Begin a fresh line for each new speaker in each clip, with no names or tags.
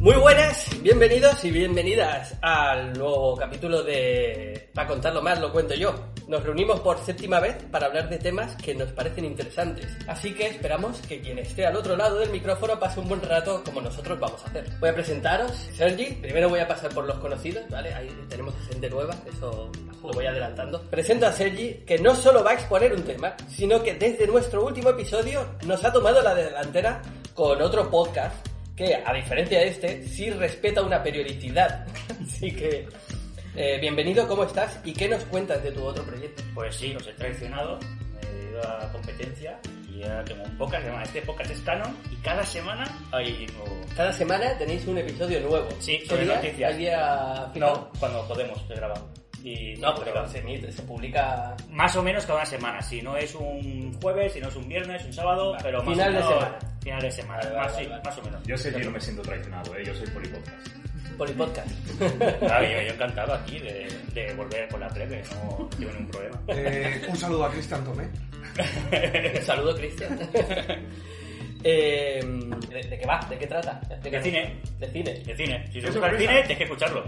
Muy buenas, bienvenidos y bienvenidas al nuevo capítulo de Para contarlo más, lo cuento yo. Nos reunimos por séptima vez para hablar de temas que nos parecen interesantes, así que esperamos que quien esté al otro lado del micrófono pase un buen rato como nosotros vamos a hacer. Voy a presentaros, Sergi, primero voy a pasar por los conocidos, ¿vale? Ahí tenemos a gente nueva, eso lo voy adelantando. Presento a Sergi, que no solo va a exponer un tema, sino que desde nuestro último episodio nos ha tomado la delantera con otro podcast que a diferencia de este, sí respeta una periodicidad. Así que, eh, bienvenido, ¿cómo estás? ¿Y qué nos cuentas de tu otro proyecto?
Pues sí, los he traicionado, me he ido a competencia y ahora tengo un podcast, además este podcast es canon y cada semana hay nuevo.
Cada semana tenéis un episodio nuevo.
Sí,
¿Qué
sobre
día?
noticias.
¿Al día final?
No, cuando podemos, se graba. Y
No,
se
pero
graba.
se emite, se publica
Más o menos cada semana, si no es un jueves, si no es un viernes, un sábado, pero más
Final
o
de
menos...
semana.
Final de semana,
Vale,
más,
vale,
sí,
vale.
más o menos.
Yo sé que no me siento traicionado, ¿eh? yo soy polipodcast.
por el podcast.
Ah, yo, yo encantado aquí de, de volver con la plebe, no tengo ningún problema.
Eh, un saludo a Cristian Tomé.
Un saludo, Cristian. Eh, ¿de, de qué va? ¿De qué trata? Explícanos.
cine.
De cine.
De cine. Si te
Qué
gusta el
sorpresa.
cine, tienes que escucharlo.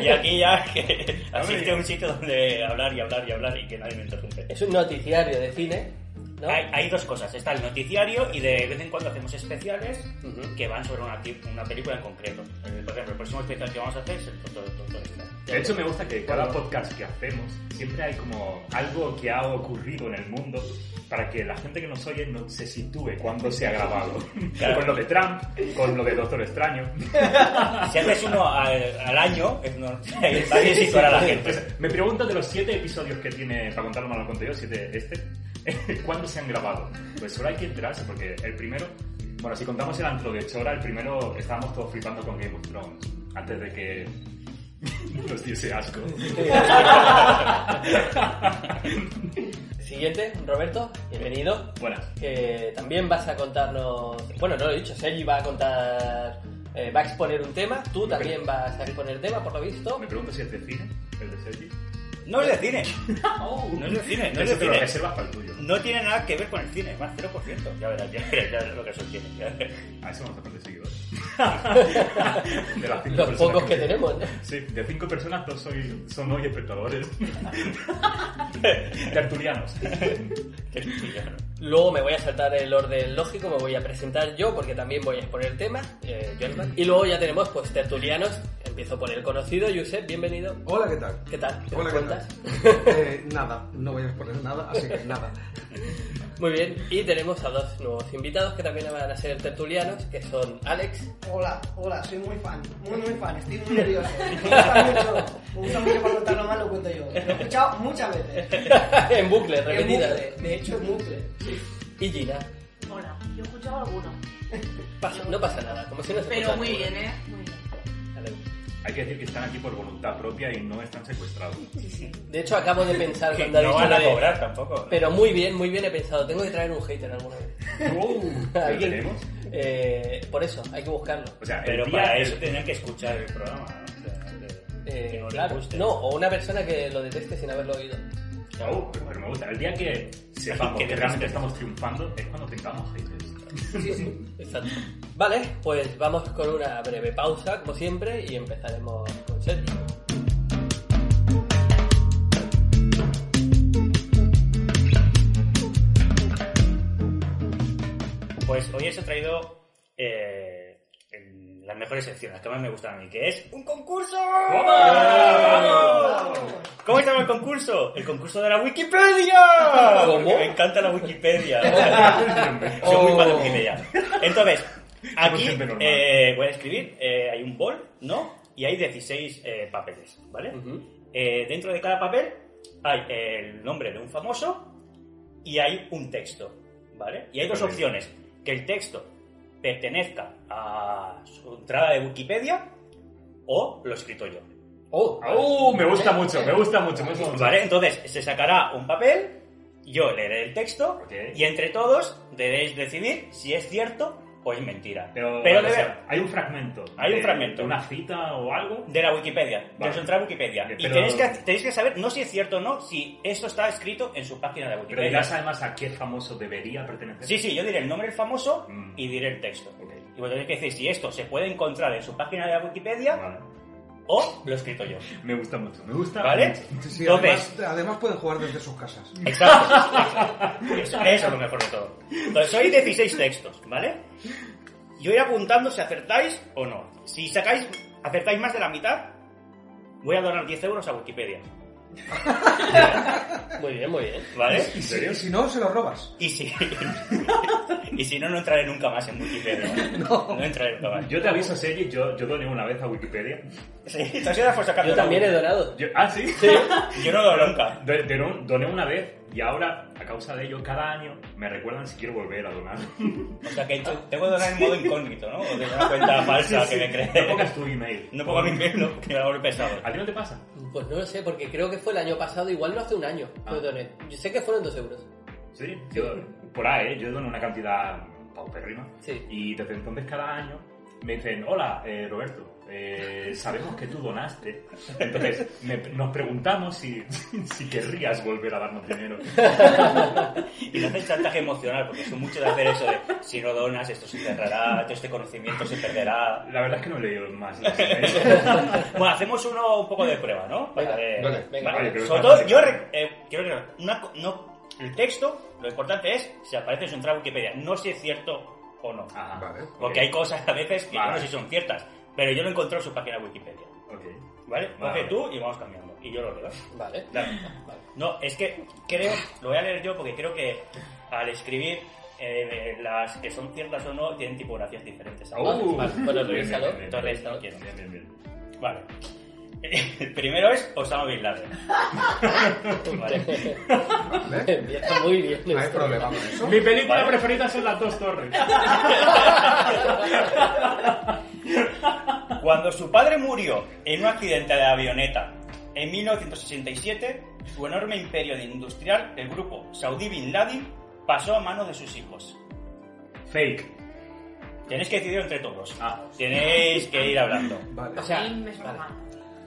Y aquí ya que
No me
asiste a
digas.
un sitio donde hablar y hablar y hablar y que nadie me interrumpe.
Es un noticiario de cine, ¿no?
Hay, hay dos cosas, está el noticiario y de vez en cuando hacemos especiales
Ujú.
que van sobre una, ti- una película en concreto. Eh, Por ejemplo, el próximo especial que vamos a hacer es el tonto del Tontorista.
De hecho, me gusta que cada podcast que hacemos siempre hay como algo que ha ocurrido en el mundo para que la gente que nos oye no se sitúe cuando se ha grabado.
Claro.
Con lo de Trump, con lo de Doctor Extraño.
Si haces uno al, al año, es no, nadie situará a la gente.
Entonces, me pregunto de los siete episodios que tiene para contarlo mal contenido, siete este, ¿cuándo se han grabado? Pues solo hay que enterarse porque el primero, bueno, si contamos el antro de Chora, el primero estábamos todos flipando con Game of Thrones antes de que nos diese asco.
Siguiente, Roberto, bienvenido.
Buenas.
que también vas a contarnos, bueno, no lo he dicho, Sergi va a contar, eh, va a exponer un tema, tú
Lo que-
también vas a exponer tema, por lo visto.
Me pregunto si es de cine, el de Sergi.
No es de cine. No es de cine, no es de
Eso te lo
cine.
reservas para el tuyo.
No tiene nada que ver con el cine, más 0%. Ya verás, ya verás, ya verás lo que eso tiene. ya verás.
A eso vamos a perder seguidores. De las cinco
Los
personas
pocos que tenemos, ¿no?
Sí, de cinco personas, dos soy, son hoy espectadores. Tertulianos.
Qué chillo.
Luego me voy a saltar el orden lógico, me voy a presentar yo porque también voy a exponer tema, eh, Jordan. Y luego ya tenemos pues tertulianos, empiezo por el conocido, Josep, bienvenido.
Hola, ¿qué tal?
¿Qué tal? ¿Qué
Hola,
nos
¿qué
cuentas?
tal? Eh, nada, no voy a exponer nada, así que nada.
Muy bien, y tenemos a dos nuevos invitados que también van a ser tertulianos, que son Alex
Hola, hola, soy muy fan, muy muy fan, estoy muy nervioso. Me gusta mucho, me gusta mucho para contarlo mal, lo cuento yo. Lo he escuchado muchas veces.
en bucle,
En
repetida.
bucle, de hecho en bucle.
Y Gina.
Hola, yo he escuchado alguno.
Pasa- no pasa nada, como si no se
Pero
escuchara
muy
ninguno.
bien, ¿eh? Muy bien.
Vale.
Hay que decir que están aquí por voluntad propia y no están secuestrados.
De hecho, acabo de pensar
Que
cuando ha
no
dicho
van a
lo de-
cobrar tampoco.
Pero muy bien, muy bien he pensado. Tengo que traer un hater alguna vez.
¿Lo
Alguien-
tenemos?
Eh, por eso, hay que buscarlo.
O sea, el
Pero
día-
para
el-
eso tienen que escuchar el programa, ¿no? O sea, que-
Eh,
que no les
claro.
guste.
No, o una persona que lo deteste sin haberlo oído.
Oh, pero me gusta. El día que sepamos
Que
que,
te guste.
realmente estamos triunfando es cuando tengamos haters.
Exacto. Vale, pues vamos con una breve pausa, como siempre, y empezaremos con Sergi.
Pues hoy os he traído eh, en las mejores secciones que más me gustan a mí, que es un concurso.
¡Vamos!
¿Cómo se llama el concurso? El concurso de la Wikipedia.
¿Cómo?
Porque Me encanta la Wikipedia. Soy muy fan de Wikipedia. Entonces, aquí
gente normal.
eh, voy a escribir, eh, hay un bol, ¿no? Y hay 16 eh, papeles, ¿vale?
Ujú.
Eh, dentro de cada papel hay el nombre de un famoso y hay un texto, ¿vale? Y hay dos
Vale.
opciones, que el texto pertenezca a su entrada de Wikipedia o lo he escrito yo,
Oh,
Oh, me gusta mucho, me gusta mucho, me gusta mucho.
Pues ¿vale? Entonces se sacará un papel, yo leeré el texto
Ok.
y entre todos debéis decidir si es cierto o es mentira.
Pero,
de,
o sea, hay un fragmento.
Hay un
de-
fragmento.
de Una cita o algo.
de la Wikipedia, de
Vale.
su entrada a Wikipedia.
Bien,
y
pero-
tenéis que, tenéis que saber, no si es cierto o no, si eso está escrito en su página de Wikipedia.
Pero dirás además a qué famoso debería pertenecer.
Sí, sí, yo diré el nombre del famoso
Mm.
y diré el texto.
Ok.
y vosotros tenéis que decir si esto se puede encontrar en su página de la Wikipedia
Vale.
o lo he escrito yo.
Me gusta mucho, me gusta.
¿Vale?
mucho.
Sí,
Entonces-
además, además pueden jugar desde sus casas.
Exacto. Eso, eso es lo mejor de todo. Entonces, sois 16 textos, ¿vale? Yo iré apuntando si acertáis o no. Si sacáis, acertáis más de la mitad, voy a donar 10 euros a Wikipedia,
Muy bien, muy bien.
¿vale?
Y si,
serio?
y si no, se lo robas.
Y si, y si no, no entraré nunca más en Wikipedia. No, entraré nunca más.
Yo te aviso, Sergi, yo, yo doné una vez a Wikipedia.
Sí, tú has ido a Fuerza Carrera.
Yo también he donado.
Yo- ah, sí.
Yo no doy nunca.
Do- doné- Doné una vez y ahora, a causa de ello, cada año me recuerdan si quiero volver a donar.
O sea, que tengo que donar en modo incógnito, ¿no? O de una cuenta falsa que me cree.
No pongas tu email.
No pongo mi mail, no, que me va a volver pesado.
¿A ti no te pasa?
Pues no lo sé, porque creo que fue el año pasado, igual no hace un año.
Ah.
Lo doné. Yo sé que fueron dos euros.
Sí, yo, por ahí, ¿eh? yo dono una cantidad paupérrima.
Sí.
Y desde entonces cada año me dicen, hola, eh, Roberto, eh, sabemos que tú donaste. Entonces me- nos preguntamos si, si querrías volver a darnos dinero.
Y no hacen chantaje emocional, porque son mucho de hacer eso de si no donas, esto se cerrará, todo este conocimiento se perderá.
La verdad es que no he leído más. las emails.
Bueno, hacemos uno un poco de prueba, ¿no?
Venga,
ver-
vale,
venga.
Vale.
Vale, creo que
Sobre
está
todo,
bien.
yo re- eh, quiero aclarar, una co- no, el texto, lo importante es si aparece en Wikipedia, no si es cierto o no.
Ajá,
Vale.
Porque hay cosas a veces que yo no
Ah, Vale.
sé si son ciertas, pero yo lo encontré en su página de Wikipedia.
Ok.
¿Vale?
Vale.
Coge tú y vamos cambiando. Y yo lo leo.
Vale.
Dale. No, es que creo, lo voy a leer yo porque creo que al escribir eh, las que son ciertas o no tienen tipografías diferentes.
Uh. vale, bueno,
Bien, bien,
revísalo.
bien, bien.
Entonces, no quiero.
Bien, bien, bien.
Vale. El primero es Osama Bin Laden. Vale.
¿Vale?
Empieza muy bien.
No hay
esto.
problema con eso.
Mi película
Vale.
preferida son las dos torres.
Cuando su padre murió en un accidente de avioneta en 1967, su enorme imperio de industrial, el grupo Saudi Bin Laden, pasó a manos de sus hijos.
Fake.
Tenéis que decidir entre todos.
Ah.
Tenéis que ir hablando.
Vale.
O sea,
A mí me suena
vale.
mal.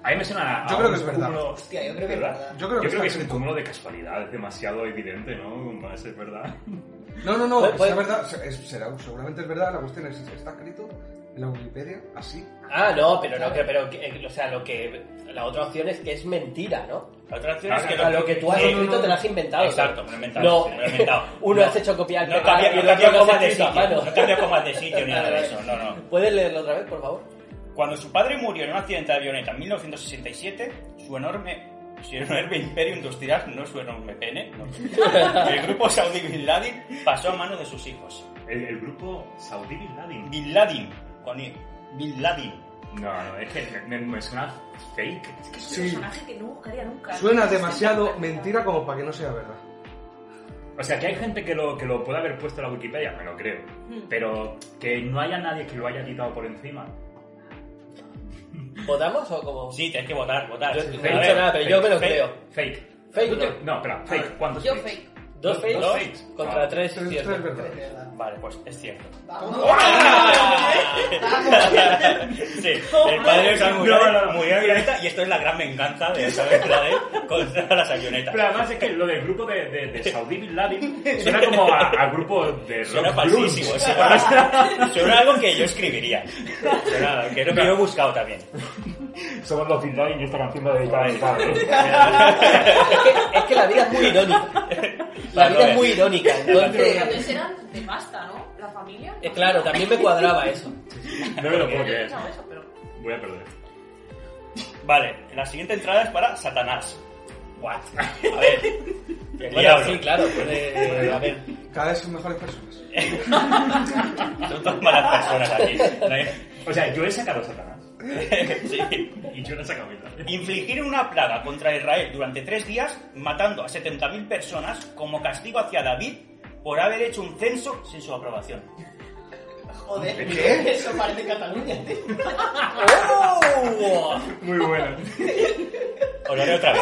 A mí me suena a
Yo creo
un
que es verdad.
cúmulo-
Hostia, yo creo que es verdad.
Yo creo que,
Yo creo
está
que es un
escrito.
cúmulo de casualidades demasiado evidente, ¿no? Más es verdad.
No, no, no,
Puede- puede-
es verdad, se- es- será, seguramente es verdad, la cuestión es, está escrito en la Wikipedia, así.
Ah, no, pero no, que, pero, que- eh, o sea, lo que, la otra opción es que es mentira, ¿no?
La otra opción es
O
que
sea, lo que tú has
Sí,
escrito te lo has inventado.
Exacto, me lo he inventado.
No,
me lo he inventado.
uno
No.
has hecho copiar
No
pegar
cambia,
y
no
el
cambia
otro lo
comas
has
de
escrito a
sitio,
mano.
no cambia comas de sitio ni nada de eso, no, no.
¿Puedes leerlo otra vez, por favor?
Cuando su padre murió en un accidente de avioneta en 1967, su enorme, su enorme imperio industrial, no su enorme pene, no. el grupo Saudi Bin Laden pasó a manos de sus hijos.
El, el grupo Saudi Bin Laden.
Bin Laden, con I, Bin Laden.
No, no, es que me, me- me suena fake.
Es que es un
Sí.
personaje que no buscaría nunca. ¿eh?
Suena demasiado mentira como para que no sea verdad.
O sea, que hay gente que lo, que lo puede haber puesto en la Wikipedia, me lo creo.
Mm.
Pero que no haya nadie que lo haya quitado por encima.
¿Votamos o como?
Sí, tenés que votar, votar.
Yo
A
no he
ver,
dicho nada, pero yo me lo
fake.
creo.
Fake.
Fake,
¿Tú te-
no.
No, espera, fake. ¿Cuántos
Ah, Yo
fakes?
fake.
Dos
Dos-
fakes
dos fakes.
contra
Ah,
tres
Esto
ciertos.
es
Creo que
verdad.
es verdad.
Vale, pues es cierto.
Vamos.
Sí, el padre de murió, murió en avioneta y esto es la gran venganza de Osama Bin Laden contra las avionetas.
Pero además es que lo del grupo de, de, de Saudi Bin Laden suena como a, a grupo de
Suena
rock
falsísimo,
grunge.
suena, suena algo que yo escribiría. Suena, que es lo que yo he buscado también.
Somos los Bin Laden y esta canción la dedicada a mi padre.
Es que, es que la vida es muy irónica. La
Vale,
vida es
vale.
muy irónica, entonces...
Antes eran de pasta, ¿no? La familia.
Eh, claro, también me cuadraba eso.
No me lo puedo
Yo no he
creer.
pensado eso, pero.
Voy a perder.
Vale, la siguiente entrada es para Satanás. What? A ver. El
Bueno,
diablo.
sí, claro. puede- a ver,
Cada vez son mejores personas.
Eh.
Son todas malas personas aquí. ¿eh? No hay-
O sea, yo he sacado a Satanás.
Sí.
Y yo no he sacado a Bin Laden.
Infligir una plaga contra Israel durante tres días, matando a 70.000 personas como castigo hacia David por haber hecho un censo sin su aprobación.
Joder,
¿Qué?
eso parece Cataluña, tío.
¡Oh!
Muy bueno.
Os lo leo otra vez.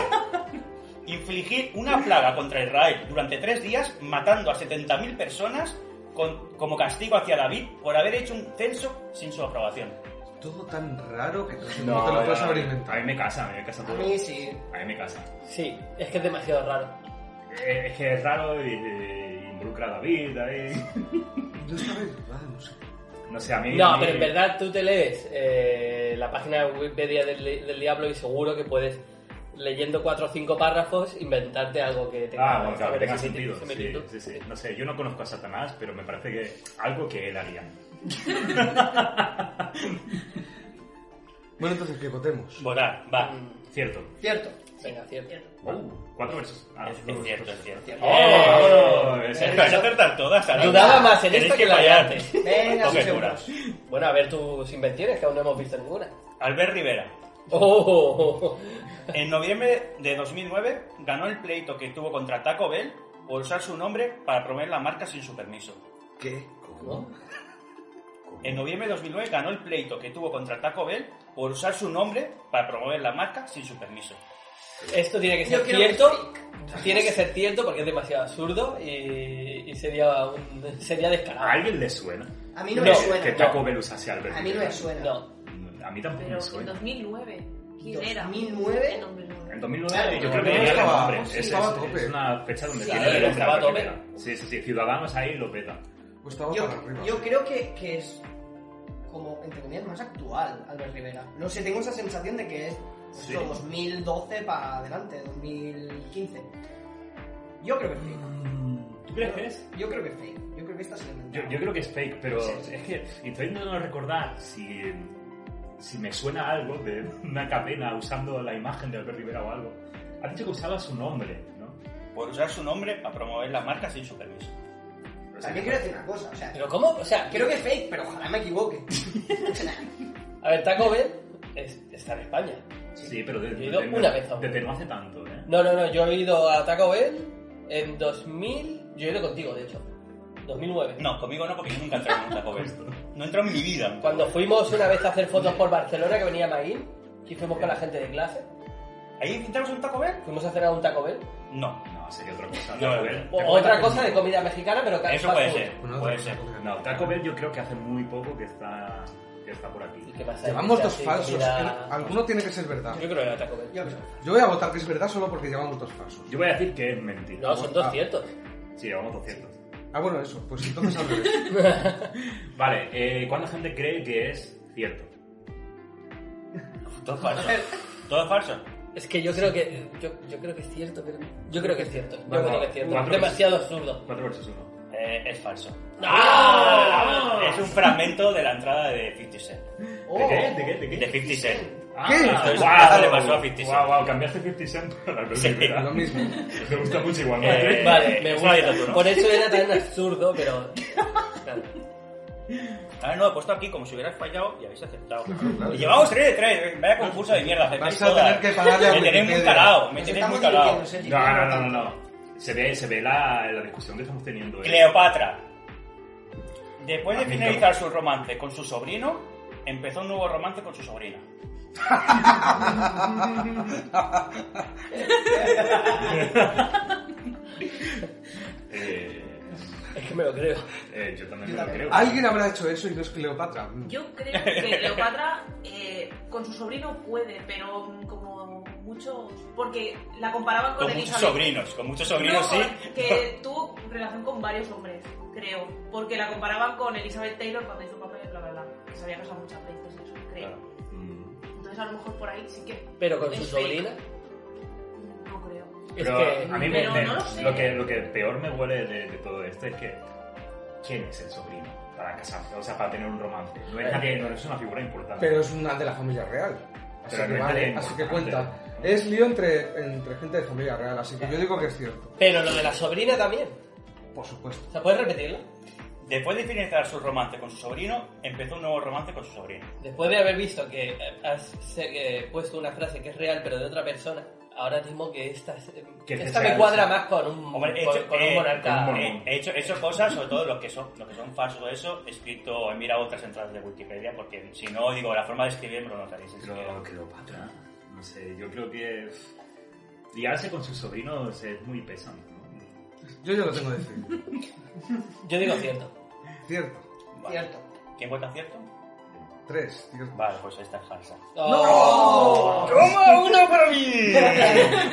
Infligir una plaga contra Israel durante tres días, matando a 70.000 personas con- como castigo hacia David por haber hecho un censo sin su aprobación.
Todo tan raro que no, no te lo puedes haber
A mí
inventado.
me casa, a mí me casa
A
todo.
mí sí.
A mí me casa.
Sí, es que es demasiado raro.
Eh, Es que es raro y, y involucra a David ahí.
No está verdad, no sé.
No sé, a mí.
No,
a mí-
pero en verdad tú te lees eh, la página de Wikipedia del, del Diablo y seguro que puedes, leyendo cuatro o cinco párrafos, inventarte algo que tenga,
Ah, bueno,
a
claro,
ver,
tenga
ese
sentido.
ese
Sí,
metido.
sí, sí. No sé, yo no conozco a Satanás, pero me parece que algo que él haría.
Bueno, entonces que votemos.
Volar, va.
Mm,
Cierto.
Cierto.
Venga, cierto.
Cuatro versos. Ah,
Es, es cierto, es cierto.
cierto.
¡Oh!
Eh,
Se vais a acertar todas, Sara.
Dudaba más en
Tenéis
esta que la de
fallar.
antes.
Venga,
No me
sí, seguro.
juras.
Bueno, a ver tus invenciones, que aún no hemos visto ninguna.
Albert Rivera.
¡Oh!
En noviembre de 2009 ganó el pleito que tuvo contra Taco Bell por usar su nombre para promover la marca sin su permiso.
¿Qué?
¿No?
En noviembre de 2009 ganó el pleito que tuvo contra Taco Bell por usar su nombre para promover la marca sin su permiso.
Esto tiene que
Yo
ser
quiero
cierto. Tiene que ser cierto porque es demasiado absurdo y, y sería, un- sería
¿A
descarado.
alguien le suena?
A mí no,
eh, No,
me
Que
suena.
Taco Bell usase Albert.
A mí no me
Rivera?
suena.
No.
A mí tampoco
Pero
me
en
suena.
2009. ¿Quién era?
2009?
En 2009.
En 2009
Claro,
yo creo
porque
que tenía el
estaba-
nombre.
sí,
es,
estaba
es-
a tope.
es una fecha donde
Sí,
tiene
ahí
el nombre
estaba a
Albert
tope.
Rivera. Sí, sí, sí. Ciudadanos ahí lo peta.
Pues estaba
Yo,
para arriba.
yo creo que, que es como, entre comillas, más actual Albert Rivera. No sé, tengo esa sensación de que es pues,
Sí.
eso, 2012 para adelante, 2015. Yo creo que es fake.
¿Tú crees que es?
Yo creo que es fake. Yo creo que esta se la
Yo,
inventaron.
yo creo que es fake, pero
Sí, sí.
es que estoy intentando recordar si, si me suena algo de una cadena usando la imagen de Albert Rivera o algo. Ha dicho que usaba su nombre, ¿no?
Por usar su nombre para promover la marca sin su permiso.
Pero
También
sí,
quiero decir una cosa, o sea,
¿Pero cómo? O sea,
creo que es fake, pero ojalá me equivoque.
a ver, Taco Bell es- está en España.
sí, pero de-
Yo he ido
de-
una vez a un-
desde no hace tanto, ¿eh?
No, no, no, yo he ido a Taco Bell en 2000. Yo he ido contigo, de hecho. 2009.
No, conmigo no, porque yo nunca he entrado en un Taco Bell. No he entrado en mi vida.
Cuando fuimos una vez a hacer fotos por Barcelona, que venía Maguín, y fuimos con la gente de clase,
¿Ahí entramos en un Taco Bell?
fuimos a cenar a un Taco Bell.
No.
No, sería otra cosa.
No,
Taco Bell.
O-
Taco Bell
otra
hace
cosa de
muy-
comida mexicana, pero ca-
Eso
fast
puede
food.
ser.
Bueno,
Puede
otra
ser.
cosa.
No, Taco Bell yo creo que hace muy poco que está, que está por aquí.
¿Y qué pasa? pues,
Llevamos
Ya,
dos
sí,
falsos.
comida-
El- Alguno tiene que ser verdad.
Yo creo que era Taco Bell.
Yo creo.
Yo voy a votar que es verdad solo porque llevamos dos falsos.
Yo voy a decir que es mentira.
No, son dos
Ah.
ciertos.
Sí, llevamos 200.
Ah, bueno, eso. Pues entonces al revés.
Vale, eh, ¿cuánta gente cree que es cierto?
Todo falso. Todo falso.
Es que yo creo que. Yo, yo creo que es cierto, pero. Yo creo que es cierto. Yo
Vale,
creo que es cierto.
cuatro.
Demasiado absurdo.
4 versus 1.
Eh, es falso.
¡Ah!
Es un fragmento de la entrada de 50 Cent.
Oh,
¿De qué? ¿De qué? ¿De qué?
De 50 Cent.
¿Qué?
esto es-
Ah,
esto le pasó a 50 Cent.
Wow, wow, cambiaste 50 Cent por Albert
Sí.
Rivera.
Lo mismo.
Me gusta mucho igual.
Eh,
¿no?
Vale, me
eso
gusta.
lo dices tú, ¿no?
Por eso era tan absurdo, pero. Claro.
Ahora no, he puesto aquí como si hubieras fallado y habéis aceptado.
claro.
Y llevamos 3 de 3. Vaya concurso de mierda. aceptáis
Vas a tener
todas.
que pagarle a
Me tenéis muy
Wikipedia.
calado. Me
nos
tenéis muy
estamos
calado.
divirtiendo, Sergi.
No, no, no, no, no. Se ve, se ve la, la discusión que estamos teniendo. eh.
Cleopatra. Después de
Amigo.
finalizar su romance con su sobrino, empezó un nuevo romance con su sobrina.
Eh,
Es que me lo creo.
eh, yo también me
Yo
lo
también.
creo.
Alguien habrá hecho eso y no es Cleopatra. Mm.
Yo creo que Cleopatra eh, con su sobrino puede, pero mm, como mucho. Porque la comparaban con,
Con muchos
Elizabeth.
sobrinos. Con muchos sobrinos, sí.
No, Que tuvo relación con varios hombres, creo. Porque la comparaban con Elizabeth Taylor cuando hizo papel, bla, bla, bla. Que se había casado muchas veces, eso, creo.
Claro.
Mm.
Entonces a lo mejor por ahí sí que.
Pero con
es
su
fake.
sobrina.
No creo.
Es
Pero
que.
a mí me,
pero
me-
no lo sé.
lo, que, lo que peor me huele de, de todo esto es que ¿quién es el sobrino para casarse? O sea, para tener un romance. No es, nadie, no es una figura importante.
Pero es una de la familia real. Así
Pero
que
no es
vale,
nadie
así que
importante,
cuenta.
¿no?
Es lío entre, entre gente de familia real, así que yo digo que es cierto.
Pero lo de la sobrina también.
Por supuesto.
O sea, ¿puedes repetirlo?
Después de finalizar su romance con su sobrino, empezó un nuevo romance con su sobrino.
Después de haber visto que eh, has se- eh, puesto una frase que es real pero de otra persona, ahora mismo que esta, es- eh,
Que es
esta
real,
me cuadra
sí.
más con un,
Hombre, he
con,
hecho-
con un
eh,
monarca.
con un
Eh, he hecho, he hecho cosas, sobre todo lo que son, lo que son falsos de eso, he escrito, he mirado otras entradas de Wikipedia, porque si no, digo, la forma de escribir me lo notaréis. ni siquiera.
Pero Cleopatra, no sé, yo creo que pff, liarse con sus sobrinos es muy pesante. ¿no?
Yo ya lo tengo decidido.
Yo digo cierto.
Cierto.
Vale.
Cierto.
¿Quién vota cierto?
Tres, cierto.
Vale, pues esta es falsa.
¡Oh!
¡Toma una para mí!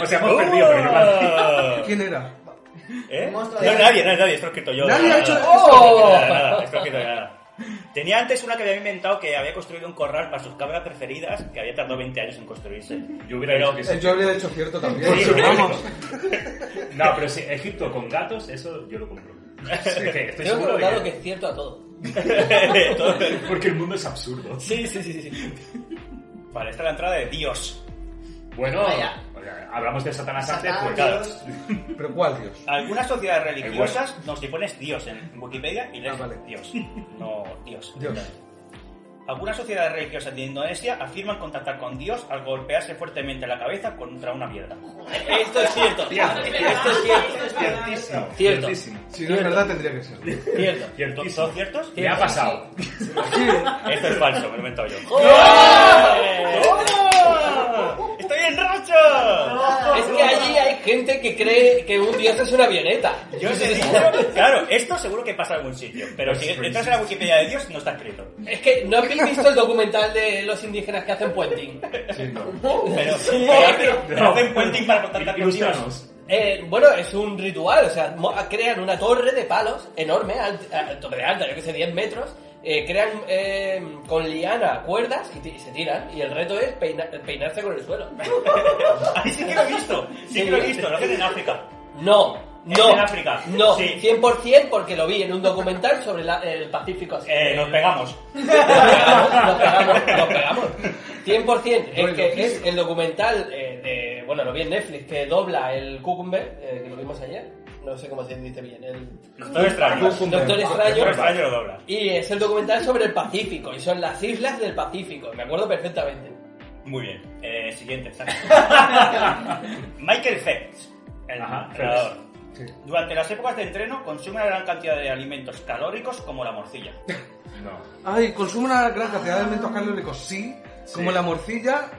O sea, hemos perdido, pero igual.
¿Quién era?
¿Eh? No,
Monstruo de-
nadie, nadie, nadie, esto lo he escrito yo.
Nadie
Nada,
ha hecho
nada,
eso.
nada, nada, esto lo he escrito yo, nada. Tenía antes una que había inventado que había construido un corral para sus cabras preferidas, que había tardado 20 años en construirse.
Yo hubiera
Pero-
dicho que sí.
Eh, Yo habría hecho cierto también.
Sí,
pero
vamos.
No, pero si Egipto con gatos, eso yo lo compro. Sí, que Estoy
Tengo
seguro
claro
de
que es cierto a todo.
Entonces,
que... Porque el mundo es absurdo.
Sí, sí, sí, sí, sí.
vale, esta es la entrada de Dios.
Bueno,
Vaya.
oye, hablamos de Satanás antes,
Satán,
pues
claro.
Dios.
¿Pero cuál, Dios?
Algunas sociedades religiosas, no, si pones Dios en Wikipedia y lees
Ah, vale.
Dios, no Dios.
Dios.
Algunas sociedades religiosas de Indonesia afirman contactar con Dios al golpearse fuertemente la cabeza contra una piedra. Esto es cierto.
Cierto.
Esto
Ah,
es cierto.
Esto es verdad.
Ciertísimo.
Cierto.
Ciertísimo.
Si no es verdad, tendría que ser.
Cierto.
¿Todos todos ciertos?
Me ha pasado.
Esto es falso, me lo he inventado yo.
¡Oh!
¡Estoy en racha!
Es que allí hay gente que cree que un dios es una avioneta.
Yo os he dicho- claro, esto seguro que pasa en algún sitio, pero si entras en la Wikipedia de Dios no está escrito.
Es que no habéis visto el documental de los indígenas que hacen puenting.
Sí, no.
Pero, pero hacen- pero hacen puenting para contactar con Dios.
Ilustranos.
Eh, bueno, es un ritual, o sea, mo- crean una torre de palos enorme, alt- a- torre alta, yo que sé, 10 metros, eh, crean eh, con liana cuerdas y, ti- y se tiran, y el reto es peina- peinarse con el suelo.
Ahí sí que lo he visto, sí que lo he visto, lo hacen en África.
No,
Es
no,
en África.
no,
Sí.
100% porque lo vi en un documental sobre la- el Pacífico. así
Eh,
que-
nos pegamos.
Nos pegamos, nos pegamos, nos pegamos. 100%. Es
Bueno,
que es el documental eh, de. Bueno, lo vi en Netflix, que dobla el Cucumber, eh, que lo vimos ayer. No sé cómo se dice bien. El
Doctor extraño.
Cucumber.
Doctor
Doctor
Extraño.
extraño lo dobla.
Y es el documental sobre el Pacífico. Y son las islas del Pacífico. Me acuerdo perfectamente.
Muy bien. Eh, siguiente. Michael Phelps, el
Ajá,
nadador.
Sí.
Durante las épocas de entreno consume una gran cantidad de alimentos calóricos como la morcilla.
No,
Ay, consume una gran cantidad de alimentos calóricos, sí, como
Sí.
la morcilla.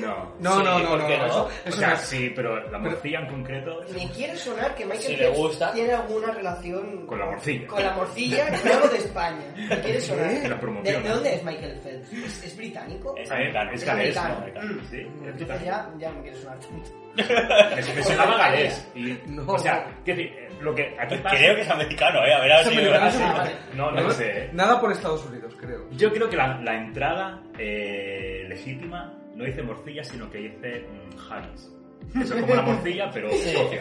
no.
No,
Sí,
no, no, no,
¿por qué no?
Eso,
O
eso
sea,
no es-
sí, pero la morcilla en concreto...
Me quiere sonar que Michael
Si le
Phelps
gusta.
tiene alguna relación
Con la morcilla.
Con la morcilla, claro, de España. Me quiere sonar.
Que
la
¿De,
promociona.
de dónde es Michael Phelps? ¿Es, es británico?
Es
A ver,
americano.
es
galés,
Es
¿no?
americano.
Sí, es
Entonces
británico.
ya, ya me quiere sonar tanto.
Es que se llama galés. Y,
No.
O sea, que, eh, lo que aquí pasa...
Creo que es americano, eh. A ver, a ver
Es
si
americano,
sí.
sí.
Ah, vale.
No, no lo sé. eh.
Nada por Estados Unidos, creo.
Yo creo que la, la entrada eh, legítima no dice morcilla, sino que dice mm, haggis. Eso es como la morcilla, pero socio.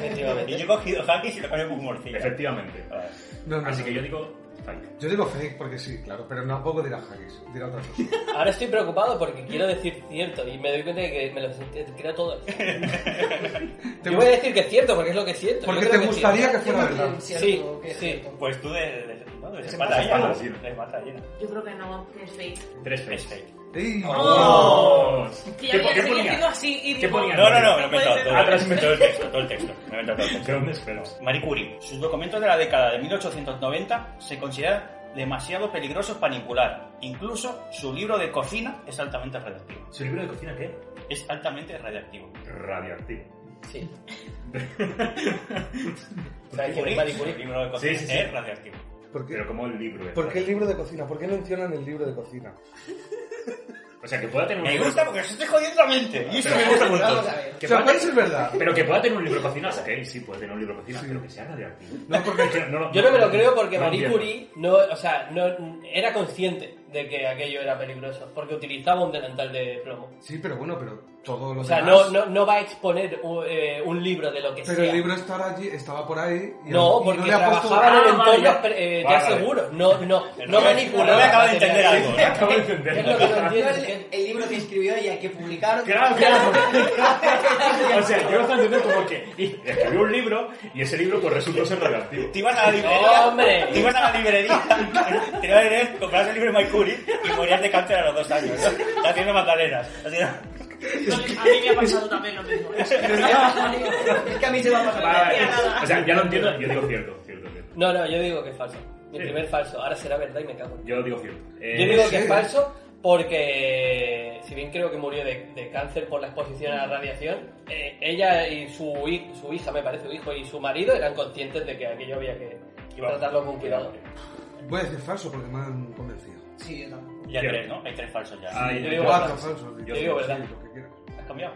Y yo he cogido hackis y lo pongo con morcilla.
Efectivamente.
A ver.
No, no,
Así
no.
que yo digo fake.
Yo digo fake porque sí, claro, pero no tampoco dirá haggis, dirá otra cosa.
Ahora estoy preocupado porque quiero decir cierto. Y me doy cuenta de que me lo creo todo.
Te
Yo voy a decir que es cierto porque es lo que siento.
Porque
Yo
te
creo que es
gustaría
cierto.
que fuera
Yo
verdad.
creo que es
Sí,
cierto, que es
sí.
cierto.
Pues tú de, de, no, de
Es
espalda llena.
espalda llena.
De espalda llena.
Yo creo que no, que es fake.
Tres
Es
fakes.
fake.
Ey,
¡Oh!
Que ya había seguido
ponía?
así y
¿Qué
digo,
ponía?
No, no, no, me lo he
puede
inventado.
ser.
Todo,
Atrás me-
todo el texto, todo el texto. Me he inventado todo el texto.
¿De dónde esperas?
Marie Curie. Sus documentos de la década de 1890 se consideran demasiado peligrosos para manipular. Incluso su libro de cocina es altamente radioactivo.
¿Su libro de cocina qué?
Es altamente radioactivo.
Radioactivo.
Sí. ¿Sabes quién es
Curie,
Marie
Su
Curie?
libro de cocina
Sí, sí, sí.
es radioactivo.
¿Por qué?
Pero como el libro. este. es
¿Por qué el
radioactivo.
libro de cocina? ¿Por qué mencionan el libro de cocina?
O sea, que pueda tener un
Me
libro...
gusta porque os estoy jodiendo la mente. Y eso me gusta un
Vamos
montón.
a ver.
Que
O sea,
pueda
puede
tener-
ser verdad.
Pero que pueda tener un libro de cocina, o sea, que él sí puede tener un libro de cocina, pero que sea radioactivo.
No, porque...
Yo no me lo creo porque
no
Marie
entiendo.
Curie no, o sea, no era consciente de que aquello era peligroso porque utilizaba un delantal de plomo.
Sí, pero bueno, pero todo lo
O sea,
demás-
no, no, no va a exponer u- eh, un libro de lo que
Pero
sea.
el libro estaba allí, estaba por ahí... y-
no,
y
porque
le ha puesto-
trabajaba en
Ah,
el entorno
vale.
eh,
Vale,
ya
vale.
seguro. No, no, no
No me- no me
manipulaba.
acabo de entender
materiales.
algo.
Acabo de
Es lo
entenderlo.
que no
No,
entiendo, es
el,
que-
el libro que escribió y hay que publicar.
Claro, claro. O sea, yo lo estoy entendiendo como que y escribió un libro y ese libro pues resultó ser radioactivo.
Te ibas a la librería,
¡Hombre!
te ibas a la librería, te ibas a leer, comprabas el libro de Mike Curry y morías de cáncer a los dos años, ¿no? haciendo magdalenas. Haciendo...
A mí me ha pasado también lo mismo.
es que a mí se me ha pasado.
Vale. O sea, ya lo entiendo, yo digo cierto, cierto, cierto.
No, no, yo digo que es falso. Mi
Sí.
primer falso. Ahora será verdad y me cago en
Yo digo cierto. Eh,
Yo digo
sí.
que es falso porque, si bien creo que murió de, de cáncer por la exposición a la radiación, eh, ella y su, hi- su hija, me parece, su hijo y su marido eran conscientes de que aquello había que
Y vamos,
tratarlo con cuidado.
Voy a decir falso porque me han convencido.
Sí, yo tampoco.
Ya tres, ¿no? Hay tres falsos ya.
Ay,
Yo digo
yo digo
falso.
Cuatro falsos.
Yo digo verdad.
Lo que quieras.
¿Has cambiado?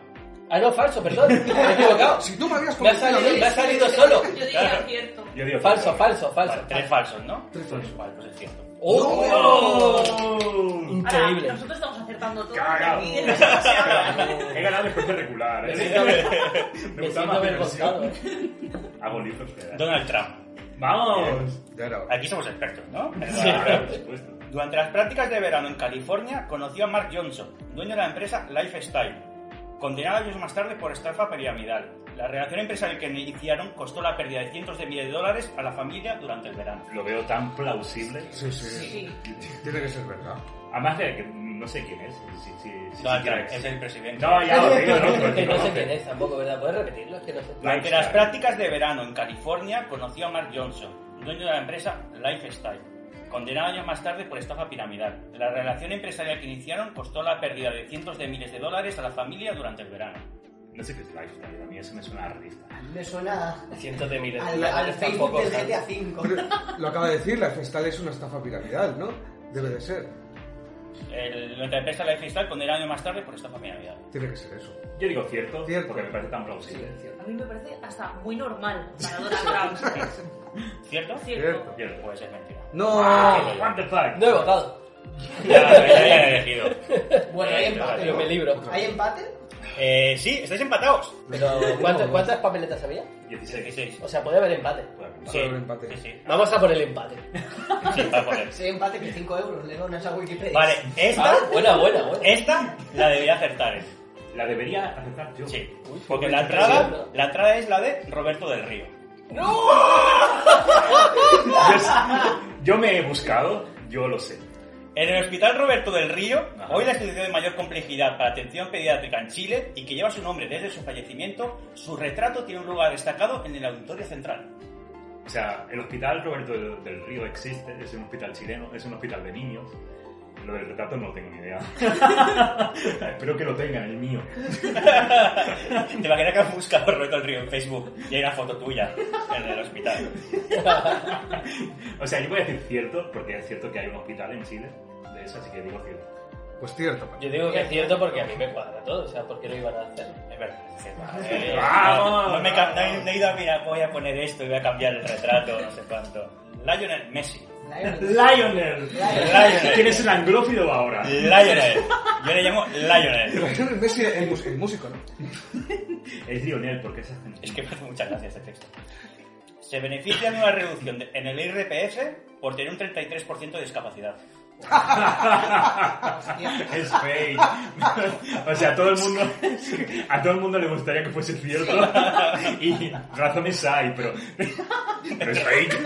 Ah, no, falso, perdón. Me he equivocado.
Si tú me habías
Me ha
convencido a
salido,
mí,
me ha salido solo.
Yo diría cierto.
Yo digo
Falso, falso, falso.
Vale, tres falsos, ¿no?
Tres falsos.
Vale, pues es cierto.
¡Oh! Ah,
Ahora,
Increíble.
nosotros estamos acertando todo.
Cagao.
y aquí no se habla.
He ganado después de regular.
Me
¿eh?
siento,
Me
me
gusta
siento
más
avergonzado.
diversión. Hago libros. ¿verdad?
Donald Trump.
Vamos.
Pues, Ya era hora.
Aquí somos expertos, ¿no?
Claro, por supuesto.
Durante las prácticas de verano en California, conoció a Mark Johnson, dueño de la empresa Lifestyle, condenado años más tarde por estafa piramidal. La relación empresarial que iniciaron costó la pérdida de cientos de miles de dólares a la familia durante el verano.
Lo veo tan plausible.
Sí, sí.
Sí.
Tiene que ser verdad.
Además de que no sé quién es. Sí, sí, sí,
Donald
sí,
Trump
sí.
es el presidente.
No, ya lo digo, no,
Que
porque
no sé quién es tampoco, ¿verdad? ¿Puedes repetirlo? Es que no sé.
Durante las prácticas de verano en California, conoció a Mark Johnson, dueño de la empresa Lifestyle, condenado años más tarde por estafa piramidal. La relación empresarial que iniciaron costó la pérdida de cientos de miles de dólares a la familia durante el verano.
No sé qué es Lifestyle, a mí eso me suena a revista.
Me suena
Cientos de miles de
al, al
dólares
Facebook
tampoco.
del
¿sabes?
GTA V.
Pero lo acaba de decir, la festal es una estafa piramidal, ¿no? Debe de ser.
El, la empresa Lifestyle condenado años más tarde por estafa piramidal.
Tiene que ser eso.
Yo digo cierto,
Cierto.
porque me parece tan plausible.
A mí me parece hasta muy normal para Donald Trump.
¿Cierto?
Cierto.
Cierto.
Puede ser mentira.
No.
Ah, what the fuck.
No he votado,
Ya, ya, ya he elegido.
Bueno, hay empate.
pero
¿no?
me libro.
¿Hay empate?
Eh, sí, estáis empatados.
Pero, ¿cuántas,
Pues
¿cuántas papeletas había?
16.
16.
O sea, puede haber empate.
Sí,
Solo un empate.
sí, sí.
Vamos a por el empate.
Sí, va a poner.
Si hay empate, que 5 euros. Leo, no es la Wikipedia.
Vale,
Ah,
esta,
buena, buena, buena.
esta la debería acertar. eh.
La debería aceptar yo.
Sí,
Uy,
porque
qué
la entrada,
impresión,
la entrada es la de Roberto del Río.
Yo me he buscado, yo lo sé.
En el Hospital Roberto del Río,
Ajá.
hoy la institución de mayor complejidad para atención pediátrica en Chile y que lleva su nombre desde su fallecimiento, su retrato tiene un lugar destacado en el auditorio central.
O sea, el hospital Roberto del, del Río existe, es un hospital chileno, es un hospital de niños. Lo del retrato no tengo ni idea. Espero que lo tengan, el mío.
Te imaginas que has buscado Roberto del Río en Facebook y hay una foto tuya en el hospital.
O sea, yo voy a decir cierto, porque es cierto que hay un hospital en Chile de eso, así que digo cierto.
Pues cierto.
Yo digo que es cierto porque a mí me cuadra todo, o sea, ¿por qué lo iban a hacer?
Es verdad, es verdad. Eh,
Vamos.
No, no me he ca- no he- no he ido a mirar, voy a poner esto y voy a cambiar el retrato, no sé cuánto. Lionel Messi.
Lionel.
¡Lionel!
Lionel.
¿Quién es el anglófilo ahora?
Lionel. Yo le llamo Lionel.
Lionel Messi, el, mus- el músico, ¿no?
Es Lionel, porque es argentino.
Es que me hace mucha gracia este texto. Se beneficia de una reducción de- en el IRPF por tener un 33% de discapacidad.
Hostia.
Es fake. o sea, a todo el mundo, a todo el mundo le gustaría que fuese cierto. y razones hay, pero, pero es fake.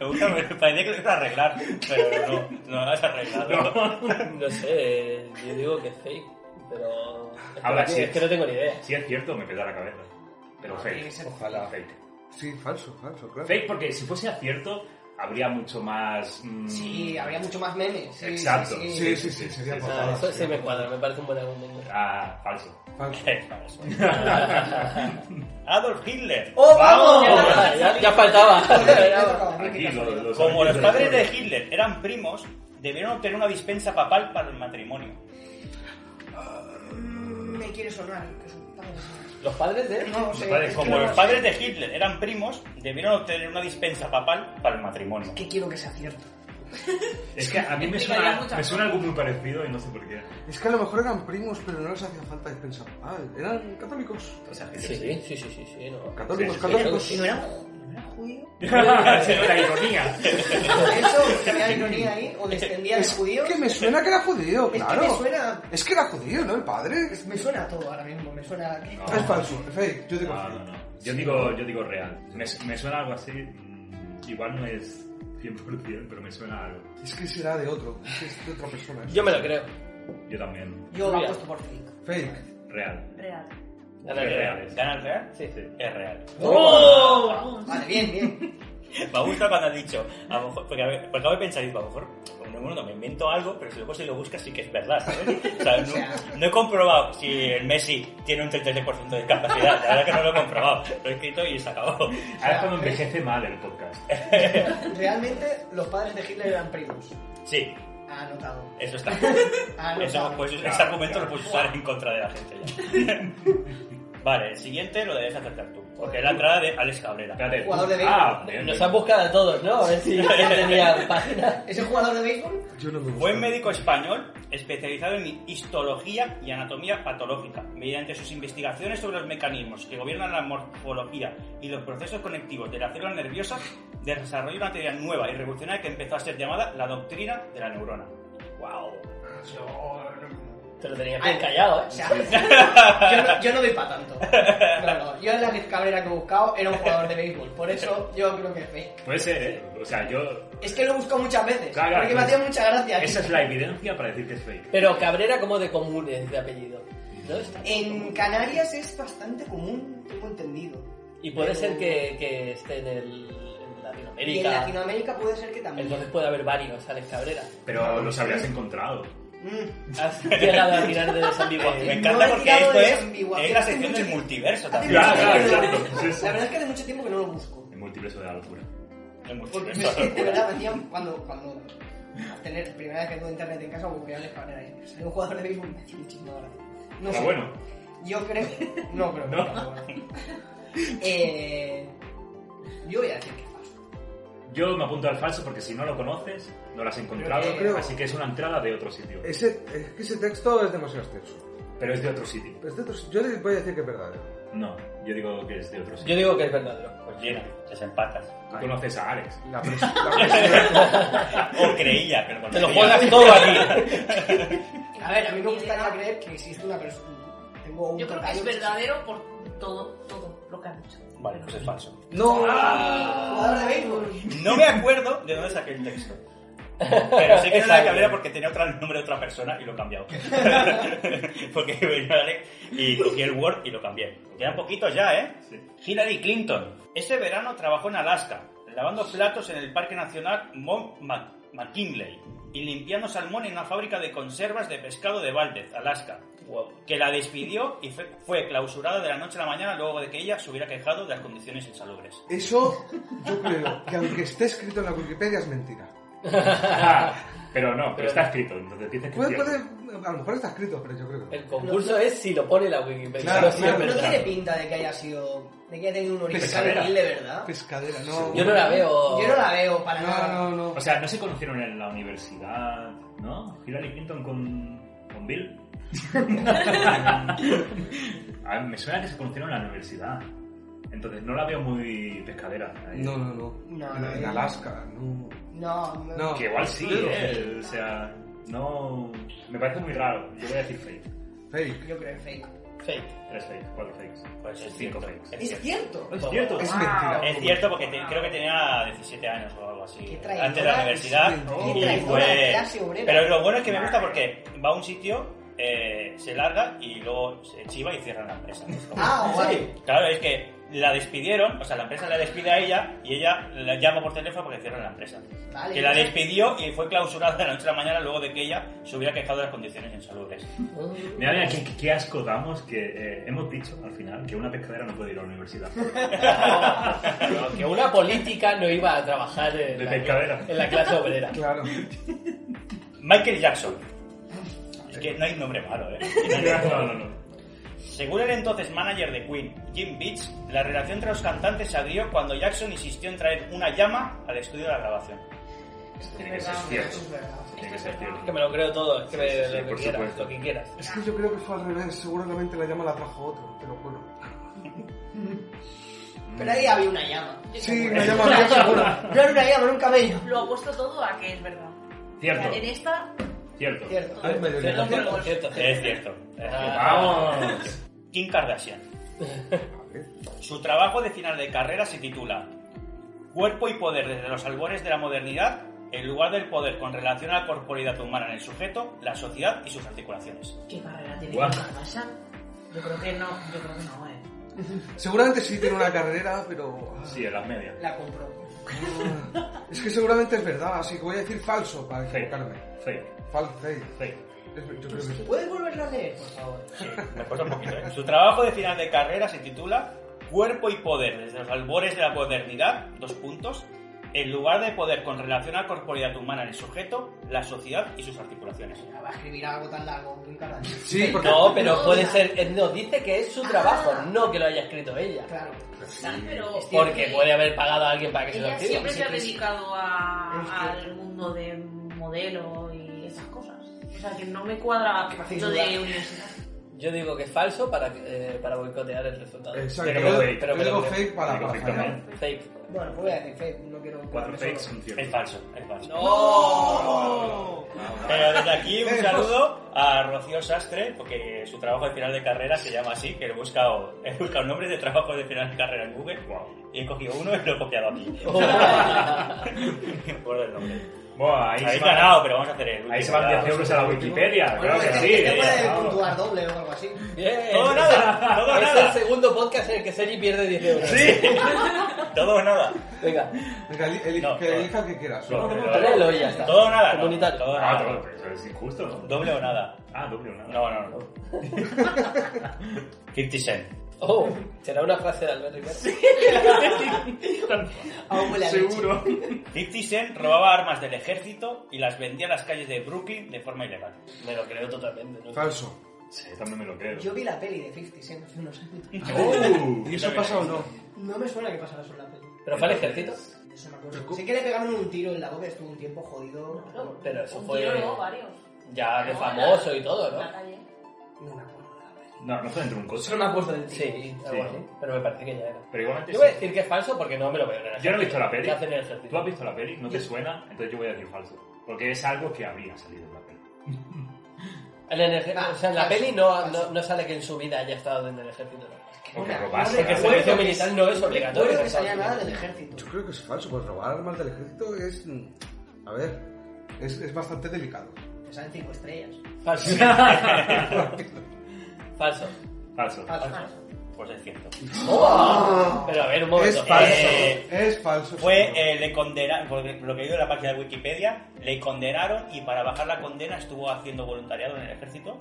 Me gusta, me parecía que lo ibas a arreglar, pero no, no lo has arreglado.
No sé, yo digo que es fake, pero... Es que,
Habla
no,
así.
es que no tengo ni idea.
Si es cierto, me pesa la cabeza. Pero
Tiene que
fake.
ser-
Ojalá.
Fake.
Sí, falso, falso, claro.
Fake porque si fuese cierto, habría mucho más. mm,
Sí, habría mucho más memes. Sí,
Exacto.
Sí,
Sí,
sí.
sí, sí, sería
Sí,
O
por
sea,
favor.
Ah, eso sí me cuadra, me parece un buen argumento.
Ah, falso.
Falso.
Eh, vamos. Adolf Hitler.
¡Oh, vamos!
Vamos.
Ya, ya faltaba.
Me tocaba, me
Aquí
tocaba.
los, los
Como los
amigos
padres
del-
de Hitler eran primos, debieron obtener una dispensa papal para el matrimonio.
Mm, Me quiere sonar. que son- también son-
Los padres de...
No sé.
parece
es que
Como
no
los
sé.
padres de Hitler eran primos, debieron obtener una dispensa papal para el matrimonio.
Que quiero que sea cierto.
Es que a mí me
Explicaría
suena,
muchas
me suena algo muy parecido y no sé por qué.
Es que a lo mejor eran primos, pero no les hacía falta defensa papal. Eran católicos.
O sea, que
Sí, sí, sí, sí, sí, sí, no.
Católicos,
Sí, sí,
católicos.
Y no era, no era judío.
la ironía.
Eso, había ironía ahí. O descendía de judío.
que me suena que era judío,
Es
claro.
que me suena.
Es que era judío, ¿no? El padre. Es,
Me suena a todo ahora mismo. Me suena. a-
No.
es falso, es fake. Yo digo
No,
fake.
no, no. Yo digo, yo digo real. Me, me suena algo así. mm, Igual no es 100%, pero me suena a algo.
Es que será de otro. Es que es de otra persona. eso.
Yo me lo creo.
Yo también.
Yo lo
Mira.
apuesto por fake.
Fake.
Real.
Real.
Gana el
Es
Real.
real.
¿Gana el Real?
Sí, sí.
Es real.
Oh,
Oh,
Vale, bien, bien.
Me gusta cuando has dicho, a lo mejor, porque, a ver, porque a veces pensáis, a lo mejor, como uno me invento algo, pero si luego si lo buscas sí que es verdad, ¿sabes? O sea, no, no he comprobado si el Messi tiene un 33% de capacidad, la verdad que no lo he comprobado, lo he escrito y se acabó.
Ahora es cuando envejece mal el podcast.
Realmente, los padres de Hitler eran primos.
Sí,
Anotado.
Eso está. Eso,
Anotado.
pues, ese argumento lo puedes usar en contra de la gente ya. vale, el siguiente lo debes acertar tú. Porque es la entrada de Alex Cabrera.
Espérate.
Jugador de béisbol.
Ah, bien,
Nos
bien.
han buscado a todos, ¿no? A ver si alguien tenía página.
¿Es el jugador de béisbol?
Yo no me gusta.
Fue médico español especializado en histología y anatomía patológica. Mediante sus investigaciones sobre los mecanismos que gobiernan la morfología y los procesos conectivos de las células nerviosas, desarrolló una teoría nueva y revolucionaria que empezó a ser llamada la doctrina de la neurona. ¡Wow!
Te lo tenías bien callado, ¿eh?
O sea, yo, no, yo no doy para tanto. No, no, yo en la Liz Cabrera que he buscado era un jugador de béisbol. Por eso yo creo que es fake.
Puede ser, ¿eh? O sea, yo...
Es que lo he buscado muchas veces.
Claro,
porque me
claro.
hacía mucha gracia.
Esa es la evidencia para decir que es fake.
Pero Cabrera como de comunes de apellido. ¿no? Está-
En Canarias es bastante común, tengo entendido.
Y puede ser que, que esté en, el, en
Y en
Latinoamérica.
Latinoamérica puede ser que también.
Entonces puede haber varios Alex Cabrera.
Pero los habrías encontrado.
Mm.
Has llegado a tirar de desambiguación.
Me encanta
he
porque
tirado
esto
de
es,
ambiguación.
es la sección del multiverso
Hace
también.
Claro,
mucho
claro,
tiempo que no-
exacto. Sí, sí.
La verdad es que hace mucho tiempo que no lo busco.
El multiverso de la locura.
El
Porque
multiverso.
es que, de verdad, me hacían cuando, cuando al tener primera vez que tuve internet en casa, busqué a Alex Cabrera y salió un jugador de béisbol me hacía muchísima gracia. No
Está
sé.
Ah, bueno.
Yo creo. No creo.
No.
no, no. Eh, yo voy a decir que es falso.
Yo me apunto al falso porque si no lo conoces, no lo has encontrado,
Yo creo-
así que es una entrada de otro sitio.
Ese, es que ese texto es demasiado extenso.
Pero es de otro sitio.
Pero este texto- yo le voy a decir que es ¿eh? verdadero.
No, yo digo que es de otro sitio.
Yo digo que es verdadero.
Pues llena, desempatas.
Tú conoces a Alex.
La pres- la presión.
O creía, pero
Te lo
conocía.
juegas todo aquí.
A ver, a mí me gustaría creer que existe una persona. Tengo un
Yo creo que
tocayo
es verdadero por todo, todo lo que han dicho.
Vale, pues es falso.
no.
Ah.
Jugador de béisbol.
No me acuerdo de dónde saqué el texto. Pero sé que era la de
Exacto.
Cabrera porque tenía otro el nombre de otra persona y lo he cambiado. porque venía Alex y cogí el Word y lo cambié. Quedan poquitos ya, ¿eh?
Sí.
Hillary Clinton. Ese verano trabajó en Alaska, lavando platos en el Parque Nacional Mount Mac- McKinley y limpiando salmón en una fábrica de conservas de pescado de Valdez, Alaska, que la despidió y fue, fue clausurada de la noche a la mañana luego de que ella se hubiera quejado de las condiciones insalubres.
Eso, yo creo que aunque esté escrito en la Wikipedia es mentira.
Ah, pero no, pero está escrito, entonces dices que es
Puede,
cierto.
puede, a lo mejor está escrito, pero yo creo que
El
no.
concurso es si lo pone la Wikipedia.
Claro,
no si es
claro.
No
verdad.
tiene pinta de que haya sido. de que haya tenido un origen
Pescadera.
infantil de verdad.
Pues
Pescadera, no.
Yo no la veo.
Yo no la veo para
No,
nada.
no, no.
O sea, no se conocieron en la universidad, ¿no? Hillary Clinton con, con Bill. A mí me suena que se conocieron en la universidad. Entonces no la veo muy ¿eh? pescadera. ahí.
No, no, no.
No,
en,
no,
en
no.
Alaska, no.
No, no.
No.
Que igual sí, ¿eh? O sea, no. Me parece muy raro. Yo voy a decir fake.
Fake.
Yo creo en fake.
Fake.
Tres fakes, cuatro fakes.
Pues es
Cinco
cierto.
fakes.
Es
Es
cierto.
cierto.
Es cierto.
Es mentira.
Es cierto porque te- creo que tenía 17 años o algo así.
Qué traidora.
Antes de la universidad.
Qué
Y
traidora, clase
fue...
obrera.
Pero lo bueno es que me gusta porque va a un sitio, eh, se larga y luego se chiva y cierra la empresa. Es como-
Ah, guay.
Claro, es que la despidieron, o sea, la empresa la despide a ella y ella la llama por teléfono porque cierran la empresa.
Vale.
Que la despidió y fue clausurada de la noche a la mañana luego de que ella se hubiera quejado de las condiciones insalubres.
Mira, mira, qué, qué asco damos que eh, hemos dicho al final que una pescadera no puede ir a la universidad.
No, que una política no iba a trabajar en,
De
la,
pescadera.
en la clase obrera.
Claro.
Michael Jackson. Es que no hay nombre malo, ¿eh?
no, no, no.
Según el entonces manager de Queen, Jim Beach, la relación entre los cantantes se abrió cuando Jackson insistió en traer una llama al estudio de la grabación.
Tiene que ser cierto. Tiene que ser
Que
cierto.
me lo creo todo, es que me-
Sí, sí, sí,
lo, que
por
quieras,
supuesto.
lo que quieras.
Es que yo creo que fue al revés. Seguramente la llama la trajo otro, te lo juro.
Pero ahí había una llama.
Sí, la llama la seguro.
No era una llama, era un camello.
Lo apuesto todo a que es verdad. O sea, en
Cierto,
esta,
cierto.
Cierto.
Hay mayoría.
Cierto, cierto, cierto, cierto.
Es cierto. es cierto.
Ah. ¡Vamos!
Kim Kardashian.
Vale.
Su trabajo de final de carrera se titula Cuerpo y poder desde los albores de la modernidad, el lugar del poder con relación a la corporalidad humana en el sujeto, la sociedad y sus articulaciones.
¿qué carrera tiene
Guau.
Kim Kardashian? Yo creo que no, yo creo que no, eh.
Seguramente sí tiene una carrera, pero.
Sí, en las medias.
La compró.
ah, Es que seguramente es verdad, así que voy a decir falso para
Fake,
equivocarme.
fake,
Falso, fake.
fake.
Es- Yo creo que
¿Puedes volverlo a leer, por favor?
Me cuesta un poquito, ¿eh? Su trabajo de final de carrera se titula Cuerpo y poder desde los albores de la modernidad, dos puntos, en lugar de poder con relación a la corporeidad humana en el sujeto, la sociedad y sus articulaciones.
Va a escribir algo tan largo, nunca la
Sí, porque.
No, pero
No,
puede
ya.
ser. eh, No, dice que es su
Ah.
trabajo, no que lo haya escrito ella.
Claro.
Pues
Sí, pero
Porque puede haber pagado a alguien para que se lo
Ella
escriba.
siempre se ha
siempre es-
dedicado a,
Es que-
al mundo de modelo y esas cosas. O sea, que no me cuadra
Que parece
mucho
dudar.
de universidad.
Yo digo que es falso para, eh, para boicotear el resultado.
Exacto.
Pero
yo-
fake,
pero
yo digo
fake.
fake para.
Digo
para
fake también.
fallar.
Fake.
Bueno, pues voy a decir Facebook, no quiero.
Cuatro
quedarme
fakes
solo.
son ciertos.
Es falso, es falso.
¡Oh!
¡No!
Pero desde aquí un
Eh,
saludo a Rocío Sastre, porque su trabajo de final de carrera se llama así, que he buscado, he buscado nombres de trabajos de final de carrera en Google
Wow.
y he cogido uno y lo he copiado aquí. Me acuerdo el nombre.
Buah, ahí,
Habéis
se van-
ganado, pero vamos a hacer el
Ahí se
último,
van 10
claro.
euros a la Wikipedia,
Bueno,
claro que
te-
sí. eh,
Te puede
claro.
puntuar doble o algo así.
Bien.
Todo o nada, todo o
es
nada.
el segundo podcast en el que Sergi pierde 10 euros.
Sí, todo o nada.
Venga,
Venga, eli- eli-
No,
que
no.
elija el que Eh, quieras.
No, no, no,
ponelo y ya está.
Todo o nada. no.
Comunitario.
Todo o
Ah,
nada.
todo, eso es injusto, ¿no?
Doble o nada.
Ah, doble o nada.
No, no, no. 50 Cent.
Oh, será una frase de Albert Rivera.
Aún huele a leche.
Seguro.
50 Cent robaba armas del ejército y las vendía en las calles de Brooklyn de forma ilegal.
Me lo creo totalmente. ¿no?
Falso.
Sí, también me lo creo.
Yo vi la peli de 50 Cent hace unos años.
Oh.
¿Y eso pasa o no?
No me suena que pasara solo la peli.
¿Pero fue al ejército?
De Eso me acuerdo. Sé que le pegaron un tiro en la boca, estuvo un tiempo jodido. No,
Pero eso
Un
fue-
tiro no, varios.
Ya de
No,
Ah, famoso
la-
y todo,
la
¿no?
calle.
me acuerdo de la peli.
No, no está dentro de un coche.
Solo me acuerdo del tiro.
Sí, algo así. Pero me parece que ya era.
Pero igualmente
Yo voy a
sí.
decir que es falso porque no me lo veo. en el
Yo no he visto
ejército.
la peli.
¿Qué hacen en el
Tú has
ejército?
visto la peli, no te suena, entonces yo voy a decir falso. Porque es algo que habría salido en la peli.
En el ejército-
Ah,
o sea, en la
falso,
peli no,
falso.
no, no sale que en su vida haya estado en el ejército.
O que
Una-
robase.
no
Porque el
recuerdo
servicio
que-
militar no es obligatorio.
No
en
que sabía
Estados
nada del
Unidos.
ejército.
Yo creo que es falso, pues robar armas del ejército es. mm, A ver, es, es bastante delicado.
Que salen cinco estrellas.
Falso. falso.
Falso.
Falso.
Pues es cierto.
Pero a ver, un momento.
Es falso,
Ah. Eh,
es falso.
Fue,
seguro.
eh, le condenaron, por lo que digo en la página de Wikipedia, le condenaron y para bajar la condena estuvo haciendo voluntariado en el ejército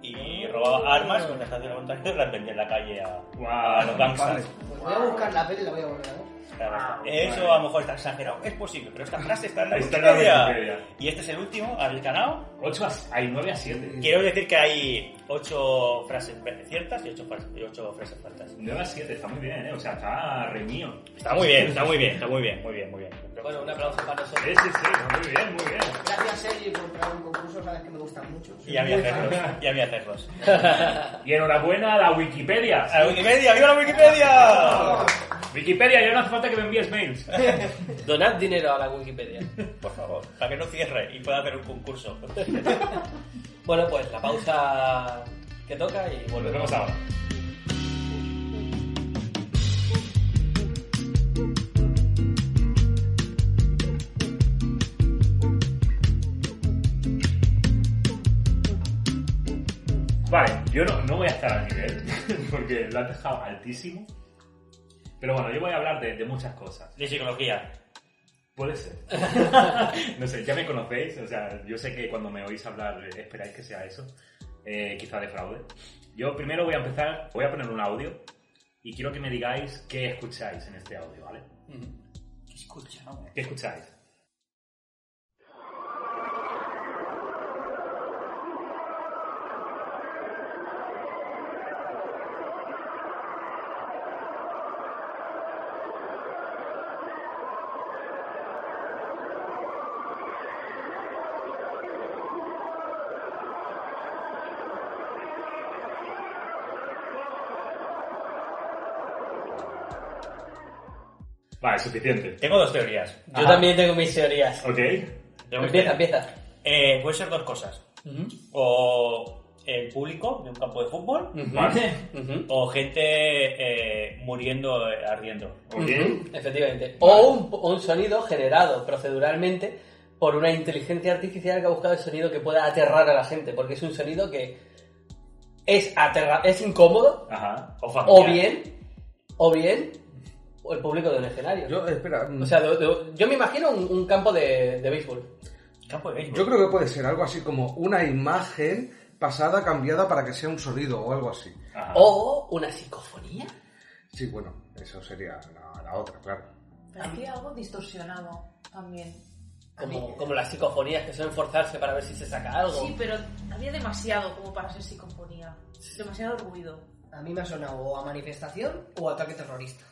y robaba armas con las hacía voluntariado y las vendía en la calle a,
Guau.
a los gangsters.
Vale.
Pues voy a buscar la peli y la voy a volver a ver.
Claro, está.
Wow,
Eso a lo mejor está exagerado, es posible, pero esta frase está en la
Está en la
Wikipedia.
Wikipedia.
Y este es el último, habéis ganado.
8 a... Hay 9 a 7.
Quiero decir que hay ocho frases ciertas y ocho, fal- y ocho frases falsas.
9 a 7, está muy bien, ¿eh? O sea, está reñido.
Está muy bien, está muy bien, está muy bien, muy bien, muy bien.
Bueno, un aplauso para nosotros.
Sí, sí, sí, está muy bien, muy bien.
Gracias, Sergi, por traer un concurso. Sabes que me gustan mucho.
Y a mí hacerlos, y a mí hacerlos.
Y enhorabuena a la Wikipedia.
¡A la Wikipedia! ¡Viva la Wikipedia!
Wikipedia, ya no hace falta que me envíes mails.
Donad dinero a la Wikipedia.
Por favor, para que no cierre y pueda hacer un concurso.
Bueno, pues la pausa que toca y
Nos
volvemos.
vemos ahora. Vale, yo no, no voy a estar al nivel, porque lo has dejado altísimo. Pero bueno, yo voy a hablar de, de muchas cosas.
De psicología.
Puede ser. no sé, ya me conocéis, o sea, yo sé que cuando me oís hablar eh, esperáis que sea eso, eh, quizá de fraude. Yo primero voy a empezar, voy a poner un audio y quiero que me digáis qué escucháis en este audio, ¿vale? ¿Qué escucháis? Vale, suficiente.
Tengo dos teorías.
Yo
Ajá.
también tengo mis teorías.
¿Ok?
Tengo
Empieza,
mis teorías.
empieza.
Eh, puede ser dos cosas. O el público de un campo de fútbol.
Vale.
Ujú.
O gente eh, muriendo, eh, ardiendo.
¿Ok?
Ujú, Efectivamente. O un, o un sonido generado proceduralmente por una inteligencia artificial que ha buscado el sonido que pueda aterrar a la gente, porque es un sonido que es aterra es incómodo,
Ajá.
O familia.
o bien, o bien, o el público de un escenario.
Yo, espera, mm,
o sea, de- de- yo me imagino un, un campo de, de béisbol.
Campo de béisbol.
yo creo que puede ser algo así como una imagen pasada, cambiada para que sea un sonido o algo así.
Ajá.
O una psicofonía.
Sí, bueno, eso sería la, la otra, claro.
Pero aquí algo distorsionado también.
Como, como las psicofonías que suelen forzarse para ver si se saca algo.
Sí, pero había demasiado como para ser psicofonía. Demasiado ruido.
A mí me ha sonado o a manifestación o a ataque terrorista.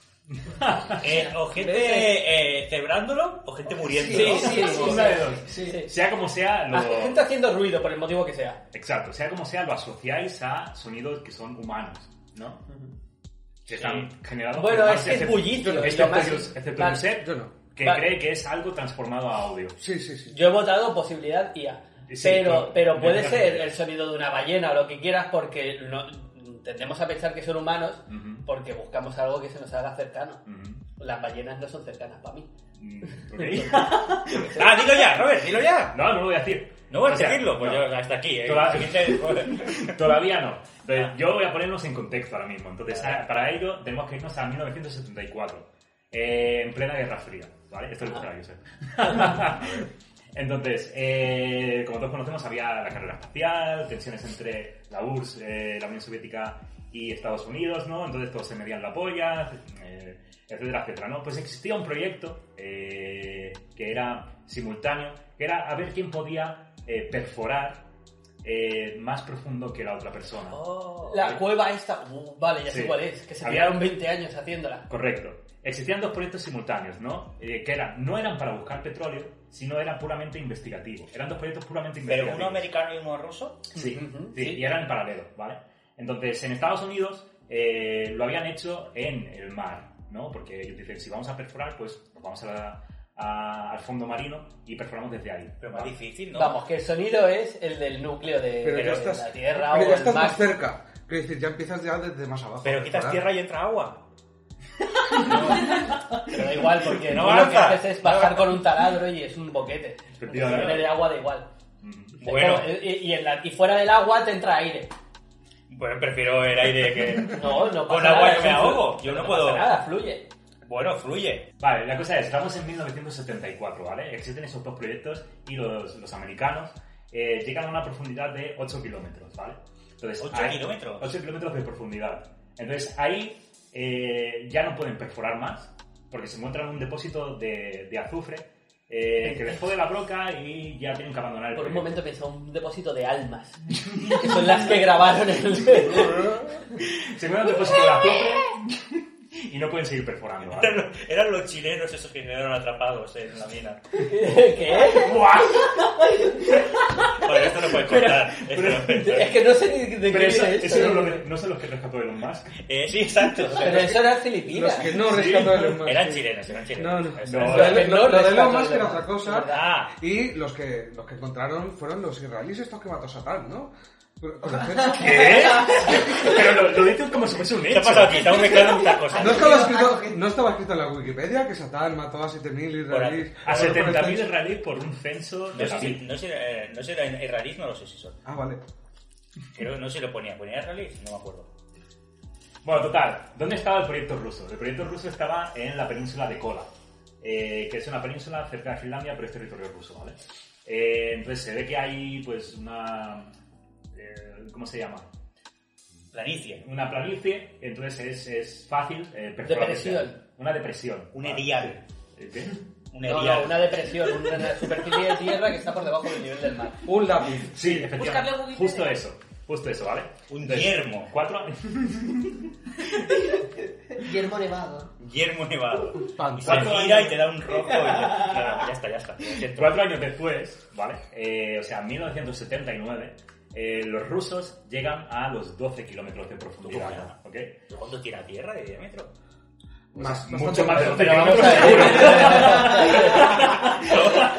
Eh, o gente eh, celebrándolo o gente muriendo.
Sí,
¿no?
sí, sí.
Una de dos.
Sí, sí.
Sea como sea, lo...
Ah, Gente haciendo ruido por el motivo que sea.
Exacto, sea como sea, lo asociáis a sonidos que son humanos, ¿no? Que están generados por
Bueno, es
máquinas,
que es
excepto-
bullicio. y
Excepto,
además-
Yus- excepto
Vale,
Yusef,
Yo no.
que
Vale.
cree que es algo transformado a audio.
Sí, sí, sí.
Yo he votado posibilidad IA.
Sí,
Pero,
pero-
pero puede
pero-
ser el sonido de una ballena o lo que quieras porque no, tendemos a pensar que son humanos
Ujú,
porque buscamos algo que se nos haga cercano.
ujú.
Las ballenas no son cercanas para mí.
Mm, ok.
Ah, dilo ya, Robert, dilo ya.
No, no lo voy a decir.
No voy a
O sea,
decirlo, pues
no.
yo hasta aquí. eh.
Toda-
Siguiente-
Todavía no. Pero
Ah.
yo voy a ponernos en contexto ahora mismo. Entonces, a- para ello tenemos que irnos a 1974, eh, en plena Guerra Fría. ¿Vale? Esto lo buscará Josep. Entonces, eh, como todos conocemos, había la carrera espacial, tensiones entre la URSS, eh, la Unión Soviética y Estados Unidos, ¿no? Entonces todos se medían la polla, eh, etcétera, etcétera, ¿no? Pues existía un proyecto eh, que era simultáneo, que era a ver quién podía eh, perforar eh, más profundo que la otra persona.
La cueva esta, uh, vale, ya sé
Sí.
cuál es, que se
Había-
tiraron 20 años haciéndola.
Correcto. Existían dos proyectos simultáneos, ¿no? Eh, que eran, no eran para buscar petróleo, sino eran puramente investigativos. Eran dos proyectos puramente
Pero
investigativos.
uno americano y uno ruso.
Sí,
Ujú,
sí,
sí.
y eran en paralelo, ¿vale? Entonces, en Estados Unidos eh, lo habían hecho en el mar, ¿no? Porque ellos dicen, si vamos a perforar, pues nos vamos a la- a- al fondo marino y perforamos desde ahí.
Pero más
¿vale?
difícil, ¿no?
Vamos, que el sonido es el del núcleo de,
Pero
de
ya
la
estás,
Tierra o
pero ya
el
estás
mar.
más cerca. Quiero decir, ya empiezas ya desde más abajo.
Pero quitas
¿verdad?
tierra y entra agua.
Pero da igual, porque
No
tú lo que
avanza.
haces es bajar con un taladro y es un boquete. Aunque si
Efectivamente.
viene de agua da igual.
Mm.
Bueno.
Es como- Y, y en la- y fuera del agua te entra aire.
Bueno, pues prefiero el aire que...
No, no pasa
Con agua
nada,
yo me
es un flu-
ahogo, yo no
pasa
puedo-
nada, fluye.
Bueno, fluye.
Vale, la cosa es, estamos en 1974, ¿vale? Existen esos dos proyectos y los, los americanos eh, llegan a una profundidad de 8 kilómetros, ¿vale? Entonces,
¿Ocho
ahí-
kilómetros?
8 kilómetros de profundidad. Entonces, ahí eh, ya no pueden perforar más porque se encuentran un depósito de, de azufre eh, que les jode la broca y ya tienen que abandonar el
Por un
proyecto.
momento pensaba un depósito de almas. Que son las que grabaron el.
Se encuentran un depósito de azufre y no pueden seguir perforando,
Eran
¿vale?
los, eran los chilenos esos que quedaron atrapados en la mina.
¿Qué?
¡Buah!
Bueno, esto no puedes contar. esto no puedes contar.
Es que no sé ni de- de
Pero
qué
eso,
viene
eso no,
esto. ¿eh?
lo- no son los que rescató Elon Musk.
Eh, sí, exacto.
Pero eso era
Los
Filipinas.
que no rescataron el mar.
Eran chilenos, eran
No,
chilenos.
no.
Eso,
Lo
eso.
los
de-
que
Lo
no
lo de Elon
rescataron
Musk era
el mar.
otra cosa.
Ah,
Y los que, los que encontraron fueron los israelíes estos que mató Satán, ¿no? Con la
¿Qué? Pero lo, lo dices como si fuese un
¿qué
hecho.
ha pasado aquí? Estamos mezclando muchas
No
cosas.
estaba, escrito, no estaba escrito en la Wikipedia que Satán mató a 7.000
A
israelíes. Bueno, pues, por
70.000
ejemplo.
israelíes por un censo de
No sé si,
David.
no sé, eh, no sé, era israelí, no lo sé si son.
Ah, vale.
Creo que no se lo ponía. ¿Ponía israelí? No me acuerdo.
Bueno, total, ¿dónde estaba el proyecto ruso? El proyecto ruso estaba en la península de Kola, eh, que es una península cerca de Finlandia, pero es territorio ruso, ¿vale? Eh, entonces se ve que hay, pues, una... eh, ¿Cómo se llama?
Planicie.
Una planicie, entonces es, es fácil eh, perforar desde
Depresión.
ahí. Una depresión.
Un
Vale.
erial.
¿Eh, ¿Qué?
Un
No,
erial.
no, una depresión, una superficie de tierra que está por debajo del nivel del mar.
Un lápiz.
Sí,
Buscarle
efectivamente.
en Wikipedia.
Justo eso, justo eso, ¿vale?
Un
Entonces,
yermo.
Cuatro...
Guillermo Nevado.
Yermo nevado.
Pan-
Y se
¿Cuánto
gira
años?
y te da un rojo. y- Claro, ya está, ya está. Lo siento.
Cuatro años después, ¿vale? Eh, o sea, en 1979, eh, los rusos llegan a los 12 kilómetros de profundidad, ¿ok?
¿Cuánto tiene la Tierra de diámetro?
Más,
Mucho más de 12
Pero vamos a
kilómetros seguro.
ver.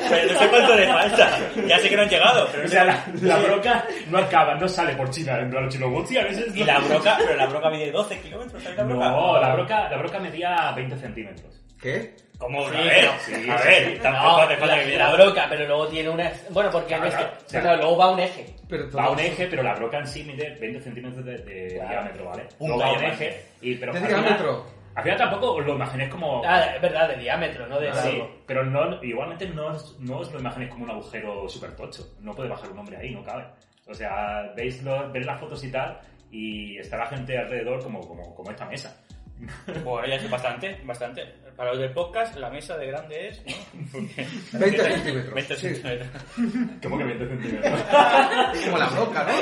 Pero no sé cuánto le falta. Ya sé que no han llegado. Pero
O
no
sea,
sé.
la, la broca no acaba, no sale por China dentro de los Chilobutsi, a veces...
Y la broca, pero la broca mide 12 kilómetros. ¿sabes la broca?
No, la broca, la broca medía 20 centímetros.
¿Qué?
Como una
Sí,
vez.
sí,
a
sí,
ver,
sí.
tampoco
No,
hace falta que
la,
mide
la
la broca.
broca, pero luego tiene una. Bueno, porque
Claro,
en este-
claro, o sea-
bueno, luego va un eje.
Pero
Va un
todos...
eje, pero la broca en sí mide 20 centímetros de, de
Claro.
diámetro, ¿vale?
Un
Luego va un
diamante.
eje, y, pero...
¿De
al final-
diámetro?
Al final tampoco os lo imaginéis como...
Ah, es verdad, de diámetro, no de
Sí,
largo.
pero no, igualmente no os, no os lo imaginéis como un agujero súper tocho. No puede bajar un hombre ahí, no cabe. O sea, veis, lo- veis las fotos y tal, y está la gente alrededor como, como, como esta mesa.
Bueno, ya es bastante, bastante. Para los del podcast, la mesa de grande es... ¿no? Porque-
20 centímetros.
20
sí.
centímetros.
¿Cómo que 20 centímetros?
Como la broca, ¿no?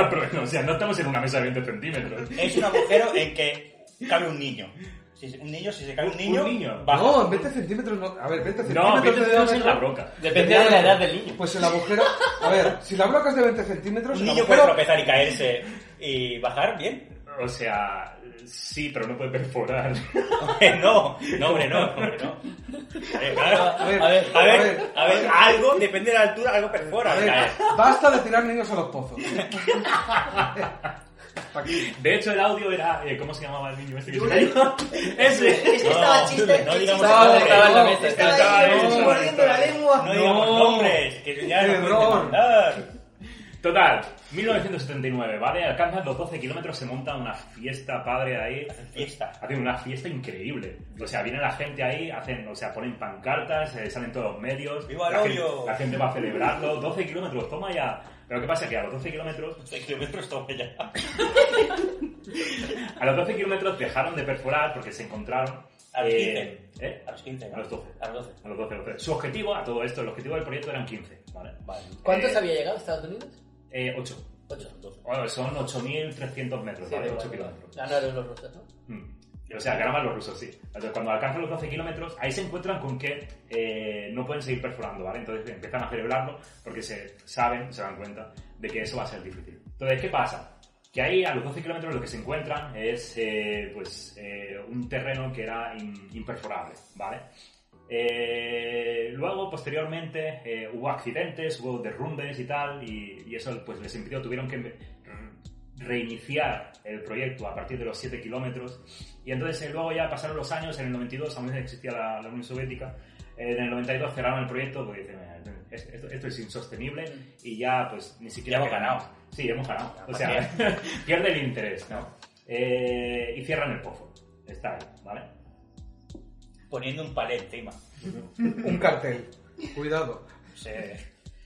No, pero no, o sea, no estamos en una mesa de 20 centímetros.
Es un agujero en que cabe un niño. Si se- un niño, si se cae un
Un
niño,
niño.
baja.
No, 20 centímetros no. A ver, 20
No,
centímetros.
20
de
centímetros en la
diámetro.
broca.
Depende de la edad del niño.
Pues el agujero. A ver, si la broca es de 20 centímetros.
un
el
niño puede
agujero-
tropezar y caerse y bajar, bien.
O sea, sí, pero no puede perforar.
Pues no, no, hombre, no, hombre, no. Eh, claro.
A ver,
a ver, a
a
ver,
ver,
a ver, algo, depende de la altura, algo perfora.
A
al
ver,
caer.
basta de tirar niños a los pozos.
De hecho, el audio era. eh, ¿Cómo se llamaba el niño este que se cayó?
Es que estaba chiste.
no digamos
chiste, chiste,
Estaba,
hombre,
estaba en la
no,
mesa.
Estaba
estaba-
ahí
estaba-
mordiendo la
No,
lengua.
digamos
No.
nombres, que ya
Qué
no
error.
Total, 1979, ¿vale? Alcanzas los 12 kilómetros, se monta una fiesta padre ahí.
Fiesta.
Hacen una fiesta increíble. O sea, viene la gente ahí, hacen, o sea, ponen pancartas, eh, salen todos los medios.
¡Viva el
la, gente,
odio!
la gente va celebrando. 12 kilómetros, toma ya. Pero ¿qué pasa? Que a los 12 kilómetros,
kilómetros toma ya.
a los 12 kilómetros dejaron de perforar porque se encontraron.
A los
eh, ¿eh?
A los 15. ¿no?
A los 12.
A los 12.
A los 12, 12. Su objetivo, a todo esto, el objetivo del proyecto eran 15, ¿vale?
Vale.
¿Cuántos
Eh,
había llegado a Estados Unidos?
Eh, 8.
Ocho. 12.
Bueno, son 8.300 metros, ¿vale? 8 kilómetros.
Ganaron los rusos, Ah, ¿no?
Mm. O sea, ganaban los rusos, sí. Entonces, cuando alcanzan los 12 kilómetros, ahí se encuentran con que eh, no pueden seguir perforando, ¿vale? Entonces empiezan a celebrarlo porque se saben, se dan cuenta de que eso va a ser difícil. Entonces, ¿qué pasa? Que ahí a los 12 kilómetros lo que se encuentran es eh, pues, eh, un terreno que era in- imperforable, ¿vale? Eh, luego, posteriormente, eh, hubo accidentes, hubo derrumbes y tal, y, y eso pues les impidió, tuvieron que re- reiniciar el proyecto a partir de los 7 kilómetros. Y entonces eh, luego ya pasaron los años, en el 92 aún existía la, la Unión Soviética, eh, en el 92 cerraron el proyecto porque dicen, "Eh, es- esto, esto es insostenible y ya pues ni siquiera...
Ya hemos ganado.
Sí, hemos ganado. O
¿para
sea, pierde el interés, ¿no? Eh, y cierran el pozo. Está ahí, ¿vale?
Poniendo un palet encima.
Un cartel. Cuidado.
Se-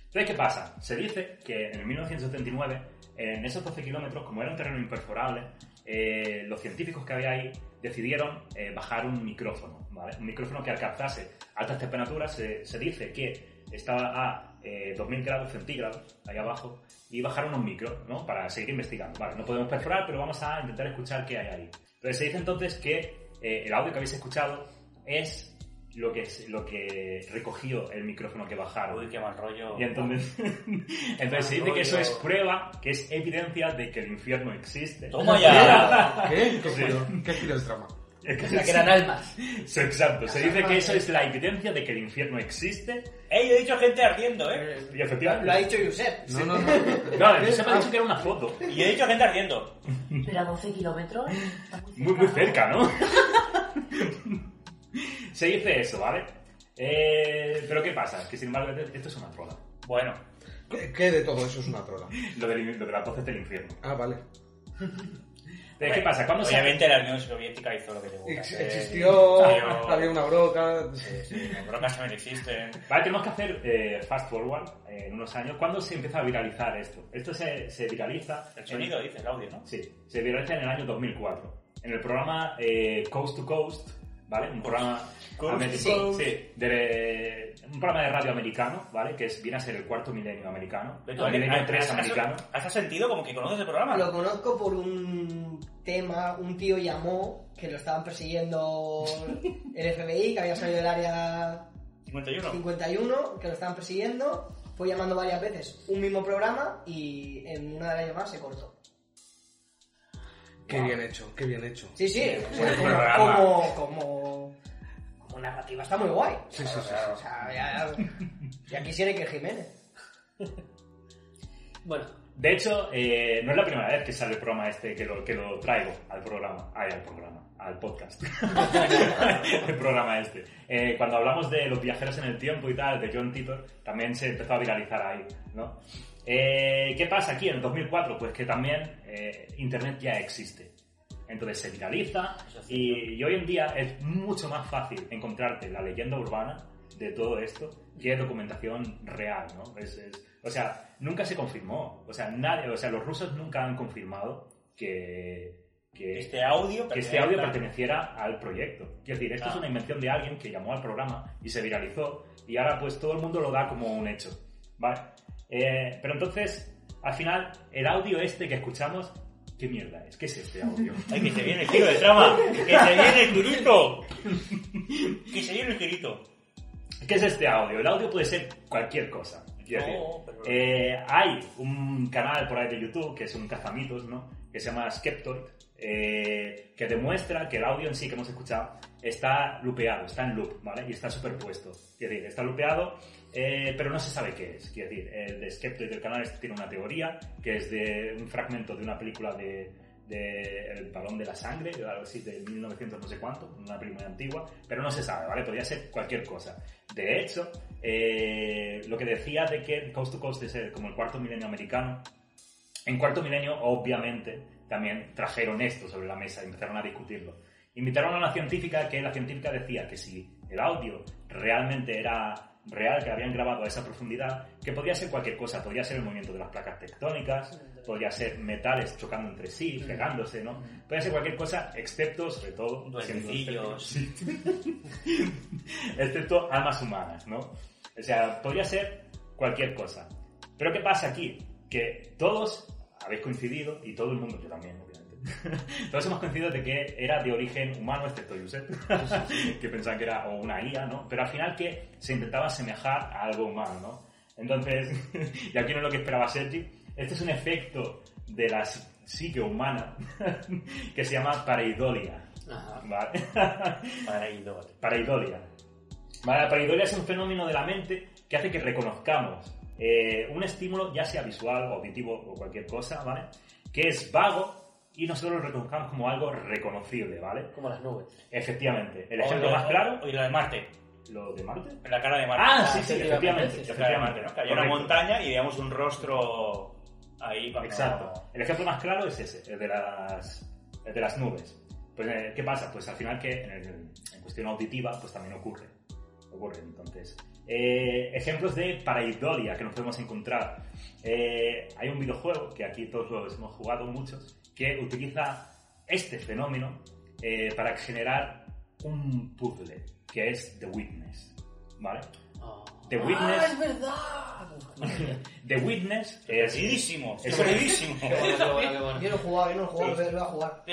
Entonces, ¿qué pasa? Se dice que en 1979, en esos 12 kilómetros, como era un terreno imperforable, eh, los científicos que había ahí decidieron eh, bajar un micrófono, ¿vale? Un micrófono que alcanzase altas temperaturas. Se, se dice que estaba a eh, 2000 grados centígrados, ahí abajo, y bajaron un micro, ¿no? Para seguir investigando. Vale, no podemos perforar, pero vamos a intentar escuchar qué hay ahí. Entonces, se dice entonces que eh, el audio que habéis escuchado es lo que, es- lo que recogió el micrófono que bajaron.
Uy, qué mal rollo.
Y entonces, entonces se dice que eso es prueba, que es evidencia de que el infierno existe.
Toma ya.
¿Qué? ¿Qué
Sí.
giro? ¿Qué giro el drama?
O sea, que eran almas.
Sí, Exacto, se dice que eso es la evidencia de que el infierno existe.
Ey, yo he dicho gente ardiendo, eh.
Y
Lo ha
efectivamente.
dicho Josep.
No, no, no.
No, se me ha dicho que era una foto.
Y yo he dicho gente ardiendo.
Pero a 12 kilómetros. está
Muy, muy cerca, ¿no? se dice eso, ¿vale? Eh, pero ¿qué pasa? Que sin embargo, esto es una trola.
Bueno,
¿Qué- ¿Qué de todo eso es una trola?
Lo, del, lo de las voces del infierno.
Ah, vale.
Entonces, ¿Qué pasa? ¿Cuándo se
pues, Obviamente la Unión Soviética hizo lo que le gusta.
Ex-
Eh,
existió,
pero-
había una broca.
Sí, sí, las brocas también existen.
Vale, tenemos que hacer eh, fast forward eh, en unos años. ¿Cuándo se empieza a viralizar esto? Esto se, se viraliza.
El sonido, dices, el audio, ¿no?
Sí, se viraliza en el año 2004. En el programa eh, Coast to Coast, ¿vale? Un programa.
Coast to
americano-
Coast.
sí, de- un programa de radio americano, ¿vale? Que es, viene a ser el cuarto milenio americano. El milenio 3 americano.
ah, ¿Has has sentido como que conoces el programa?
Lo conozco por un tema, un tío llamó que lo estaban persiguiendo el FBI, que había salido del área
51.
51, que lo estaban persiguiendo, fue llamando varias veces un mismo programa y en una de las llamadas se cortó.
Qué bien hecho, qué bien hecho.
Sí, sí, o sea,
buen
como-
programa.
como, como, como narrativa está muy guay.
Sí, sí, sí.
O sea, ya, ya quisiera que Jiménez.
Bueno,
De hecho, eh, no es la primera vez que sale el programa este que lo, que lo traigo al programa. Ay, al programa. Al podcast. el programa este. Eh, cuando hablamos de los viajeros en el tiempo y tal, de John Titor, también se empezó a viralizar ahí, ¿no? Eh, ¿Qué pasa aquí en el 2004? Pues que también eh, Internet ya existe. Entonces se viraliza
Eso es cierto.
y, y hoy en día es mucho más fácil encontrarte la leyenda urbana de todo esto que documentación real, ¿no? Es- es- o sea, nunca se confirmó. O sea, nadie, o sea, los rusos nunca han confirmado que, que que
Este audio.
que este audio
pertenece
perteneciera al proyecto. Quiero decir, esto
Ah.
es una invención de alguien que llamó al programa y se viralizó y ahora pues todo el mundo lo da como un hecho. ¿Vale? Eh, pero entonces, al final, el audio este que escuchamos, ¿qué mierda es? ¿Qué es este audio?
Ay, que se viene el giro de trama. Que se viene el turito. Que se viene el turito.
¿Qué es este audio? El audio puede ser cualquier cosa. Quiero decir,
No, pero-
eh, hay un canal por ahí de YouTube que es un cazamitos, ¿no? Que se llama Skeptoid, eh, que demuestra que el audio en sí que hemos escuchado está lupeado, está en loop, ¿vale? Y está superpuesto. Quiero decir, está lupeado, eh, pero no se sabe qué es. Quiero decir, el de Skeptoid del canal es- tiene una teoría que es de un fragmento de una película de, de El Balón de la Sangre, o algo así, de 1900 no sé cuánto, una película antigua, pero no se sabe, ¿vale? Podría ser cualquier cosa. De hecho, eh, lo que decía de que Coast to Coast es el- como el cuarto milenio americano, en cuarto milenio, obviamente, también trajeron esto sobre la mesa y empezaron a discutirlo. Invitaron a una científica que la científica decía que si el audio realmente era real, que habían grabado a esa profundidad, que podía ser cualquier cosa, podía ser el movimiento de las placas tectónicas, podía ser metales chocando entre sí, pegándose, ¿no? Podía ser cualquier cosa, excepto, sobre todo, siendo
Duendecillos.
excepto almas humanas, ¿no? O sea, podría ser cualquier cosa. Pero ¿qué pasa aquí? Que todos habéis coincidido, y todo el mundo, yo también, obviamente, todos hemos coincidido de que era de origen humano, excepto Josep, que pensaban que era o una IA, ¿no? Pero al final que se intentaba asemejar a algo humano, ¿no? Entonces, y aquí no es lo que esperaba Sergi, este es un efecto de la psi- psique humana que se llama pareidolia,
Ajá.
¿vale?
Para ídolo.
Pareidolia. Vale, la pareidolia es un fenómeno de la mente que hace que reconozcamos eh, un estímulo, ya sea visual, auditivo o cualquier cosa, ¿vale? Que es vago y nosotros lo reconozcamos como algo reconocible, ¿vale?
Como las nubes.
Efectivamente. El
O
ejemplo
lo-
más claro,
Y lo de Marte.
lo de Marte.
La cara de Marte.
Ah, sí, sí,
efectivamente,
efectivamente.
sí, sí,
La cara de Marte,
efectivamente,
¿no? Que había una
correcto.
montaña y veíamos un rostro ahí. cuando-
Exacto. El ejemplo más claro es ese, el de las, el de las nubes. Pues, eh, ¿qué pasa? Pues al final que en, el- en cuestión auditiva, pues también ocurre. Ocurre, entonces. Eh, ejemplos de pareidolia que nos podemos encontrar. Eh, hay un videojuego, que aquí todos los hemos jugado muchos, que utiliza este fenómeno eh, para generar un puzzle, que es The Witness. ¿Vale? The Witness...
¡Ah, es verdad!
The Witness es...
Perdidísimo,
Es-
perdidísimo.
Yo no he jugado, yo no he jugado, pero lo voy a jugar.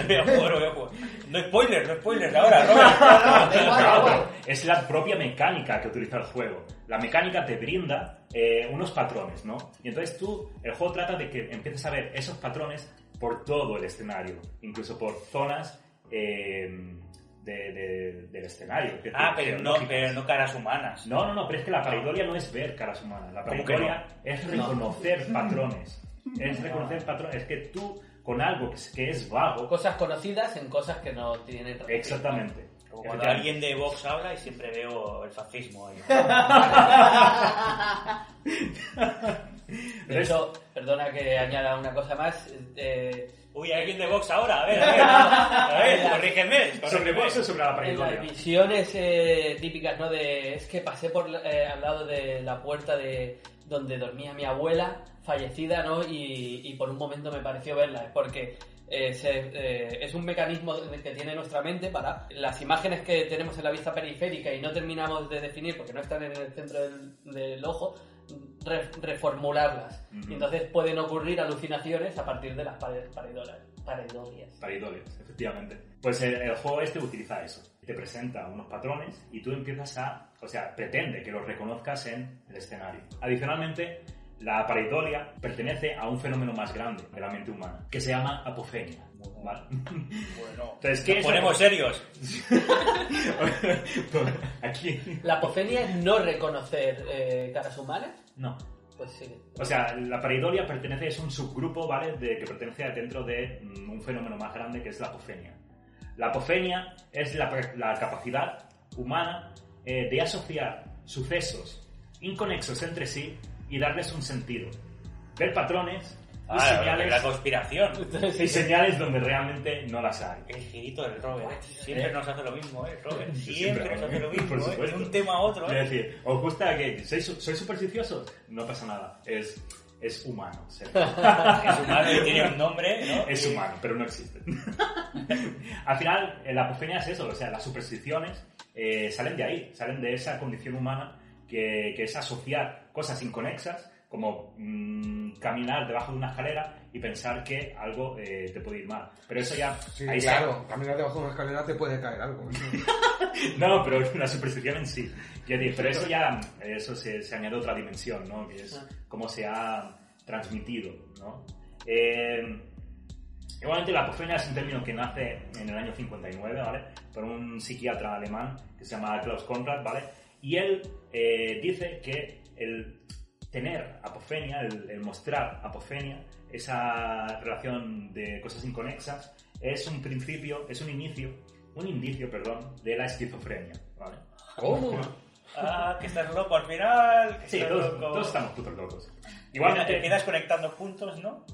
Lo voy a jugar, lo voy a jugar. No spoilers, no spoilers ahora, Robert.
Ah, da igual, da
No,
igual.
pero es la propia mecánica que utiliza el juego. La mecánica te brinda eh, unos patrones, ¿no? Y entonces tú, el juego trata de que empieces a ver esos patrones por todo el escenario, incluso por zonas eh, de- de- del escenario. es decir,
Ah, pero no,
geológicas.
pero no caras humanas.
No, no, no, pero es que la pareidolia no es ver caras humanas. La
¿Cómo que
pareidolia es reconocer patrones. Es reconocer patrones. Es que tú, con algo que es, que es vago...
Cosas conocidas en cosas que no tienen relación.
Exactamente.
Como cuando alguien de Vox habla y siempre veo el fascismo ahí.
De hecho, perdona que añada una cosa más. eh,
Uy, alguien de Vox ahora, a ver, a ver, a ver, corrígeme.
¿Sobre
corrígeme.
vos o sobre la
en las
pareidolia?
visiones eh, típicas, ¿no? De, es que pasé por la- eh, al lado de la puerta de donde dormía mi abuela, fallecida, ¿no? Y, y por un momento me pareció verla, porque eh, se- eh, es un mecanismo que tiene nuestra mente para las imágenes que tenemos en la vista periférica y no terminamos de definir porque no están en el centro del, del ojo, re- reformularlas.
Ujú.
Y entonces pueden ocurrir alucinaciones a partir de las pare- pareidolas- pareidolias.
Paridolias, efectivamente. Pues el, el juego este utiliza eso. Te presenta unos patrones y tú empiezas a... O sea, pretende que los reconozcas en el escenario. Adicionalmente, la pareidolia pertenece a un fenómeno más grande de la mente humana, que se llama apofenia. ¿vale?
Bueno,
Entonces, ¿qué
nos
es
ponemos serios.
Aquí...
¿La apofenia es no reconocer eh, caras humanas?
No.
Pues sí.
O sea, la pareidolia pertenece, es un subgrupo, ¿vale? De, que pertenece dentro de mm, un fenómeno más grande que es la apofenia. La apofenia es la, la capacidad humana eh, de asociar sucesos inconexos entre sí y darles un sentido. Ver patrones y,
Ah,
señales,
la conspiración.
y señales donde realmente no las hay.
El girito del Robert. Siempre nos hace lo mismo, ¿eh? Robert.
Siempre,
Siempre nos hace lo
por
mismo, ¿eh? De
supuesto.
un tema a otro,
Quiero
¿eh?
decir, ¿os gusta que sois, sois supersticiosos? No pasa nada. Es, es humano. o sea,
Es humano y tiene un nombre, ¿no?
es humano, pero no existe. Al final, eh, la apofenia es eso, o sea, las supersticiones eh, salen de ahí, salen de esa condición humana que, que es asociar cosas inconexas, como mm, caminar debajo de una escalera y pensar que algo eh, te puede ir mal. Pero eso ya...
Sí,
ahí está.
claro, caminar debajo de una escalera te puede caer algo.
No, pero la superstición en sí. Ya digo, pero eso ya eso se, se añade otra dimensión, ¿no? Que es cómo se ha transmitido, ¿no? Eh, igualmente la apofenia es un término que nace en el año 59, ¿vale? Por un psiquiatra alemán que se llama Klaus Konrad, ¿vale? Y él eh, dice que el tener apofenia, el, el mostrar apofenia, esa relación de cosas inconexas, es un principio, es un inicio, un indicio, perdón, de la esquizofrenia, ¿vale?
¿Cómo?
Ah, que estás loco al final. Que
Sí,
estás
todos,
loco.
todos estamos putos locos.
Bueno,
Igual
te quedas conectando puntos, ¿no?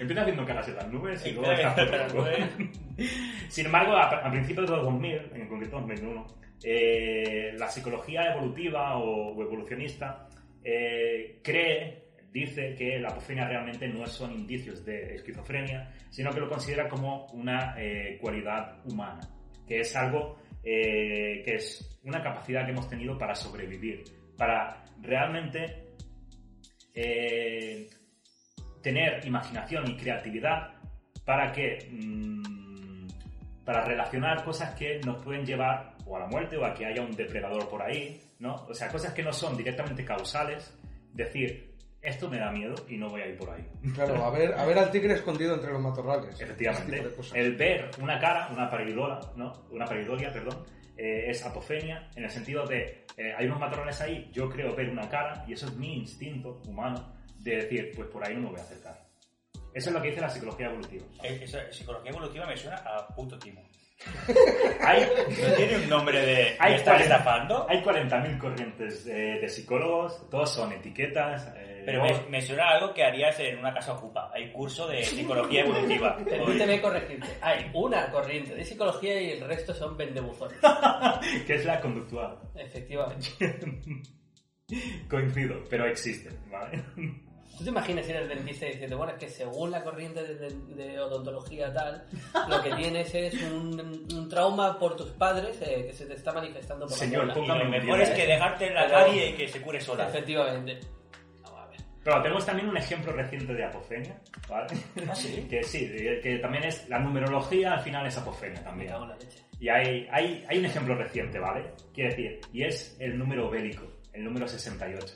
empieza haciendo caras en las nubes y luego
Empieza
estás
haciendo
puto
caras en las
loco. Sin embargo, a, a principios de los 2000, en concreto 2001, eh, la psicología evolutiva o, o evolucionista eh, cree, dice que la apofenia realmente no son indicios de esquizofrenia, sino que lo considera como una eh, cualidad humana, que es algo eh, que es una capacidad que hemos tenido para sobrevivir, para realmente eh, tener imaginación y creatividad para que mm, para relacionar cosas que nos pueden llevar o a la muerte o a que haya un depredador por ahí, ¿no? O sea, cosas que no son directamente causales, decir, esto me da miedo y no voy a ir por ahí.
Claro, a ver, a ver al tigre escondido entre los matorrales. Ese
Efectivamente.
tipo de cosas.
El ver una cara, una paridola, ¿no? Una paridolia, perdón, eh, es apofenia en el sentido de eh, hay unos matorrales ahí, yo creo ver una cara y eso es mi instinto humano de decir, pues por ahí no me voy a acercar. Eso es lo que dice la psicología evolutiva.
Eh, Esa psicología evolutiva me suena a puto timo. Hay, no tiene un nombre de.
Hay
¿Me estás
cuarenta-
estafando?
Hay 40.000 corrientes eh, de psicólogos, todos son etiquetas. eh,
Pero me, me suena a algo que harías en una casa ocupa. Hay curso de psicología evolutiva.
Permíteme corregirte. Hay una corriente de psicología y el resto son vendebuzones.
que es la conductual.
Efectivamente.
Coincido, pero existe, ¿vale?
¿Tú te imaginas ir al dentista diciendo, bueno, es que según la corriente de, de- de odontología tal, lo que tienes es un, un trauma por tus padres eh, que se te está manifestando por
Señor,
la
Y
cola?
lo mejor es que dejarte en la
Pero-
calle y que se cure sola.
Efectivamente. Vamos a ver.
Pero tenemos también un ejemplo reciente de apofenia, ¿vale? Que sí, de- que también es la numerología, al final es apofenia
Me
también.
cago en la leche.
Y hay, hay, hay un ejemplo reciente, ¿vale? Quiero decir, y es el número bélico, el número 68.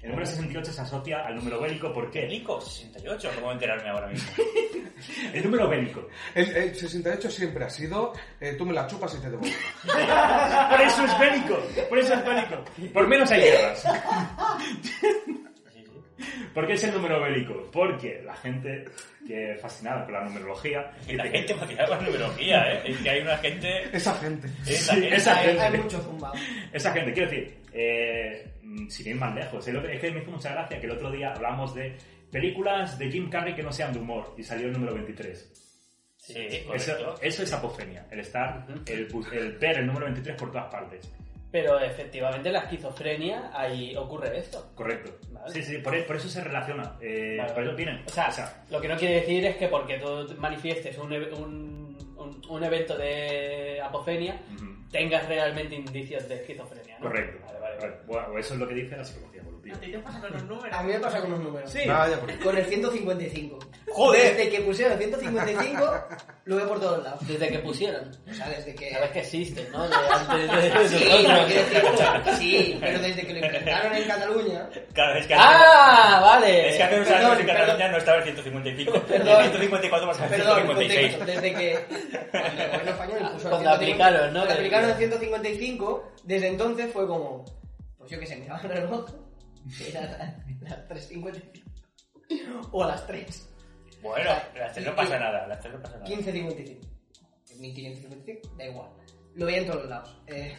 El número 68 se asocia al número bélico, ¿por qué?
Nico, 68, ¿cómo enterarme ahora mismo?
El número bélico.
El, el 68 siempre ha sido, eh, tú me la chupas y te devuelvo.
Por eso es bélico, por eso es bélico. Por menos hay guerras. ¿Por qué es el número bélico? Porque la gente que fascinada con la numerología...
Y la
dice que-
gente va con numerología, ¿eh? Es que hay una gente.
Esa gente.
Esa
Sí,
gente-
esa
Hay,
gente.
hay mucho zumbao.
Esa gente, quiero decir, eh, mm, sin ir más lejos, el otro- es que me hizo mucha gracia que el otro día hablamos de películas de Jim Carrey que no sean de humor y salió el número 23.
Sí, correcto.
Eso, eh. eso es apofenia, el estar,
Ujú.
el, bu- el ver el número 23 por todas partes,
Pero efectivamente la esquizofrenia, ahí ocurre esto.
correcto.
Vale.
Sí, sí, por, e- por eso se relaciona, eh,
Vale.
por eso vienen.
O sea, lo que no quiere decir es que porque tú manifiestes un, ev- un, un- un evento de apofenia,
ujú,
tengas realmente indicios de esquizofrenia. ¿no?
correcto.
Vale, vale, vale.
Bueno, eso es lo que dice la psicología evolutiva.
A ti te pasa con los números.
A mí me pasa con los números.
Sí.
Vaya, por-
Con el 155.
Joder.
Desde que pusieron el 155, lo veo por todos lados.
Desde que pusieron.
O sea, desde que...
Sabes que existe, ¿no? De antes de-
Sí,
de-
no quiero decir- sí, pero desde que lo inventaron en Cataluña...
Claro, es que.
¡Ah! Vale.
Es que hace unos
eh, Perdón,
años en
perdón.
Cataluña no estaba el 155.
Perdón.
El 154 más el
Perdón,
156.
contexto, desde que cuando el gobierno español impuso
Cuando aplicaron, ¿no?
Cuando aplicaron el 155, desde entonces fue como, pues yo qué sé, me daban el reloj, que era la- las 3.55 o a las 3,
Bueno, las tres no pasa nada. Las tres no pasa nada.
15.55, 1555, da igual, lo veía en todos lados, eh,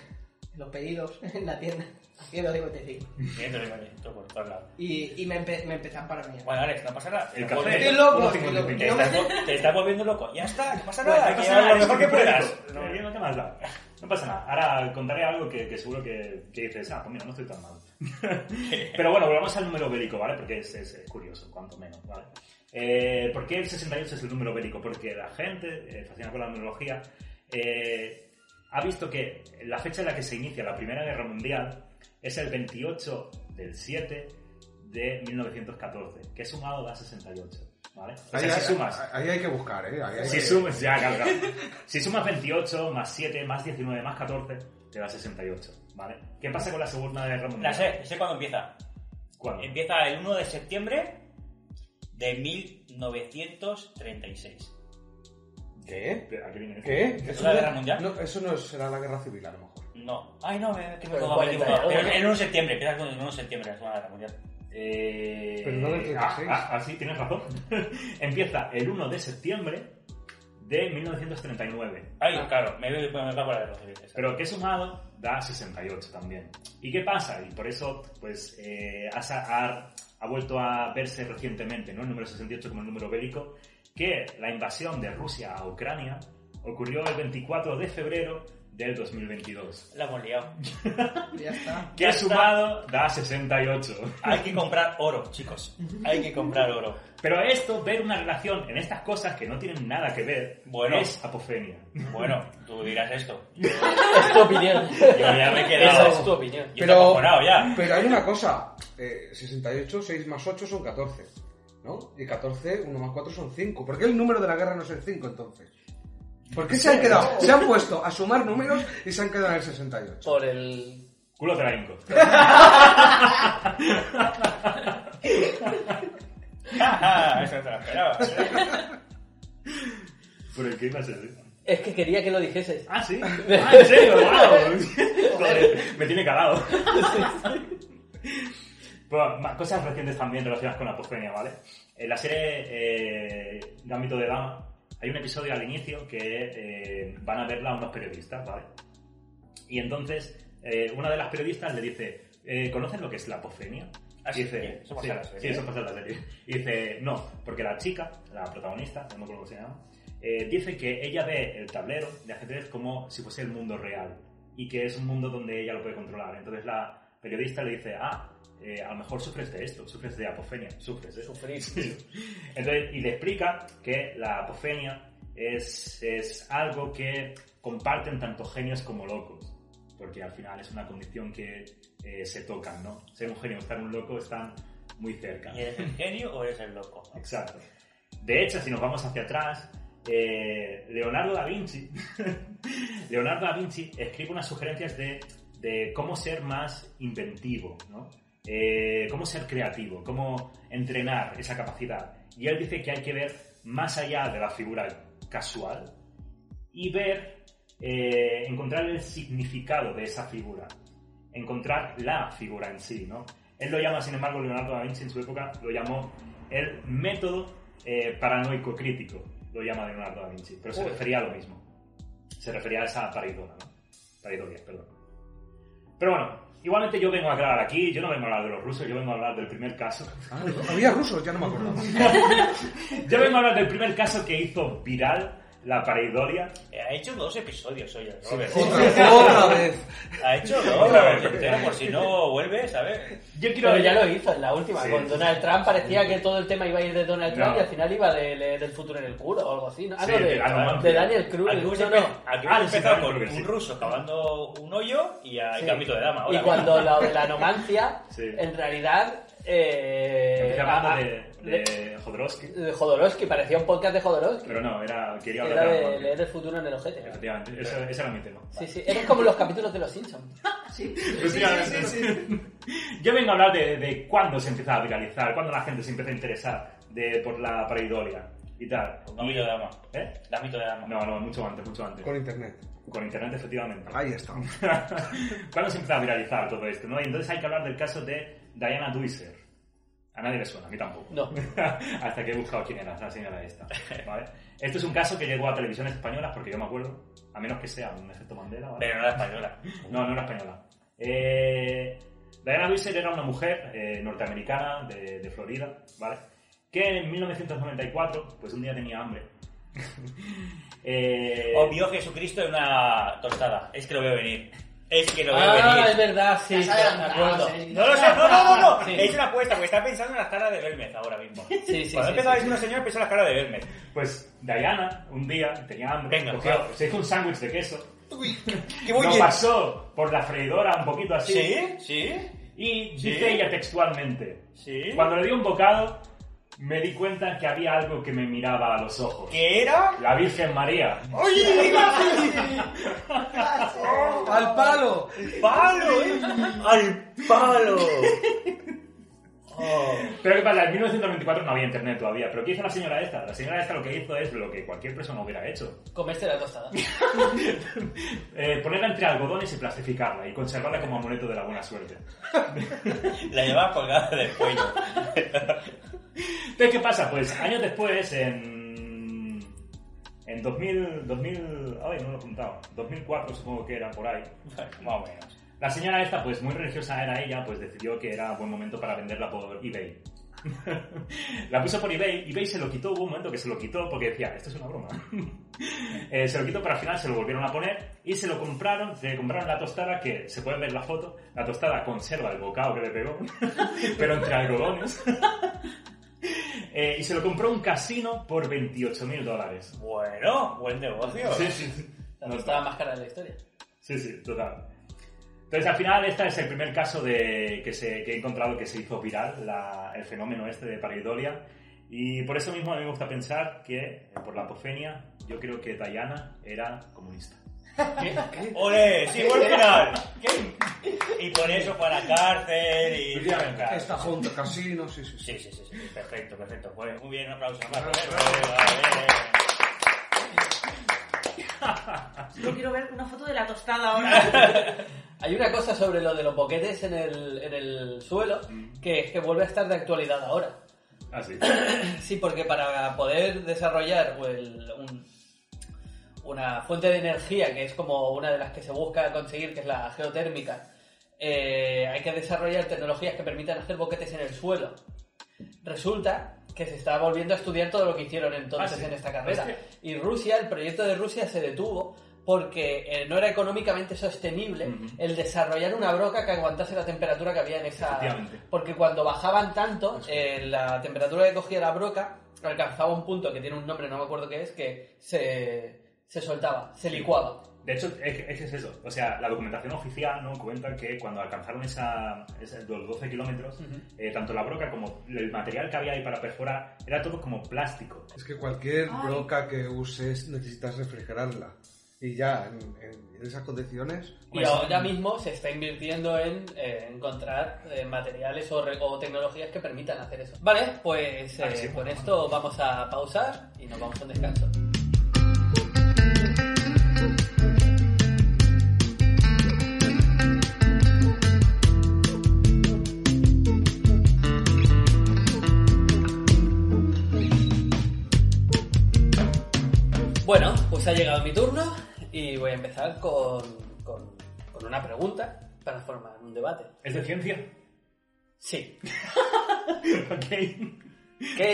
en los pedidos, en la tienda, 155,
Bien, te lo digo, esto por todos lados.
y, y me, empe- me empezó a paranoiar.
Bueno, Alex, no pasa nada.
El
Te
café.
Estoy loco,
1,55.
estoy
Te
loco.
estás, vol- te estás volviendo loco. Ya está, no pasa
Bueno,
nada.
no
que
pasa
hagas
nada,
lo mejor que
es un
puedas.
bélico. No, yo no te más da. No pasa nada. Ahora contaré algo que, que seguro que, que dices, ah, pues mira, no estoy tan mal. Pero bueno, volvamos al número bélico, ¿vale? Porque es, es- es curioso, cuanto menos, ¿vale? Eh, ¿Por qué el 68 es el número bélico? Porque la gente, eh, fascinada por la numerología, eh, ha visto que la fecha en la que se inicia la Primera Guerra Mundial es el 28 del 7 de 1914, que es sumado da 68, ¿vale? O sea,
hay-
si sumas...
ahí hay que buscar, ¿eh? Ahí hay
Si
que-
sumas, ya, claro, claro. Si sumas 28, más 7, más 19, más 14, te da 68, ¿vale? ¿Qué pasa con la Segunda Guerra Mundial?
La sé, sé cuándo empieza.
¿Cuándo?
Empieza el 1 de septiembre de 1936.
¿Qué?
¿A qué viene esto?
¿Qué?
¿Es
¿Eso
la
no-
guerra mundial?
No, eso no será la guerra civil, a lo mejor.
No. Ay, no, me, que me
Pero
acordaba, me he equivocado.
48,
Pero El 1 de septiembre, empieza con el 1 de septiembre, la Segunda Guerra Mundial.
Eh,
Pero no del 36.
Ah, ah, ah, sí, tienes razón. Empieza el 1 de septiembre de 1939.
Ay, claro, me, me, me acabo de la guerra civil.
Pero que sumado da 68 también. ¿Y qué pasa? Y por eso, pues, eh, ha, sa- ha- ha vuelto a verse recientemente, ¿no? El número 68 como el número bélico, que la invasión de Rusia a Ucrania ocurrió el 24 de febrero del 2022.
La hemos liado.
Ya está.
Que
Ya
ha
está.
sumado da 68.
Hay que comprar oro, chicos. Hay que comprar oro.
Pero esto, ver una relación en estas cosas que no tienen nada que ver,
Bueno.
es apofenia.
Bueno, tú dirás esto.
Es tu opinión.
Yo ya me he
Esa
quedado.
es tu opinión.
Yo
Pero-
estoy acojonado ya.
Pero hay una cosa. eh, 68, 6 más 8 son 14. ¿No? Y 14, 1 más 4 son 5. ¿Por qué el número de la guerra no es el 5 entonces? ¿Por qué se han quedado? Se han puesto a sumar números y se han quedado en el 68.
Por el...
Culo de la Inco.
Ajá, Ah, Eso te lo esperaba.
¿Por el que iba a ser?
Es que quería que lo dijeses.
Ah, sí. Ah, en serio, wow. Joder, me tiene calado. Bueno, más cosas recientes también relacionadas con la apofenia, ¿vale? En la serie eh, Gambito de Dama hay un episodio al inicio que eh, van a verla unos periodistas, ¿vale? Y entonces eh, una de las periodistas le dice, eh, ¿conocen lo que es la apofenia?
Ah,
Y
sí,
dice,
eso pasa
sí,
en la serie.
sí, eso pasa en la serie. Y dice, no, porque la chica, la protagonista, no me acuerdo cómo se llama, eh, dice que ella ve el tablero de ajedrez como si fuese el mundo real y que es un mundo donde ella lo puede controlar. Entonces la periodista le dice, ah, eh, a lo mejor sufres de esto, sufres de apofenia, sufres de
Sufrir.
Entonces, y le explica que la apofenia es, es algo que comparten tanto genios como locos, porque al final es una condición que eh, se tocan, ¿no? Ser un genio o estar un loco están muy cerca.
¿Y eres el genio o eres el loco?
Exacto. De hecho, si nos vamos hacia atrás, eh, Leonardo da Vinci, Leonardo da Vinci escribe unas sugerencias de, de cómo ser más inventivo, ¿no? Eh, cómo ser creativo, cómo entrenar esa capacidad. Y él dice que hay que ver más allá de la figura casual y ver, eh, encontrar el significado de esa figura, encontrar la figura en sí, ¿no? Él lo llama, sin embargo, Leonardo da Vinci en su época lo llamó el método eh, paranoico crítico, lo llama Leonardo da Vinci, pero se
Uy.
refería a lo mismo. Se refería a esa paridona, ¿no? Paridoria, perdón. Pero bueno, igualmente yo vengo a aclarar aquí, yo no vengo a hablar de los rusos, yo vengo a hablar del primer caso.
Ah, había rusos, ya no me acordaba.
Yo vengo a hablar del primer caso que hizo viral la pareidolia.
Eh, Ha hecho dos episodios hoy el Robert.
Otra vez, otra vez.
Ha hecho dos.
Otra vez.
entero, por si no vuelve, ¿sabes?
Yo quiero...
Pero ya lo hizo en la última,
Sí.
con Donald Trump parecía que todo el tema iba a ir de Donald Trump
No.
y al final iba de, de- del futuro en el culo o algo así. ¿no? Ah,
Sí,
no,
de-
de,
algo
de
más.
Daniel Cruz.
Aquí hemos
No,
empe-
no.
aquí
Ah,
hemos
sí,
empezado
claro,
con
creo que sí.
un ruso cavando un hoyo y hay
Sí.
Gambito de dama.
Y
Ahora,
cuando la, la anomancia,
Sí.
en realidad... Eh,
Empecé
ah,
hablando de,
de-
de Jodorowsky,
de Jodorowsky, parecía un podcast de Jodorowsky.
pero no, era, quería
Era
hablar de
de
Jodorowsky.
leer el futuro en el ojete.
Efectivamente, ese, ese era mi tema.
Sí, sí, eres como los capítulos de Los Simpsons.
Sí.
Pues sí, sí, sí. Yo vengo a hablar de, de cuándo se empieza a viralizar, cuándo la gente se empieza a interesar de, por la pareidolia y tal.
Gambito de dama.
¿Eh?
Gambito de dama.
No, no, mucho antes, mucho antes.
Con
Con,
internet.
internet, efectivamente.
Ahí está.
¿Cuándo se empieza a viralizar todo esto? ¿no? Y entonces hay que hablar del caso de Diana Duiser. A nadie le suena, a mí tampoco.
No.
Hasta que he buscado quién era la señora esta. ¿vale? Esto es un caso que llegó a televisiones españolas porque yo me acuerdo, a menos que sea un efecto Mandela. ¿vale?
Pero no era española.
No, no era española. Eh, Diana Duiser era una mujer eh, norteamericana de, de Florida, ¿vale? Que en 1994, pues un día tenía hambre
Eh, Obvio Jesucristo en una tostada. Es que lo veo venir. Es que lo veo
Ah, es
venir.
verdad, sí,
Las
de
adelantadas,
acuerdo.
¿eh?
No lo sé, no, no, no, no.
Sí.
He hecho una apuesta, porque está pensando en las caras de Belmez ahora mismo.
Sí, sí,
Cuando
sí,
empezaba
sí,
a decir una señora, pensó en las caras de Belmez.
Pues Diana, un día, tenía hambre,
Venga,
cogió-
claro.
se hizo un sándwich de queso,
¡Qué
lo pasó por la freidora un poquito así,
¿Sí?
y
¿Sí?
dice ella textualmente,
¿Sí?
cuando le di un bocado, me di cuenta que había algo que me miraba a los ojos.
¿Qué era?
La Virgen María.
¡Oye,
¡Al palo!
palo, eh! ¡Al palo! Oh.
Pero ¿qué pasa? En 1994 no había internet todavía. ¿Pero qué hizo la señora esta? La señora esta lo que hizo es lo que cualquier persona hubiera hecho.
Comerte la tostada.
Eh, ponerla entre algodones y plastificarla y conservarla como amuleto de la buena suerte.
La llevaba colgada del cuello.
Entonces, ¿qué pasa? Pues años después, en... En 2000... 2000 ay, no lo he apuntado. 2004 supongo que era por ahí. Más o menos. La señora esta, pues muy religiosa era ella, pues decidió que era buen momento para venderla por eBay. la puso por eBay, eBay se lo quitó, hubo un momento que se lo quitó porque decía, esto es una broma. Eh, se lo quitó, pero al final se lo volvieron a poner y se lo compraron, se compraron la tostada que se puede ver la foto, la tostada conserva el bocado que le pegó, pero entre algodones. Eh, y se lo compró un casino por 28 mil dólares.
Bueno, buen negocio.
Sí, sí.
La tostada más cara de la historia.
Sí, sí, total. Entonces, al final, este es el primer caso de que, se, que he encontrado que se hizo viral, la- el fenómeno este de pareidolia. Y por eso mismo a mí me gusta pensar que, eh, por la apofenia, yo creo que Diana era comunista.
¡Ole! ¡Sí, buen final! Y por eso fue a la cárcel y...
Está junto, casino, sí, sí, sí.
Sí, sí, sí, sí, perfecto, perfecto. Pues, muy bien, un aplauso. un aplauso. Vale.
Yo quiero ver una foto de la tostada ahora.
Hay una cosa sobre lo de los boquetes en el, en el suelo que es que vuelve a estar de actualidad ahora.
Ah, sí.
Sí, porque para poder desarrollar el- un- una fuente de energía, que es como una de las que se busca conseguir, que es la geotérmica, eh, hay que desarrollar tecnologías que permitan hacer boquetes en el suelo. Resulta que se está volviendo a estudiar todo lo que hicieron entonces
Ah, sí.
en esta carrera.
Es
Y Rusia, el proyecto de Rusia se detuvo porque eh, no era económicamente sostenible
Ujú.
el desarrollar una broca que aguantase la temperatura que había en esa...
Efectivamente.
Porque cuando bajaban tanto, eh, la temperatura que cogía la broca alcanzaba un punto que tiene un nombre, no me acuerdo qué es, que se, se soltaba, se licuaba.
De hecho, es, que- es que es eso. O sea, la documentación oficial ¿no? cuenta que cuando alcanzaron esa, esa- los 12 kilómetros, eh, tanto la broca como el material que había ahí para perforar era todo como plástico.
Es que cualquier
Ay.
broca que uses necesitas refrigerarla. Y ya, en, en- en esas condiciones...
Y ahora mismo se está invirtiendo en eh, encontrar eh, materiales o, re- o tecnologías que permitan hacer eso. Vale, pues eh,
Ah, sí.
con esto vamos a pausar y nos vamos a un descanso. Bueno, pues ha llegado mi turno y voy a empezar con, con- con una pregunta para formar un debate.
¿Es de ciencia?
Sí,
ok.
¿qué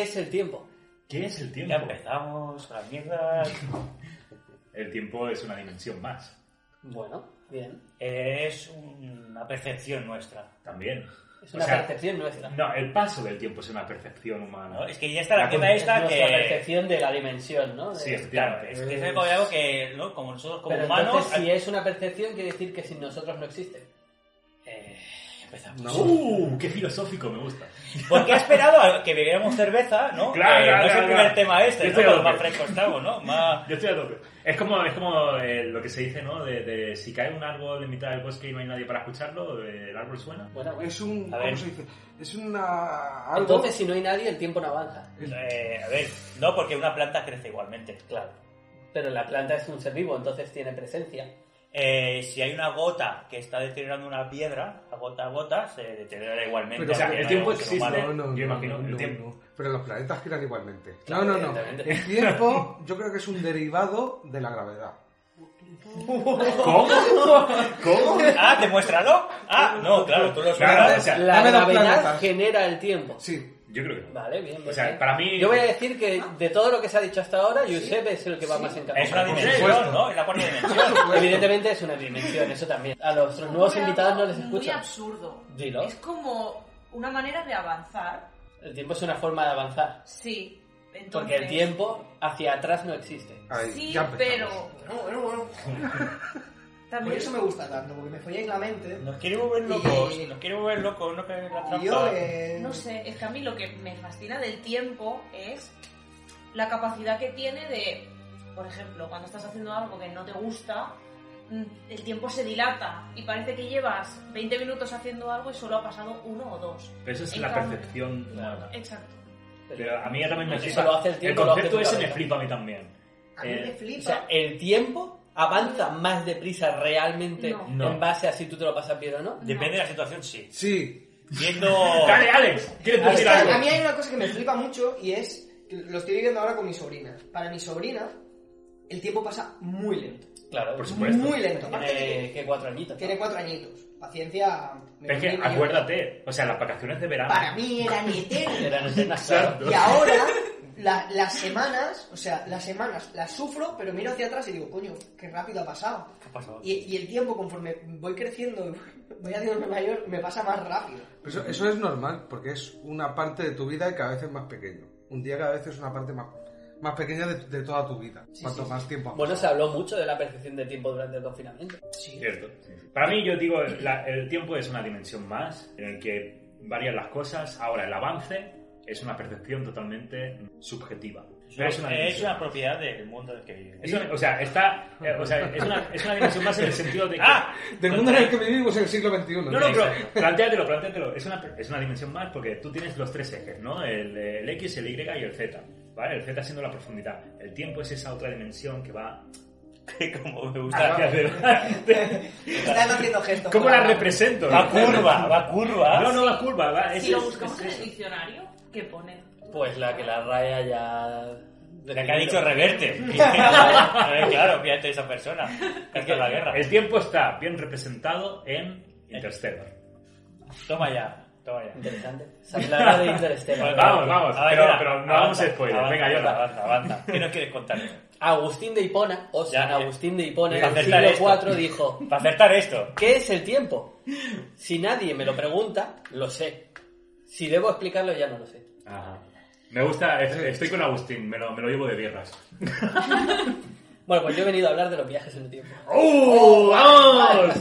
es el tiempo?
¿Qué es el tiempo?
Ya pues. empezamos con las mierdas.
El tiempo es una dimensión más,
Bueno, bien.
Es una percepción nuestra.
también.
Es una
O sea,
percepción nuestra.
No, el paso del tiempo es una percepción
¿no?
humana.
Es que ya está la
La
queja
con-
es
esta
nuestra
que...
percepción de la dimensión, ¿no? De-
Sí, es-
Claro, es que es algo que, ¿no? Como nosotros, como
Pero
humanos...
entonces, si es una percepción, quiere decir que sin nosotros no existe.
eh, empezamos.
¡Uh! ¡Qué filosófico! Me gusta.
Porque ha esperado a que bebiéramos cerveza, ¿no?
Claro,
Eh,
claro,
no es el
claro,
primer
claro.
tema
Yo
este,
estoy
¿no? Cuando
loco.
más fresco estamos, ¿no? Más...
Yo estoy a tope. Es como, es como eh, lo que se dice, ¿no? De, de si cae un árbol en mitad del bosque y no hay nadie para escucharlo, eh, el árbol suena.
Bueno, bueno.
Es un...
A
¿Cómo
ver.
se dice? Es una... algo-
Entonces, si no hay nadie, el tiempo no avanza.
eh, a ver, no, porque una planta crece igualmente.
Claro. Pero la planta es un ser vivo, entonces tiene presencia.
Eh, si hay una gota que está deteriorando una piedra, a gota a gota, se deteriora igualmente.
Pero, o sea,
aunque
el
no
tiempo
haya un ser
existe,
humano.
No, no,
Yo
no,
imagino,
no,
el
no,
tiempo.
no. Pero los planetas giran igualmente.
Claro,
no, no, no.
evidentemente.
El tiempo yo creo que es un derivado de la gravedad.
¿Cómo? ¿Cómo?
Ah, demuéstralo. Ah, no, claro, tú lo
Claro,
sabes.
o sea,
La
dame dos
gravedad
planetas.
genera el tiempo.
Sí.
yo creo que no.
Vale, bien.
O
bien,
sea,
bien.
para mí.
Yo voy a decir que de todo lo que se ha dicho hasta ahora, Giuseppe es el que va más en
Es una
cabeza.
Por
dimensión,
supuesto.
¿no? Es la cuarta dimensión.
Evidentemente es una dimensión, eso también. A los otros nuevos invitados no les
Muy
escuchan.
absurdo.
Dilo.
Es como una manera de avanzar.
El tiempo es una forma de avanzar.
Sí. Entonces,
Porque el tiempo hacia atrás no existe.
Ahí,
Sí,
ya empezamos.
pero
No, bueno, bueno. Por
también
eso me gusta tanto, porque me folláis la mente.
Nos quiere volver locos, nos quiere volver locos, no caer en la
Y yo,
trampa.
eh,
No sé, es que a mí lo que me fascina del tiempo es la capacidad que tiene de, por ejemplo, cuando estás haciendo algo que no te gusta, mm, el tiempo se dilata y parece que llevas 20 minutos haciendo algo y solo ha pasado uno o dos.
Pero eso es
En
la
cambio-
percepción humana.
Exacto.
Pero a mí ya también me
Eso
flipa.
lo hace el tiempo, lo hace
concepto
tu
ese me
cabeza.
flipa a mí también.
a mí me
Eh,
O
flipa.
sea, el tiempo avanza más deprisa realmente
No.
No.
en base a si tú te lo pasas bien o no.
Depende de la situación, sí.
Sí.
Viendo.
Dale, Alex, ¿quieres
Es
decir
que
algo?
a mí hay una cosa que me flipa mucho y es que lo estoy viviendo ahora con mi sobrina. Para mi sobrina, el tiempo pasa muy lento.
Claro,
Por supuesto.
Muy lento. Aparte
Tiene
de
que cuatro añitos.
que
¿no?
tiene cuatro añitos. Paciencia. me
Es que
pone mayor.
acuérdate, o sea, las vacaciones de verano.
Para mí eran eternas.
Eran escenas, claro.
Exacto.
Y ahora, la- las semanas, o sea, las semanas las sufro, pero miro hacia atrás y digo, coño, qué rápido ha pasado.
¿Qué ha pasado?
Y, y el tiempo, conforme voy creciendo, y voy haciéndome mayor, me pasa más rápido.
Eso, eso es normal, porque es una parte de tu vida que a veces es más pequeño. Un día cada vez es una parte más, más pequeña de, de toda tu vida. cuanto
sí,
más tiempo ha
Bueno, se
pasado.
habló mucho de la percepción de tiempo durante el confinamiento.
Sí.
Cierto. Para mí, yo digo, la- el tiempo es una dimensión más en el que varían las cosas. Ahora, el avance es una percepción totalmente subjetiva. Pero es una
Es
dimensión
una
más.
propiedad del mundo en el que
Es
vivimos.
una- o sea, está, eh, o sea, es una, es una dimensión más en el sentido de que...
¡Ah!
Del mundo en el que vivimos en el siglo XXI.
No, no, pero plantéatelo, plantéatelo. Es una, es una dimensión más porque tú tienes los tres ejes, ¿no? El, el X, el Y y el Z, ¿vale? El Z siendo la profundidad. El tiempo es esa otra dimensión que va
Como me gusta.
hacia adelante.
Están haciendo gestos.
¿Cómo
con
la
mano.
represento?
Va curva, va curva.
No, no, la curva, va. es-
Si lo
es-
buscamos en
es
el
eso.
diccionario, ¿qué pone?
Pues la que la raya ya...
La que ha dicho reverte. Eh, claro, fíjate esa persona. Que está en la guerra.
El tiempo está bien representado en Interstellar.
Toma ya, toma ya.
Interesante. Se hablaba de
Bueno,
Interstellar.
Vamos, vamos,
a ver,
pero-
Yona,
pero no
avanza,
vamos a spoiler.
avanza,
Venga, Yona.
Avanza, avanza. ¿Qué nos quieres contar?
Agustín de Hipona, o sea,
Ya, eh.
Agustín de Hipona, en
Para
el
acertar
siglo
esto.
cuatro dijo,
Para acertar esto.
¿qué es el tiempo? Si nadie me lo pregunta, lo sé. Si debo explicarlo, ya no lo sé.
Ajá. Me gusta, es- estoy con Agustín, me lo, me lo llevo de birras.
Bueno, pues yo he venido a hablar de los viajes en el tiempo.
¡Oh! ¡Vamos!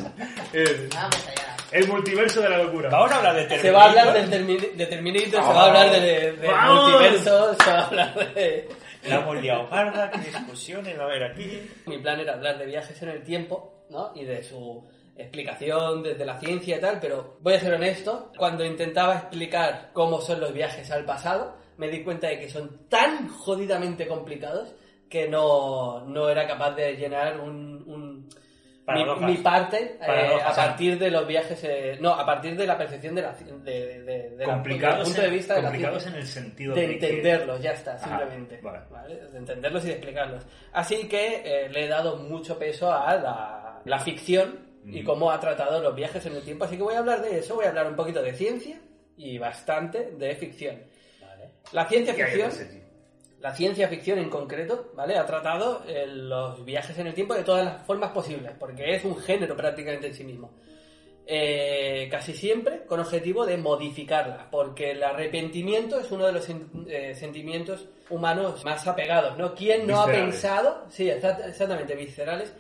El,
Vamos allá.
el multiverso de la locura.
Vamos a hablar de
Se va a
Terminator.
hablar del Termi- de Terminator, se va a hablar de, de- de
¡Vamos!
multiverso, se va a hablar de...
La hemos liado parda, qué discusiones va a haber aquí.
Mi plan era hablar de viajes en el tiempo, ¿no? Y de su explicación desde la ciencia y tal, pero voy a ser honesto, cuando intentaba explicar cómo son los viajes al pasado, me di cuenta de que son tan jodidamente complicados que no, no era capaz de llenar un... un- mi,
Paradojas.
mi parte eh,
Paradojas,
a
sí.
partir de los viajes eh, no a partir de la percepción de la ci- de, de- de- de la- del
complicados
punto
en,
de vista de la
complicados
ciencia
en el sentido
de
de que-
entenderlos, ya está,
Ajá,
simplemente.
vale.
¿vale? De entenderlos y de explicarlos. Así que eh, le he dado mucho peso a la, la ficción y
Mm.
cómo ha tratado los viajes en el tiempo. Así que voy a hablar de eso, voy a hablar un poquito de ciencia y bastante de ficción. La ciencia
Ya, ya
ficción,
lo sé, tío.
la ciencia ficción en concreto, ¿vale? Ha tratado eh, los viajes en el tiempo de todas las formas posibles, porque es un género prácticamente en sí mismo. Eh, casi siempre con objetivo de modificarla, porque el arrepentimiento es uno de los sen- eh, sentimientos humanos más apegados, ¿no? ¿Quién no ha
Viscerales.
pensado, sí, exact- exactamente, viscerales,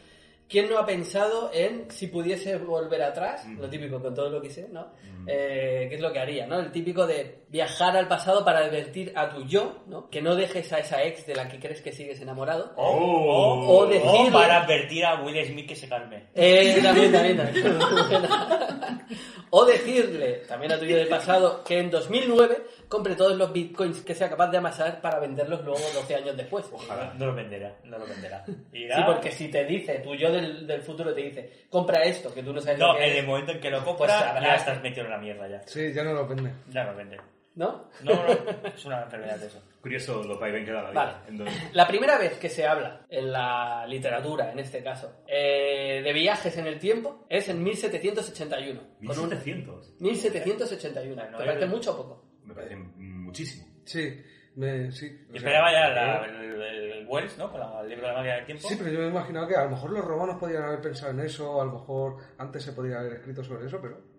¿quién no ha pensado en si pudiese volver atrás?
Mm.
Lo típico con todo lo que sé, ¿no? Eh, ¿Qué es lo que haría, no? El típico de viajar al pasado para advertir a tu yo, ¿no? Que no dejes a esa ex de la que crees que sigues enamorado.
O,
Oh.
o-
O decirle-
o para advertir a Will Smith que se calme.
Eh, también, también, también. o decirle, también a tu yo del pasado, que en 2009 compre todos los bitcoins que sea capaz de amasar para venderlos luego 12 años después.
No, no lo venderá, no lo venderá. Irá-
Sí, porque si te dice, tu yo del, del futuro te dice, compra esto, que tú no sabes lo
No,
que
en
es.
el momento en que lo
Pues
compras,
sabrás.
ya estás metido en la mierda ya.
Sí, ya no lo vende.
Ya lo vende.
¿No?
No, no, es una enfermedad eso.
Curioso lo vaivén que da la vida.
Vale.
Entonces,
La primera vez que se habla en la literatura, en este caso, eh, de viajes en el tiempo es en 1781. Con un
1700.
1781.
No,
¿Te
yo-
parece mucho o poco?
Me parece muchísimo.
Sí, me, sí. o sea, eh,
Y esperaba ya la- el, el Wells, ¿no? Con la- el libro de la magia del tiempo.
Sí, pero yo me imaginaba que a lo mejor los romanos podían haber pensado en eso, a lo mejor antes se podría haber escrito sobre eso, pero...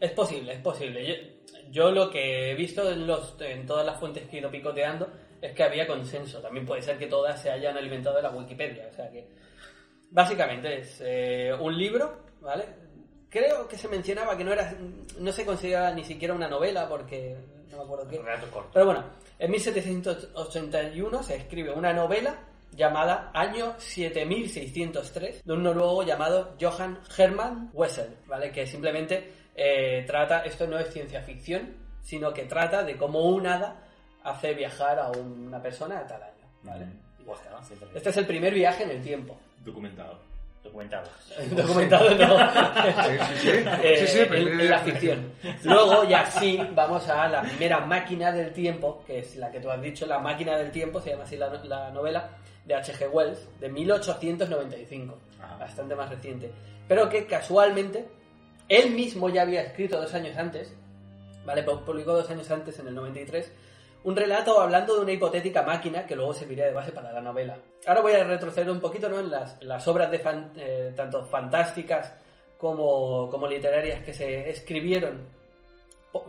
Es posible, es posible. Yo, yo lo que he visto en, los, en todas las fuentes que he ido picoteando es que había consenso. También puede ser que todas se hayan alimentado de la Wikipedia. O sea que básicamente es eh, un libro, ¿vale? Creo que se mencionaba que no era, no se consideraba ni siquiera una novela porque no me acuerdo qué.
Relatos cortos.
Pero bueno, en 1781 se escribe una novela llamada Año 7603 de un noruego llamado Johan Hermann Wessel, ¿vale? Que simplemente eh, trata, esto no es ciencia ficción, sino que trata de cómo un hada hace viajar a una persona a tal año, ¿vale? Y ya está. Este es el primer viaje en el tiempo.
Documentado.
Documentado.
Documentado no.
Sí, sí, sí.
Eh,
Sí, sí,
en-
pero-
en la ficción. Luego, ya sí, vamos a la primera máquina del tiempo, que es la que tú has dicho, la máquina del tiempo, se llama así la, no- la novela, de H.G. Wells, de 1895,
Ajá.
bastante más reciente. Pero que casualmente, él mismo ya había escrito dos años antes, ¿vale? Pu- Publicó dos años antes, en el 93, un relato hablando de una hipotética máquina que luego serviría de base para la novela. Ahora voy a retroceder un poquito ¿no? en las, en las obras de fan- eh, tanto fantásticas como, como literarias que se escribieron po-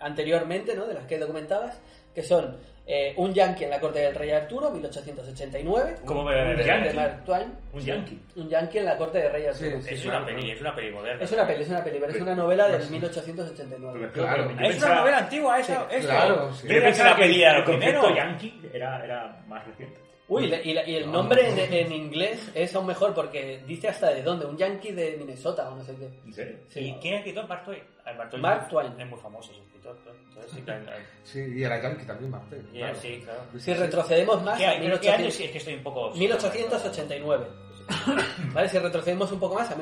anteriormente, ¿no? de las que hay documentadas, que son eh, Un Yankee en la corte del rey Arturo, 1889.
¿Cómo
Un-
me- me-
un yankee
me-
de
yankee?
Mark Twain.
Un yankee.
Un Yankee en la corte del rey Arturo.
Sí,
Es
sí,
una
claro,
peli, es una peli moderna.
Es una peli, es una peli, pero es una novela del 1889.
Claro.
Yo
Es
pensaba-
una novela antigua esa. esa.
Claro, sí.
Yo pensaba que
el-
era lo
el concepto
primero.
Yankee era, era más reciente.
Uy, la- y, la- y el nombre en, en inglés es aún mejor porque dice hasta de dónde, un yankee de Minnesota o no sé qué.
¿En serio?
Sí.
¿Y quién es escritor? Mark Twain. Ah,
Mark
es-
Twain.
Es muy famoso ese escritor. ¿no? Entonces, sí, claro, claro.
Sí, y era Yankee también, Marte.
Y
claro.
él Sí, claro.
Si retrocedemos más,
¿Qué
a
hay? ¿Pero qué años?
1800
Es que estoy un poco...
1889. ¿Vale? Si retrocedemos un poco más, a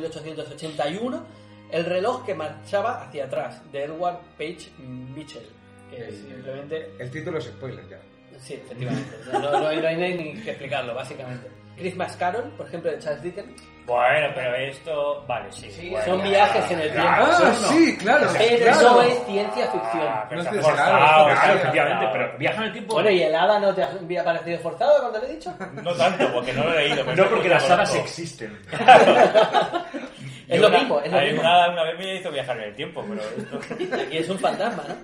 1881, el reloj que marchaba hacia atrás, de Edward Page Mitchell. Que
El-
simplemente
El título es spoiler ya.
Sí, efectivamente. No, no, no hay- no hay ni que explicarlo, básicamente. Christmas Carol, por ejemplo, de Charles Dickens,
Bueno, pero esto... Vale, sí.
Sí,
bueno,
son
ya.
viajes en el tiempo.
Ah,
no.
sí, claro.
Pero
claro.
eso es ciencia ficción.
Ah, pero
No
está
es
forzado, está
necesario,
Claro,
claro,
efectivamente,
forzado.
pero viajan en el tiempo.
Bueno, ¿y el hada no te había parecido forzado cuando lo he dicho?
No tanto, porque no lo he leído. pero
No porque las
conozco.
hadas existen.
Es
Yo
lo
una-
mismo, es lo
a mí
mismo.
Una, una vez me hizo viajar en el tiempo, pero esto...
Aquí es un fantasma, ¿no?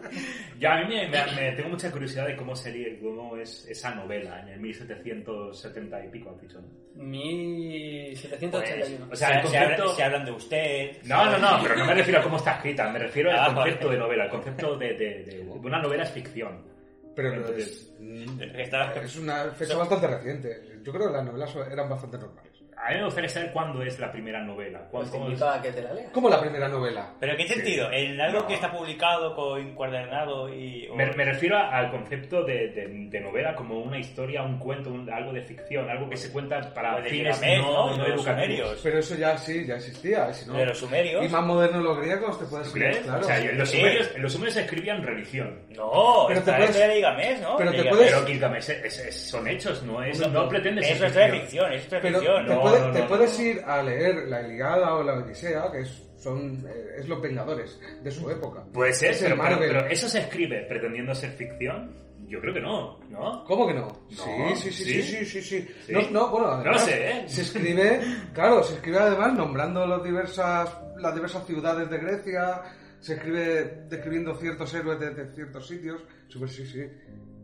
Ya, a mí me, me- me- tengo mucha curiosidad de cómo sería, cómo es esa novela en el 1770 y pico, has dicho, ¿no?
1781.
Pues,
O
O sea,
sea,
el
se, habla-
concepto-
se hablan de usted...
No, no, no, pero no me refiero a cómo está escrita, me refiero
Ah,
al
vale.
concepto de novela, el concepto de, de- de- de una novela es ficción.
Pero no
Entonces,
es, mm,
Está-
es una fecha bastante reciente. Yo creo que las novelas eran bastante normales.
A mí me gustaría saber cuándo es la primera novela.
Pues
cuándo-
te
cómo
invito a que te la leas.
Como la primera novela.
¿Pero en qué sentido? ¿En algo
No.
que está publicado con encuadernado y...?
es-
o-
me, me refiero a- al concepto de, de- de novela como una historia, un cuento, un- algo de ficción, algo que se cuenta para
o de
fines
Gilgamesh,
no,
¿no?
no
De los
educativos.
sumerios.
Pero eso ya sí, ya existía. Si no,
De los sumerios.
y más modernos los griegos, te puedes
¿Tú
ir,
crees?
claro.
O sea, en los,
Sí.
sumerios, en los sumerios escribían religión.
No,
Pero
pero
te
te
puedes-
de Gilgamesh, ¿no?
pero te
Gilgamesh.
puedes-
Pero Gilgamesh es- es- son hechos, no, es, no pretende ser
Pues- Eso es de ficción, eso es de
Pero
ficción.
te,
No,
puede-
no, no,
te
no.
puedes ir a leer la Ilíada o la Odisea, que es, son, eh, es los Vengadores de su época.
Puede ser,
es el
pero, pero-
Marvel.
pero eso se escribe pretendiendo ser ficción. Yo creo que no, ¿no?
¿Cómo que no?
No.
Sí, sí, sí,
¿Sí?
sí, sí, sí, sí.
¿Sí?
No, no, bueno,
No lo
además,
sé, ¿eh?
Se escribe, claro, se escribe además nombrando las diversas, las diversas ciudades de Grecia, se escribe describiendo ciertos héroes de, de ciertos sitios. Súper, sí, Eh, sí.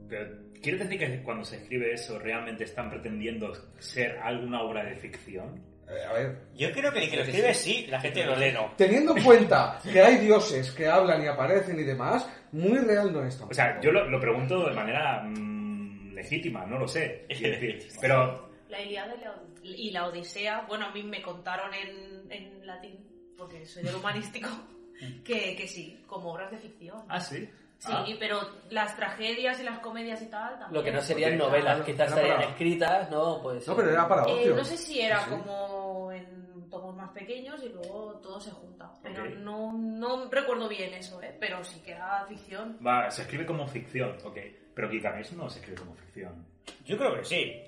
Pero quiero decir que cuando se escribe eso realmente están pretendiendo ser alguna obra de ficción.
Eh, a ver.
Yo creo que el que lo escribe sí, la gente lo lee no.
Teniendo en cuenta que hay dioses que hablan y aparecen y demás, muy real no es
O
tampoco.
sea, yo lo, lo pregunto de manera mm, legítima, no lo sé. Quiero decir,
Legítima.
pero
La Iliada y la, Od- y la Odisea, bueno, a mí me contaron en, en latín, porque soy del humanístico, que, que sí, como obras de ficción.
ah sí.
Sí,
Ah.
pero las tragedias y las comedias y tal también. Eh,
Lo que no serían
Pues,
Ok,
novelas,
claro,
quizás
era para-
estarían escritas, ¿no? Pues,
No, pero era para
Eh,
ocio.
no sé si era
Sí, sí.
como en tomos más pequeños y luego todo se junta. Pero
Ok.
no, no recuerdo bien eso, ¿eh? Pero sí que era ficción.
Va, se escribe como ficción, ok. Pero Gilgamesh no se escribe como ficción.
Yo creo que sí.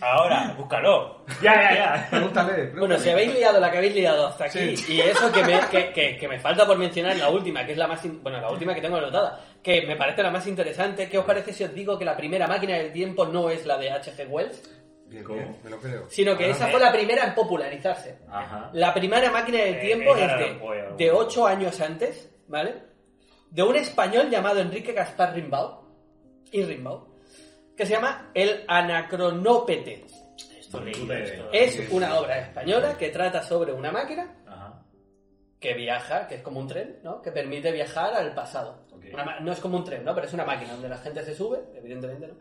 Ahora, búscalo.
Ya, ya, ya.
Pregúntale, pregúntale.
Bueno, si habéis liado la que habéis liado hasta aquí, y eso que me, que, que- que me falta por mencionar, la última, que es la más. in- Bueno, la última que tengo anotada, que me parece la más interesante. ¿Qué os parece si os digo que la primera máquina del tiempo no es la de H.G. Wells,
Bien,
¿Cómo?
bien, me lo creo.
sino que
Ah,
esa
eh.
fue la primera en popularizarse?
Ajá.
La primera máquina del
Ah. Eh,
tiempo
eh,
es
claro,
de,
voy a-
de ocho años antes, ¿vale? De un español llamado Enrique Gaspar Rimbaud, y Rimbaud, que se llama El Anacronópete.
Esto Eh. leí, esto.
Es una obra española que trata sobre una máquina
Ajá.
que viaja, que es como un tren, ¿no? Que permite viajar al pasado.
Ok.
Una ma- no es como un tren, ¿no? Pero es una máquina donde la gente se sube, evidentemente, ¿no?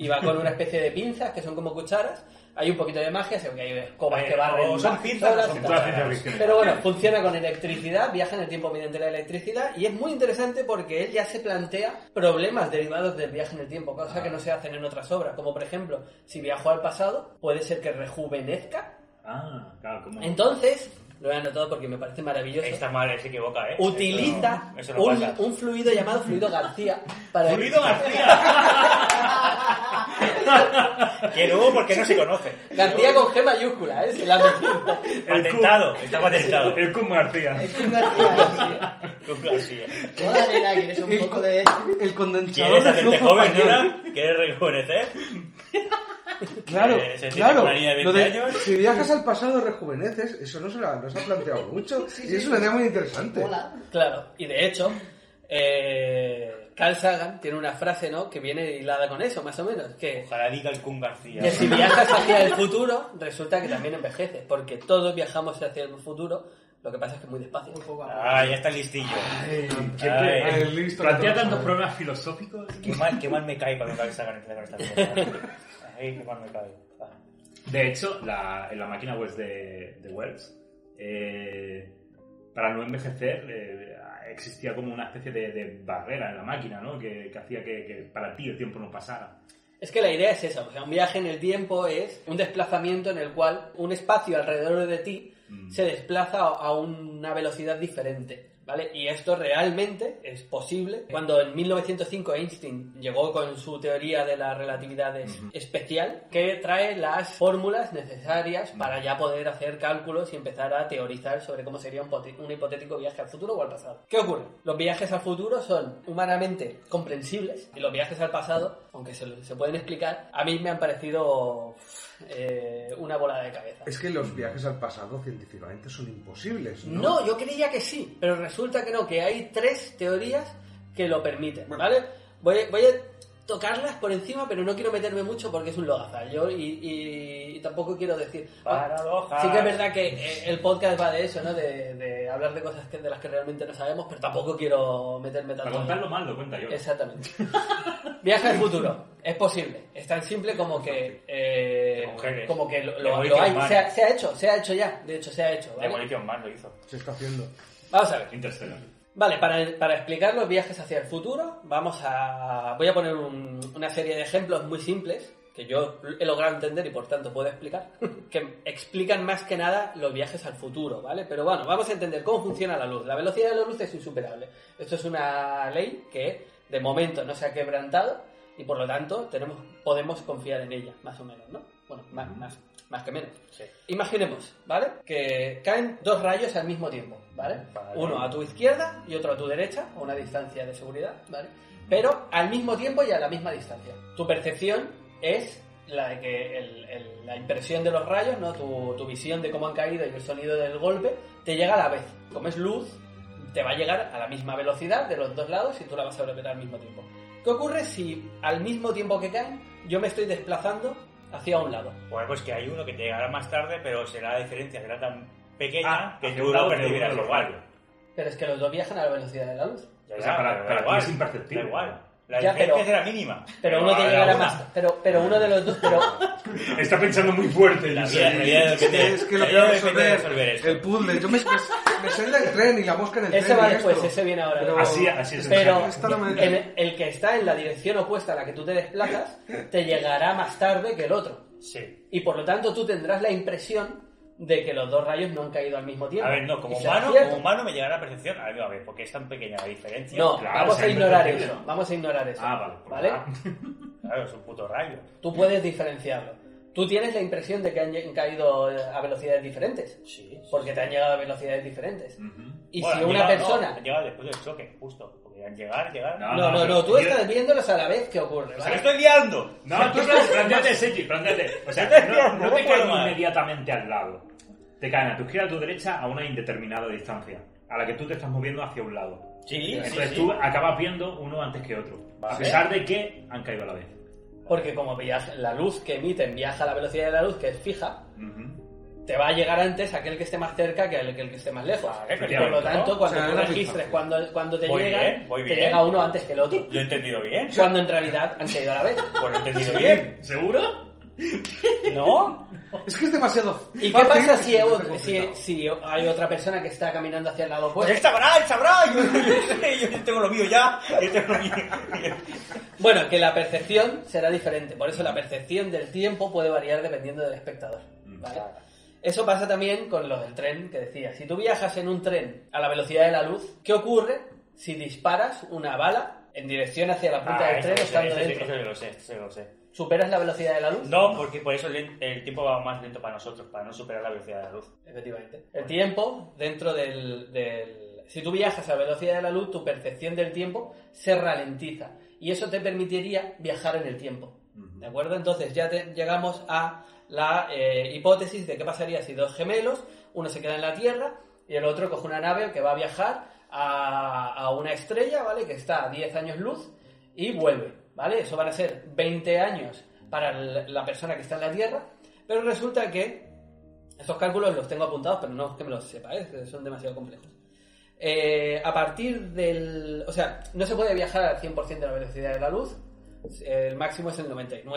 Y va con una especie de pinzas que son como cucharas. Hay un poquito de magia, aunque hay escobas
Eh,
que barren.
o son
más
pinzas o
zonas,
son
tal.
Toda la ciencia ficción.
Pero bueno, funciona con electricidad, viaja en el tiempo mediante la electricidad y es muy interesante porque él ya se plantea problemas derivados del viaje en el tiempo, cosa que no se hacen en otras obras, como por ejemplo, si viajó al pasado, puede ser que rejuvenezca.
Ah, claro, como.
Entonces, lo he anotado porque me parece maravilloso.
Está mal, se equivoca, ¿eh.
Utiliza
Eso no,
un,
pasa.
un fluido llamado fluido García para
Pulido García. que luego, porque no se conoce?
García con G mayúscula, ¿eh? Se la ha
Patentado, está patentado.
El Kun García.
Es una tía.
Con García.
Hola, nena, ¿quieres un poco de...?
El condensador
¿Quieres
de
hacerte
flujo
joven,
español.
nena? ¿Quieres rejuvenecer?
Claro,
Eh, se siente
claro.
como una niña de
Lo
20 años.
Si viajas al pasado rejuveneces, eso no se, la, no se ha planteado mucho. y es una idea muy interesante.
Hola.
Claro, y de hecho, eh, Carl Sagan tiene una frase, ¿no? Que viene hilada con eso, más o menos, que
Ojalá diga el Kun García.
Que si viajas hacia el futuro, resulta que también envejeces, porque todos viajamos hacia el futuro, lo que pasa es que muy despacio.
Un poco a-
Ah, ya está el listillo.
Ay,
Ay,
ay, listo,
Plantea
que te lo
tantos
sabes.
problemas filosóficos.
Qué mal, qué mal me cae cuando cabeza con esta cosa. Ay, qué mal me cae. Ah.
De hecho, la, en la máquina Wells de, de Wells, eh, para no envejecer, eh, existía como una especie de, de barrera en la máquina, ¿no? Que, que hacía que, que para ti el tiempo no pasara.
Es que la idea es esa, o sea, un viaje en el tiempo es un desplazamiento en el cual un espacio alrededor de ti
Mm.
se desplaza a una velocidad diferente, ¿vale? Y esto realmente es posible. Cuando en 1905 Einstein llegó con su teoría de la relatividad es- especial, que trae las fórmulas necesarias para ya poder hacer cálculos y empezar a teorizar sobre cómo sería un, poti- un hipotético viaje al futuro o al pasado. ¿Qué ocurre? Los viajes al futuro son humanamente comprensibles y los viajes al pasado, aunque se, se pueden explicar, a mí me han parecido eh, una bola de cabeza.
Es que los viajes al pasado científicamente son imposibles, ¿no?
No, yo creía que sí, pero resulta que no, que hay tres teorías que lo permiten,
Bueno.
¿vale? Voy, voy a tocarlas por encima, pero no quiero meterme mucho porque es un lodazal, yo y, y- y tampoco quiero decir... "Ah,
Paradoja.
Sí que es verdad que eh, el podcast va de eso, ¿no? De, de hablar de cosas que, de las que realmente no sabemos, pero tampoco quiero meterme tanto.
Para contarlo mal, lo cuenta yo.
Exactamente. Viaje al futuro. Es posible. Es tan simple como que... eh,
Te congeles.
como que lo, lo-
Te
lo
morís
hay.
en mano.
Se ha, se ha hecho, se ha hecho ya. De hecho, se ha hecho. ¿vale?
Demolition Man lo hizo.
Se está haciendo.
Vamos a ver.
Interstellar.
Vale, para, para explicar los viajes hacia el futuro, vamos a. Voy a poner un- una serie de ejemplos muy simples que yo he logrado entender y por tanto puedo explicar, que explican más que nada los viajes al futuro, ¿vale? Pero bueno, vamos a entender cómo funciona la luz. La velocidad de la luz es insuperable. Esto es una ley que de momento no se ha quebrantado y por lo tanto tenemos, podemos confiar en ella, más o menos, ¿no? Bueno, más, más, más que menos.
Sí.
Imaginemos, ¿vale? Que caen dos rayos al mismo tiempo, ¿vale?
Vale.
Uno a tu izquierda y otro a tu derecha, a una distancia de seguridad, ¿vale? Pero al mismo tiempo y a la misma distancia. Tu percepción es la de que el- el- la impresión de los rayos, ¿no? Tu, tu visión de cómo han caído y el sonido del golpe te llega a la vez. Como es luz, te va a llegar a la misma velocidad de los dos lados y tú la vas a volver al mismo tiempo. ¿Qué ocurre si al mismo tiempo que caen yo me estoy desplazando hacia un lado?
Bueno, pues que hay uno que te llegará más tarde, pero será la diferencia será tan pequeña
Ah,
que
hacia
tú
un
la
lado que
percibirás
uno de los
igual.
rayos.
Pero es que los dos viajan a la velocidad de la luz.
Ya,
O sea, para-
pero da
para ti
igual.
es imperceptible.
Da igual. La
Ya,
diferencia
pero-
será mínima.
Pero uno te
habrá
llegará
una.
más. Pero, pero uno de los dos. Pero,
Está pensando muy fuerte.
La
yo
vida, la
sé.
vida
Es que, es que lo
la
que
vida
hay que
depende de
resolver,
resolver esto.
el puzzle. Yo me, me, me sé el del tren y la mosca en el
ese
tren.
va
y
después,
esto.
ese viene ahora.
Pero-
Así, así es.
Pero
Esta no me-
el, el que está en la dirección opuesta a la que tú te desplazas te llegará más tarde que el otro.
Sí.
Y por lo tanto tú tendrás la impresión de que los dos rayos no han caído al mismo tiempo.
A ver, no, como
Y será
humano,
cierto.
como humano me llegará la percepción. A ver, a ver, porque es tan pequeña la diferencia.
No,
Claro,
vamos a
siempre
ignorar
es
eso.
pequeño.
Vamos a ignorar eso.
Ah, vale. pues
¿Vale?
nada.
Claro, es un puto rayo.
Tú puedes diferenciarlo. Tú tienes la impresión de que han lle- caído eh, a velocidades diferentes.
Sí.
Porque te han llegado a velocidades diferentes.
Ujú.
Y
Bueno,
si
han
una
llegado-
persona.
No, han llegado después del choque, justo. Porque al llegar, llegar.
No.
No, no, no,
pero
tú
yo-
estás viéndolos a la vez que ocurre,
O sea, que
¿vale?
estoy guiando.
No, tú planteate, Seki, planteate. O sea, no, no te caen inmediatamente al lado. Te caen a tu izquierda, a tu derecha, a una indeterminada distancia, a la que tú te estás moviendo hacia un lado.
Sí, sí,
Entonces
sí.
tú acabas viendo uno antes que otro, a
Vale.
pesar de que han caído a la vez.
Porque como viaja- la luz que emiten viaja a la velocidad de la luz, que es fija,
Ujú.
te va a llegar antes aquel que esté más cerca que el que, el que esté más lejos.
pero
Y por lo
claro.
tanto, cuando
O sea,
tú
es la
registres
misma.
cuando, cuando te
Muy
llega,
bien, muy
te
bien.
llega uno antes que el otro.
Lo he entendido bien.
Cuando en realidad han caído a la vez.
Pues lo he entendido bien.
¿Seguro?
¿No?
Es que es demasiado.
¿Y qué
fácil,
pasa si,
es
o- si,
complicado.
si hay otra persona que está caminando hacia el lado
Pues él
opuesto?
sabrá, él sabrá. Yo, yo- yo tengo lo mío ya. Yo tengo lo mío.
Bueno, que la percepción será diferente. Por eso la percepción del tiempo puede variar dependiendo del espectador.
Mm.
¿vale? Eso pasa también con lo del tren que decía. Si tú viajas en un tren a la velocidad de la luz, ¿qué ocurre si disparas una bala en dirección hacia la punta
Ah,
del
eso
tren
lo sé,
estando
eso sí,
dentro?
eso lo sé, eso lo sé.
¿Superas la velocidad de la luz?
No, porque por eso el, el tiempo va más lento para nosotros, para no superar la velocidad de la luz.
Efectivamente. El tiempo dentro del, del- Si tú viajas a la velocidad de la luz, tu percepción del tiempo se ralentiza. Y eso te permitiría viajar en el tiempo. ¿De acuerdo? Entonces ya te- llegamos a la eh, hipótesis de qué pasaría si dos gemelos, uno se queda en la Tierra y el otro coge una nave que va a viajar a, a una estrella, ¿vale? Que está a 10 años luz y vuelve, ¿vale? Eso van a ser 20 años para el- la persona que está en la Tierra, pero resulta que estos cálculos los tengo apuntados, pero no es que me los sepa, ¿eh? Que son demasiado complejos. Eh, a partir del... O sea, no se puede viajar al 100% de la velocidad de la luz. El máximo es el 99,9. ¿no?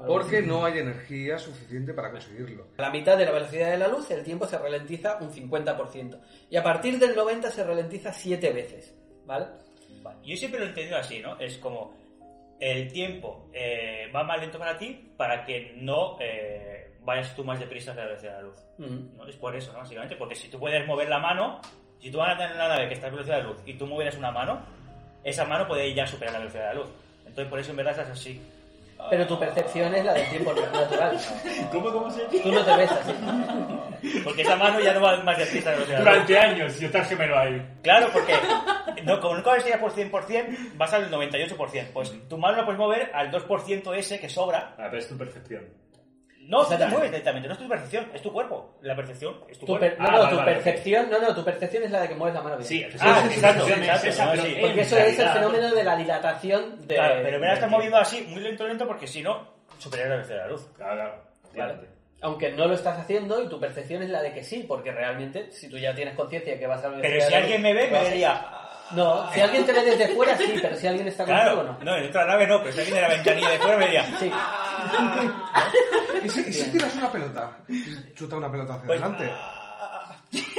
Algo
Porque
así.
no hay energía suficiente para conseguirlo.
A la mitad de la velocidad de la luz, el tiempo se ralentiza un 50%. Y a partir del 90 se ralentiza 7 veces. ¿Vale?
Yo siempre lo he entendido así, ¿no? Es como el tiempo eh, va más lento para ti para que no eh, vayas tú más deprisa que la velocidad de la luz.
Mm.
¿no? Es por eso, ¿no? Básicamente, porque si tú puedes mover la mano, si tú andas en la nave que está a velocidad de la luz y tú movieras una mano, esa mano puede ya superar la velocidad de la luz. Entonces, por eso en verdad es así.
Pero tu percepción es la del tiempo natural.
¿Cómo, cómo se
Tú no te ves así.
Porque esa mano ya no va más deprisa que la velocidad de la luz.
Durante años, yo estás gemelo ahí.
Claro, porque no, como nunca vas a ir por 100%, vas al 98%. Pues tu mano la puedes mover al 2% ese que sobra.
A ver, Ah, es tu percepción.
No, no te
Exactamente.
mueves directamente, no es tu percepción, es tu cuerpo. La percepción es tu,
Tu per-
cuerpo.
no,
Ah,
no,
vale,
tu
vale,
percepción... No, no, tu percepción es la de que mueves la mano bien.
Sí,
Ah,
esa
exacto,
percepción es
exacto,
esa,
no,
pero
sí.
en
Porque eso es el
realidad-
fenómeno de la dilatación de...
Claro, pero me la estás
bien.
moviendo así, muy lento, lento, porque si no, superior a la velocidad de la luz.
Claro, claro.
Vale.
Adelante.
Aunque no lo estás haciendo y tu percepción es la de que sí, porque realmente, si tú ya tienes conciencia de que vas a la
Pero
velocidad
si
de la
alguien
luz,
me ve, me
vas a-
vería.
No, si alguien te ve desde fuera, sí, pero si alguien está contigo,
Claro,
no.
no, dentro de la nave no, pero si alguien de la ventanilla de fuera me diría.
Sí.
¿Y si, y si tiras una pelota? Chuta una pelota hacia
Pues- ah,
adelante.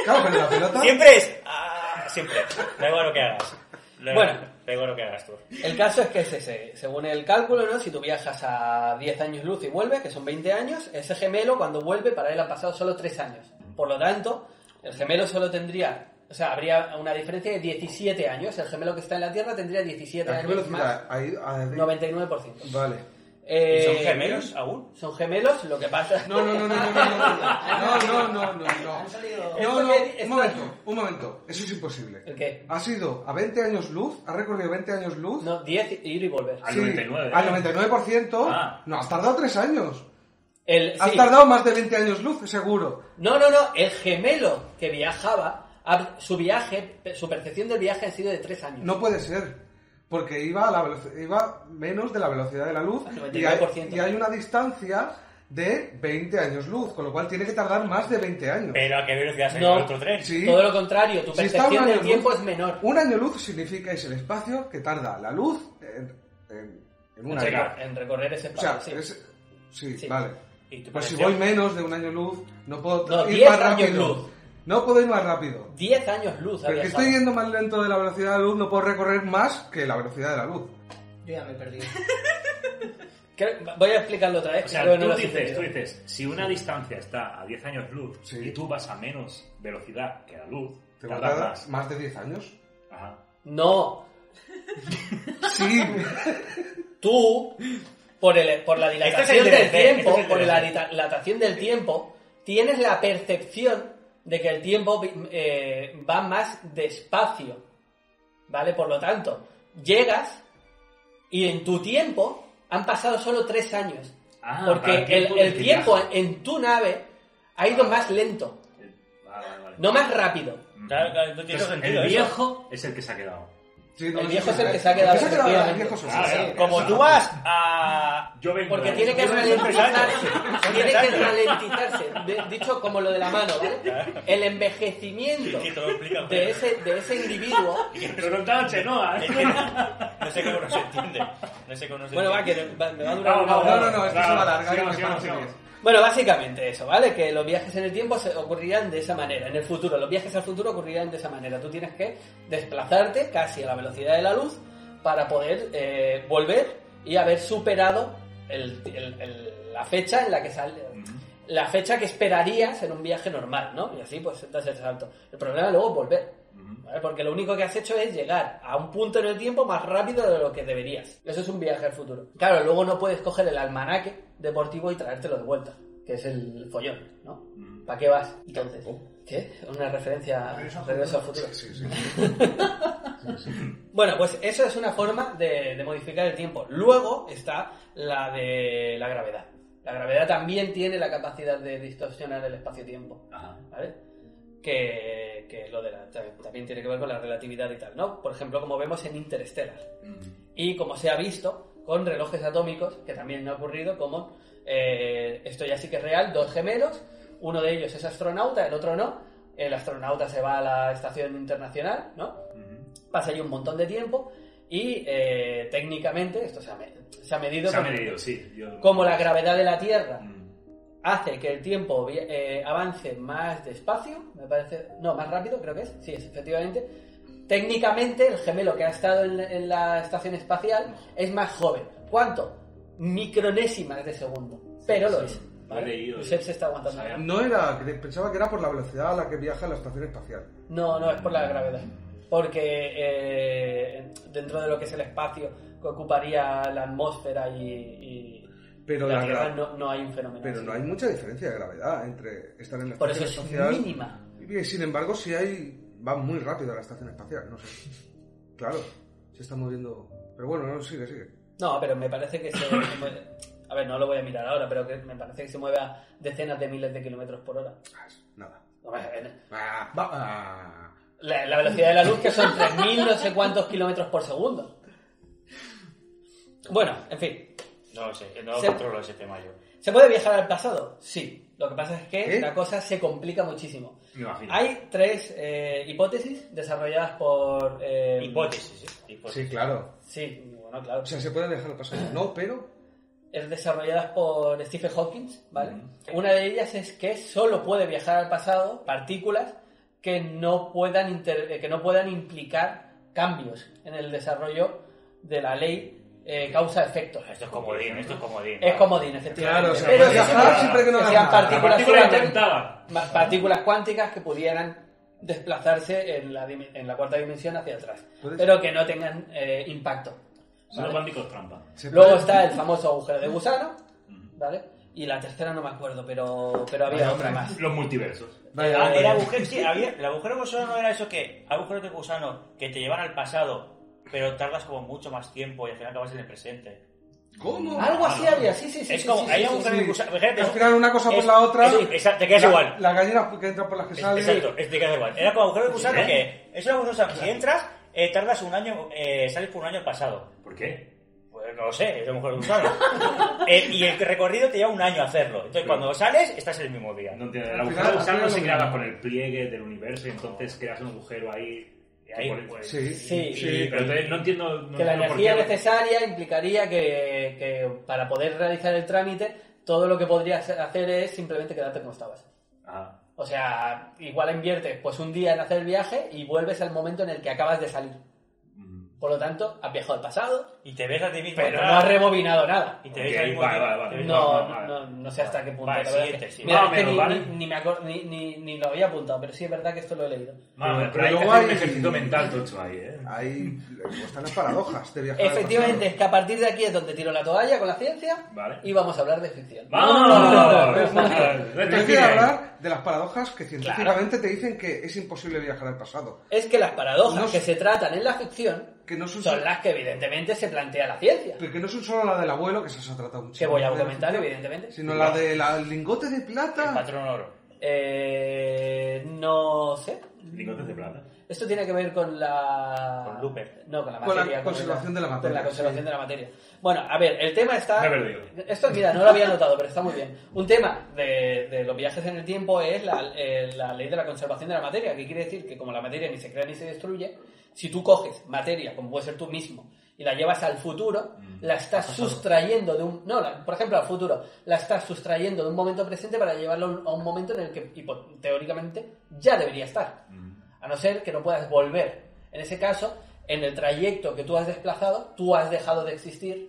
Claro, pero la pelota.
Siempre es. ah, Siempre. Da igual lo que hagas. Da igual-
Bueno.
Da igual lo que hagas tú.
El caso es que es ese. Según el cálculo, ¿no? Si tú viajas a 10 años luz y vuelves, que son 20 años, ese gemelo cuando vuelve para él han pasado solo 3 años. Por lo tanto, el gemelo solo tendría... O sea, habría una diferencia de 17 años. El gemelo que está en la Tierra tendría 17
¿A qué
años más.
velocidad? Ahí, a-
99%.
Vale.
¿Y
Eh,
son gemelos aún?
Son gemelos, lo que pasa...
No, no, no, no, no, no, no, no, no, no, no.
Han salido.
No, no,
Esto-
un momento, un momento. Eso es imposible.
¿El qué?
Ha sido a 20 años luz, ha recorrido 20 años luz.
No, 10 y ir y ¿eh? volver.
Al
Sí,
99.
Al 99%.
Ah.
No, has tardado 3 años.
El,
Has
Eh, sí.
tardado más de 20 años luz, seguro.
No, no, no. El gemelo que viajaba, ha- su viaje, su percepción del viaje ha sido de 3 años.
No puede ser. Porque iba, a la veloci- iba menos de la velocidad de la luz.
Al
Y hay,
99%.
y hay una distancia de 20 años luz, con lo cual tiene que tardar más de 20 años.
Pero a qué velocidad se
No.
el otro tren.
Sí.
Eh, Todo lo contrario, tu
Si está un
percepción
año
del
luz-
tiempo es menor.
Un año luz significa es el espacio que tarda la luz en, en- en un
En,
año.
recor- en recorrer ese
O sea,
espacio, sí.
es- sí,
Sí.
vale.
¿Y tu
Pues si
percepción?
voy menos de un año luz, no puedo
No,
ir
10
más
años
rápido.
luz.
No puedo ir más rápido.
10 años luz ha
Pero que
viajado.
estoy yendo más lento de la velocidad de la luz, no puedo recorrer más que la velocidad de la luz.
Yo ya me he perdido.
Creo- voy a explicarlo otra vez.
O sea,
creo que no
tú,
lo has
dices, tú
entendido.
dices, si una distancia está a 10 años luz
Sí.
y tú vas a menos velocidad que la luz,
¿Te
tardas
guardas
más.
más de 10 años?
Ajá.
No,
Sí.
tú, por, el, por la
Este es
dilatación
el
del
DLC,
tiempo,
este es el
por la
DLC.
dita- dilatación del tiempo, tienes la percepción de que el tiempo vi- eh, va más despacio. ¿Vale? Por lo tanto, llegas y en tu tiempo han pasado solo tres años.
Ah, para
porque
el
el,
tiempo
el
del
tiempo
viaje.
en tu nave ha ido más lento,
Eh, Vale, vale, vale.
no más rápido.
Claro, claro, no tiene
Pues
Entonces,
sentido
el
eso.
viejo es el que se ha quedado.
Sí, no,
El
sí,
viejo
sí,
es el
sí.
que se ha quedado
El viejo se ha quedado, el
efectivamente.
viejo se
Ah,
ha quedado.
sí.
Como tú vas a...
Yo vengo
Porque
de-
tiene que
yo vengo de
ralentizarse.
empresario.
Tiene que ralentizarse. De- dicho como lo de la mano, ¿vale? El envejecimiento
Sí, te lo explica,
de
pero-
ese, de ese individuo.
Pero no está en Chenoa, ¿eh?
Es que no, no sé cómo no se entiende. No sé cómo no se
Bueno, va,
entiende.
que va- me va a durar una
Vamos,
hora.
No, no, no, es que se va a alargar.
Sigamos,
y me
sigamos,
parece
sigamos.
bien.
Bueno, básicamente eso, ¿vale? Que los viajes en el tiempo se ocurrirán de esa manera. En el futuro, los viajes al futuro ocurrirán de esa manera. Tú tienes que desplazarte casi a la velocidad de la luz para poder eh, volver y haber superado el- el- el- la fecha en la que sale. La fecha que esperarías en un viaje normal, ¿no? Y así pues das el salto. El problema luego es volver. ¿vale? Porque lo único que has hecho es llegar a un punto en el tiempo más rápido de lo que deberías. Eso es un viaje al futuro. Claro, luego no puedes coger el almanaque deportivo y traértelo de vuelta, que es el follón, ¿no?
mm,
¿Para qué vas? Entonces, ¿qué? Una referencia a regreso al futuro.
Sí, sí, sí.
Bueno, pues eso es una forma de, de modificar el tiempo. Luego está la de la gravedad. La gravedad también tiene la capacidad de distorsionar el espacio-tiempo.
Ajá.
¿vale? Que, que lo de la, ta- también tiene que ver con la relatividad y tal, ¿no? Por ejemplo, como vemos en Interstellar.
mm,
Y como se ha visto con relojes atómicos, que también ha ocurrido, como eh, esto ya sí que es real, dos gemelos, uno de ellos es astronauta, el otro no, el astronauta se va a la estación internacional, ¿no?
mm.
Pasa allí un montón de tiempo y eh, técnicamente esto se ha, me- se ha medido
Se ha
con-
medido, sí. yo-
como la gravedad de la Tierra
Mm.
hace que el tiempo vi- eh, avance más despacio, me parece, no, más rápido creo que es, sí, es, efectivamente. Técnicamente el gemelo que ha estado en, la- en la estación espacial es más joven. ¿Cuánto? Micronésimas de segundo, pero lo es. ¿vale?
Lo he leído.
Josep se está aguantando.
Sabía.
No era, pensaba que era por la velocidad a la que viaja la estación espacial.
No, no, es por la gravedad. Porque eh, dentro de lo que es el espacio que ocuparía la atmósfera y, y
Pero
la
la
Tierra
gra-
no, no hay un fenómeno.
Pero
así.
no hay mucha diferencia de gravedad entre estar en la
Por eso
estación
es
espacial.
mínima.
Y sin embargo, si hay. Va muy rápido a la estación espacial, no sé. Claro, se está moviendo. Pero bueno, no, sigue, sigue.
No, pero me parece que se, se mueve. A ver, no lo voy a mirar ahora, pero que me parece que se mueve a decenas de miles de kilómetros por hora.
Ah, es- Nada.
Hombre,
Ah, va- ah.
La, la velocidad de la luz, que son 3.000 no sé cuántos kilómetros por segundo. Bueno, en fin.
No lo sé, no
Se-
controlo ese tema yo.
¿Se puede viajar al pasado? Sí. Lo que pasa es que
¿Eh?
la cosa se complica muchísimo.
Me imagino.
Hay tres eh, hipótesis desarrolladas por... eh,
Hipótesis, ¿eh? Hipótesis.
Sí, claro.
Sí, bueno, claro.
O sea, se puede dejar el pasado. No, pero.
es desarrolladas por Stephen Hawking, ¿vale? Una de ellas es que solo puede viajar al pasado partículas que no puedan inter- eh, que no puedan implicar cambios en el desarrollo de la ley eh, causa-efecto.
Esto es comodín, esto es comodín.
Es comodín, efectivamente.
Claro, o sea,
Pero
puede
siempre-
viajar siempre que no hagas
sean
nada. La
partículas,
partícula
solamente-
inventada.
más partículas cuánticas que pudieran desplazarse en la, dim- en la cuarta dimensión hacia atrás,
Puede ser.
pero que no tengan eh, impacto.
Son
¿vale?
los bandidos trampa.
Se
Luego
puede-
está el famoso agujero de gusano, ¿vale? Y la tercera no me acuerdo, pero, pero había otra más.
Los multiversos.
Vaya,
Ah,
vaya.
era agujero, sí, había, el agujero de gusano no era eso que agujeros de gusano que te llevan al pasado, pero tardas como mucho más tiempo y al final acabas en el presente.
¿Cómo?
Algo así
Ah, no.
había, sí, sí, sí.
es
sí,
como,
sí,
hay
sí,
agujeros
sí.
de gusano. Imagínate,
Al final una cosa por la otra.
es- esa- te quedas
La-
igual.
Las gallinas que entran por las que
Es-
salen.
Exacto, es- te quedas igual. Era como agujero de gusano
¿Eh?
que es un agujero de gusano. Si entras, eh, tardas un año, eh, sales por un año al pasado.
¿Por qué?
Pues no lo sé, es un agujero de gusano. Eh, y el recorrido te lleva un año hacerlo. Entonces
Sí.
cuando sales, estás en el mismo día.
No entiendo. El
Al
agujero
final-
de gusano
al final
se
lo
creaba
mismo.
con el pliegue del universo y entonces creas un agujero ahí.
Y ahí,
que por-
pues,
Sí.
Sí.
Sí, pero entonces no entiendo. no
Que la
entiendo por
energía
qué-
necesaria implicaría que, que para poder realizar el trámite, todo lo que podrías hacer es simplemente quedarte como estabas.
Ah,
O sea, igual inviertes pues un día en hacer el viaje y vuelves al momento en el que acabas de salir.
mm,
Por lo tanto, has viajado al pasado,
Y te ves a ti mismo.
pero
atrás,
no has rebobinado nada.
Y te ves ahí
Ok, vale, vale, vale.
No,
vale.
no, no sé hasta qué punto.
Vale,
la verdad
siguiente,
es que-
siguiente.
Mira, es
Más o
que
menos,
ni,
¿vale?
ni- ni me acor- ni- ni- ni lo había apuntado, pero sí es verdad que esto lo he leído.
Vale,
Pero
pero hay que
luego
hacer un
hay-
ejercicio mental tocho ahí, ¿eh?
Ahí pues, están las paradojas de viajar al
Efectivamente, es
pasado.
que a partir de aquí es donde tiro la toalla con la ciencia
Vale.
y vamos a hablar de ficción.
¡Vamos!
Pero yo quiero hablar de las paradojas que científicamente te dicen que es imposible viajar al pasado.
Es que las paradojas
No sé.
que se tratan en la ficción
Que no son,
son las que evidentemente se plantea la ciencia.
pero que no son solo la del abuelo, que se ha tratado mucho.
Que voy a comentar, evidentemente.
Sino la del lingote de plata.
El patrón oro.
Eh, no sé.
Lingotes de plata.
Esto tiene que ver con la...
Con Luper.
No, con la
Con la
materia.
conservación de la materia,
con la conservación
sí.
de la materia. Bueno, a ver, el tema está...
Me he perdido.
Esto, mira, no lo había notado, pero está muy bien. Un tema de, de los viajes en el tiempo es la, eh, la ley de la conservación de la materia, que quiere decir que como la materia ni se crea ni se destruye, si tú coges materia, como puede ser tú mismo, y la llevas al futuro,
Mm.
la estás sustrayendo de un... No, la- por ejemplo, al futuro, la estás sustrayendo de un momento presente para llevarlo a un- a un momento en el que hipo- teóricamente ya debería estar.
Mm,
A no ser que no puedas volver. En ese caso, en el trayecto que tú has desplazado, tú has dejado de existir.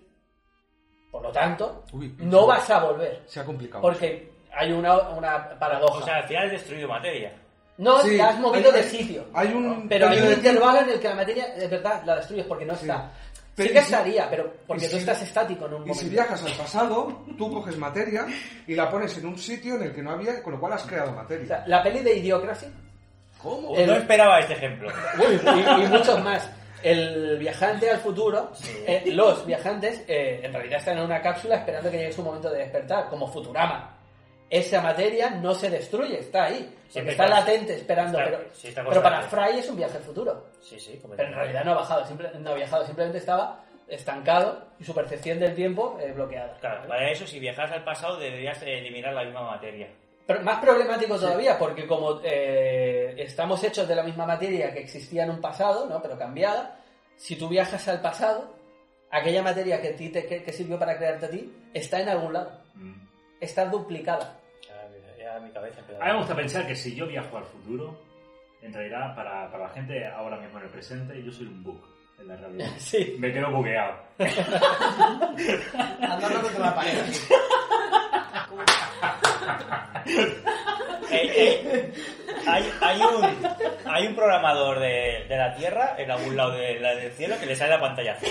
Por lo tanto,
Uy,
no vas a volver.
Se ha complicado.
Porque hay una, una paradoja.
O sea, al final has destruido materia.
no
Sí,
la has movido
hay-
de
hay-
sitio.
hay un
pero hay
periodo
un
de
intervalo en el que la materia, de verdad, la destruyes porque no está.
Pero
sí
y
que
si-
estaría, pero porque
y
tú
si-
estás estático en un
Y
momento.
si viajas al pasado, tú coges materia y la pones en un sitio en el que no había, con lo cual has creado
O sea,
materia.
la peli de Idiocracy
¿Cómo?
El-
No esperaba este ejemplo.
Uy, y, y muchos más. El viajante al futuro, eh, los viajantes, eh, en realidad están en una cápsula esperando que llegue su momento de despertar, como Futurama. Esa materia no se destruye, está ahí. Porque está
claro.
latente esperando,
Está-
pero,
sí, está
pero para
constante.
Fry es un viaje al futuro.
Sí, sí,
Pero en realidad no ha bajado, simple- no ha viajado, simplemente estaba estancado y su percepción del tiempo eh, bloqueada.
Claro, para eso, si viajas al pasado, deberías eliminar la misma materia.
Pero más problemático todavía, porque como eh, estamos hechos de la misma materia que existía en un pasado, ¿no? pero cambiada, si tú viajas al pasado, aquella materia que, a ti te- que, que sirvió para crearte a ti está en algún lado,
Mm.
está duplicada.
Ya, ya mi cabeza queda-
A mí me gusta pensar que si yo viajo al futuro, en realidad para, para la gente ahora mismo en el presente, yo soy un bug en la realidad.
Sí.
Me quedo bugueado.
Andando contra la pared.
Ey, ey, Eh, Hay, hay, un, hay un programador de, de la Tierra en algún lado de la del cielo que le sale la pantalla azul.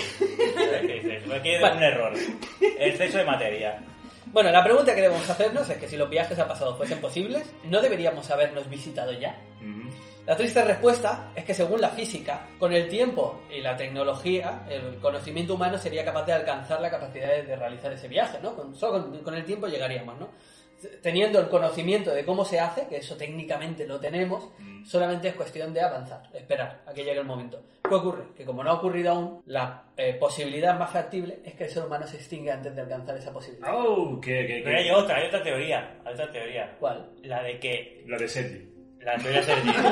¿Sabes qué dices? Aquí hay un error. Exceso de materia.
Bueno, la pregunta que debemos hacernos es que si los viajes al pasado fuesen posibles, ¿no deberíamos habernos visitado ya?
Mm.
La triste respuesta es que según la física, con el tiempo y la tecnología, el conocimiento humano sería capaz de alcanzar la capacidad de, de realizar ese viaje, ¿no? Con, solo con, con el tiempo llegaríamos, ¿no? Teniendo el conocimiento de cómo se hace, que eso técnicamente lo tenemos, solamente es cuestión de avanzar, esperar a que llegue el momento. ¿Qué ocurre? Que como no ha ocurrido aún, la eh, posibilidad más factible es que el ser humano se extingue antes de alcanzar esa posibilidad.
¡Oh! ¡Qué, qué,
Pero hay
qué!
otra, hay otra teoría. Hay otra teoría.
¿Cuál?
La de que.
La de Seti.
La teoría serpiente.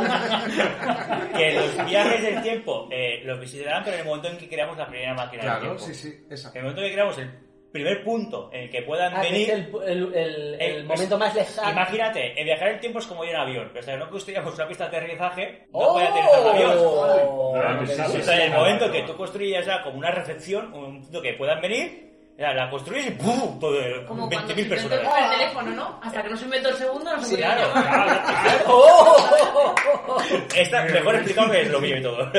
que los viajes del tiempo eh, los visitarán, pero en el momento en que creamos la primera máquina del
Claro,
tiempo.
sí, sí, esa.
En el momento en que creamos el primer punto en el que puedan
Ah, que
venir.
es el, el- el- el
Eh,
momento más lejano.
Imagínate, el viajar el tiempo es como ir en avión. O sea, no construyamos una pista de aterrizaje, no
¡Oh!
puede aterrizar un avión.
Ah,
Lo que
pensaba.
O
dices.
sea, en el momento que tú construyas ya como una recepción, un punto que puedan venir, ya la construyes y ¡pum! Todo-
Como cuando se
20.000
inventó
personas.
el teléfono, ¿no? Hasta que no se inventó el segundo, no se podía
Claro,
llamar.
claro. Está mejor explicado que lo mío y todo.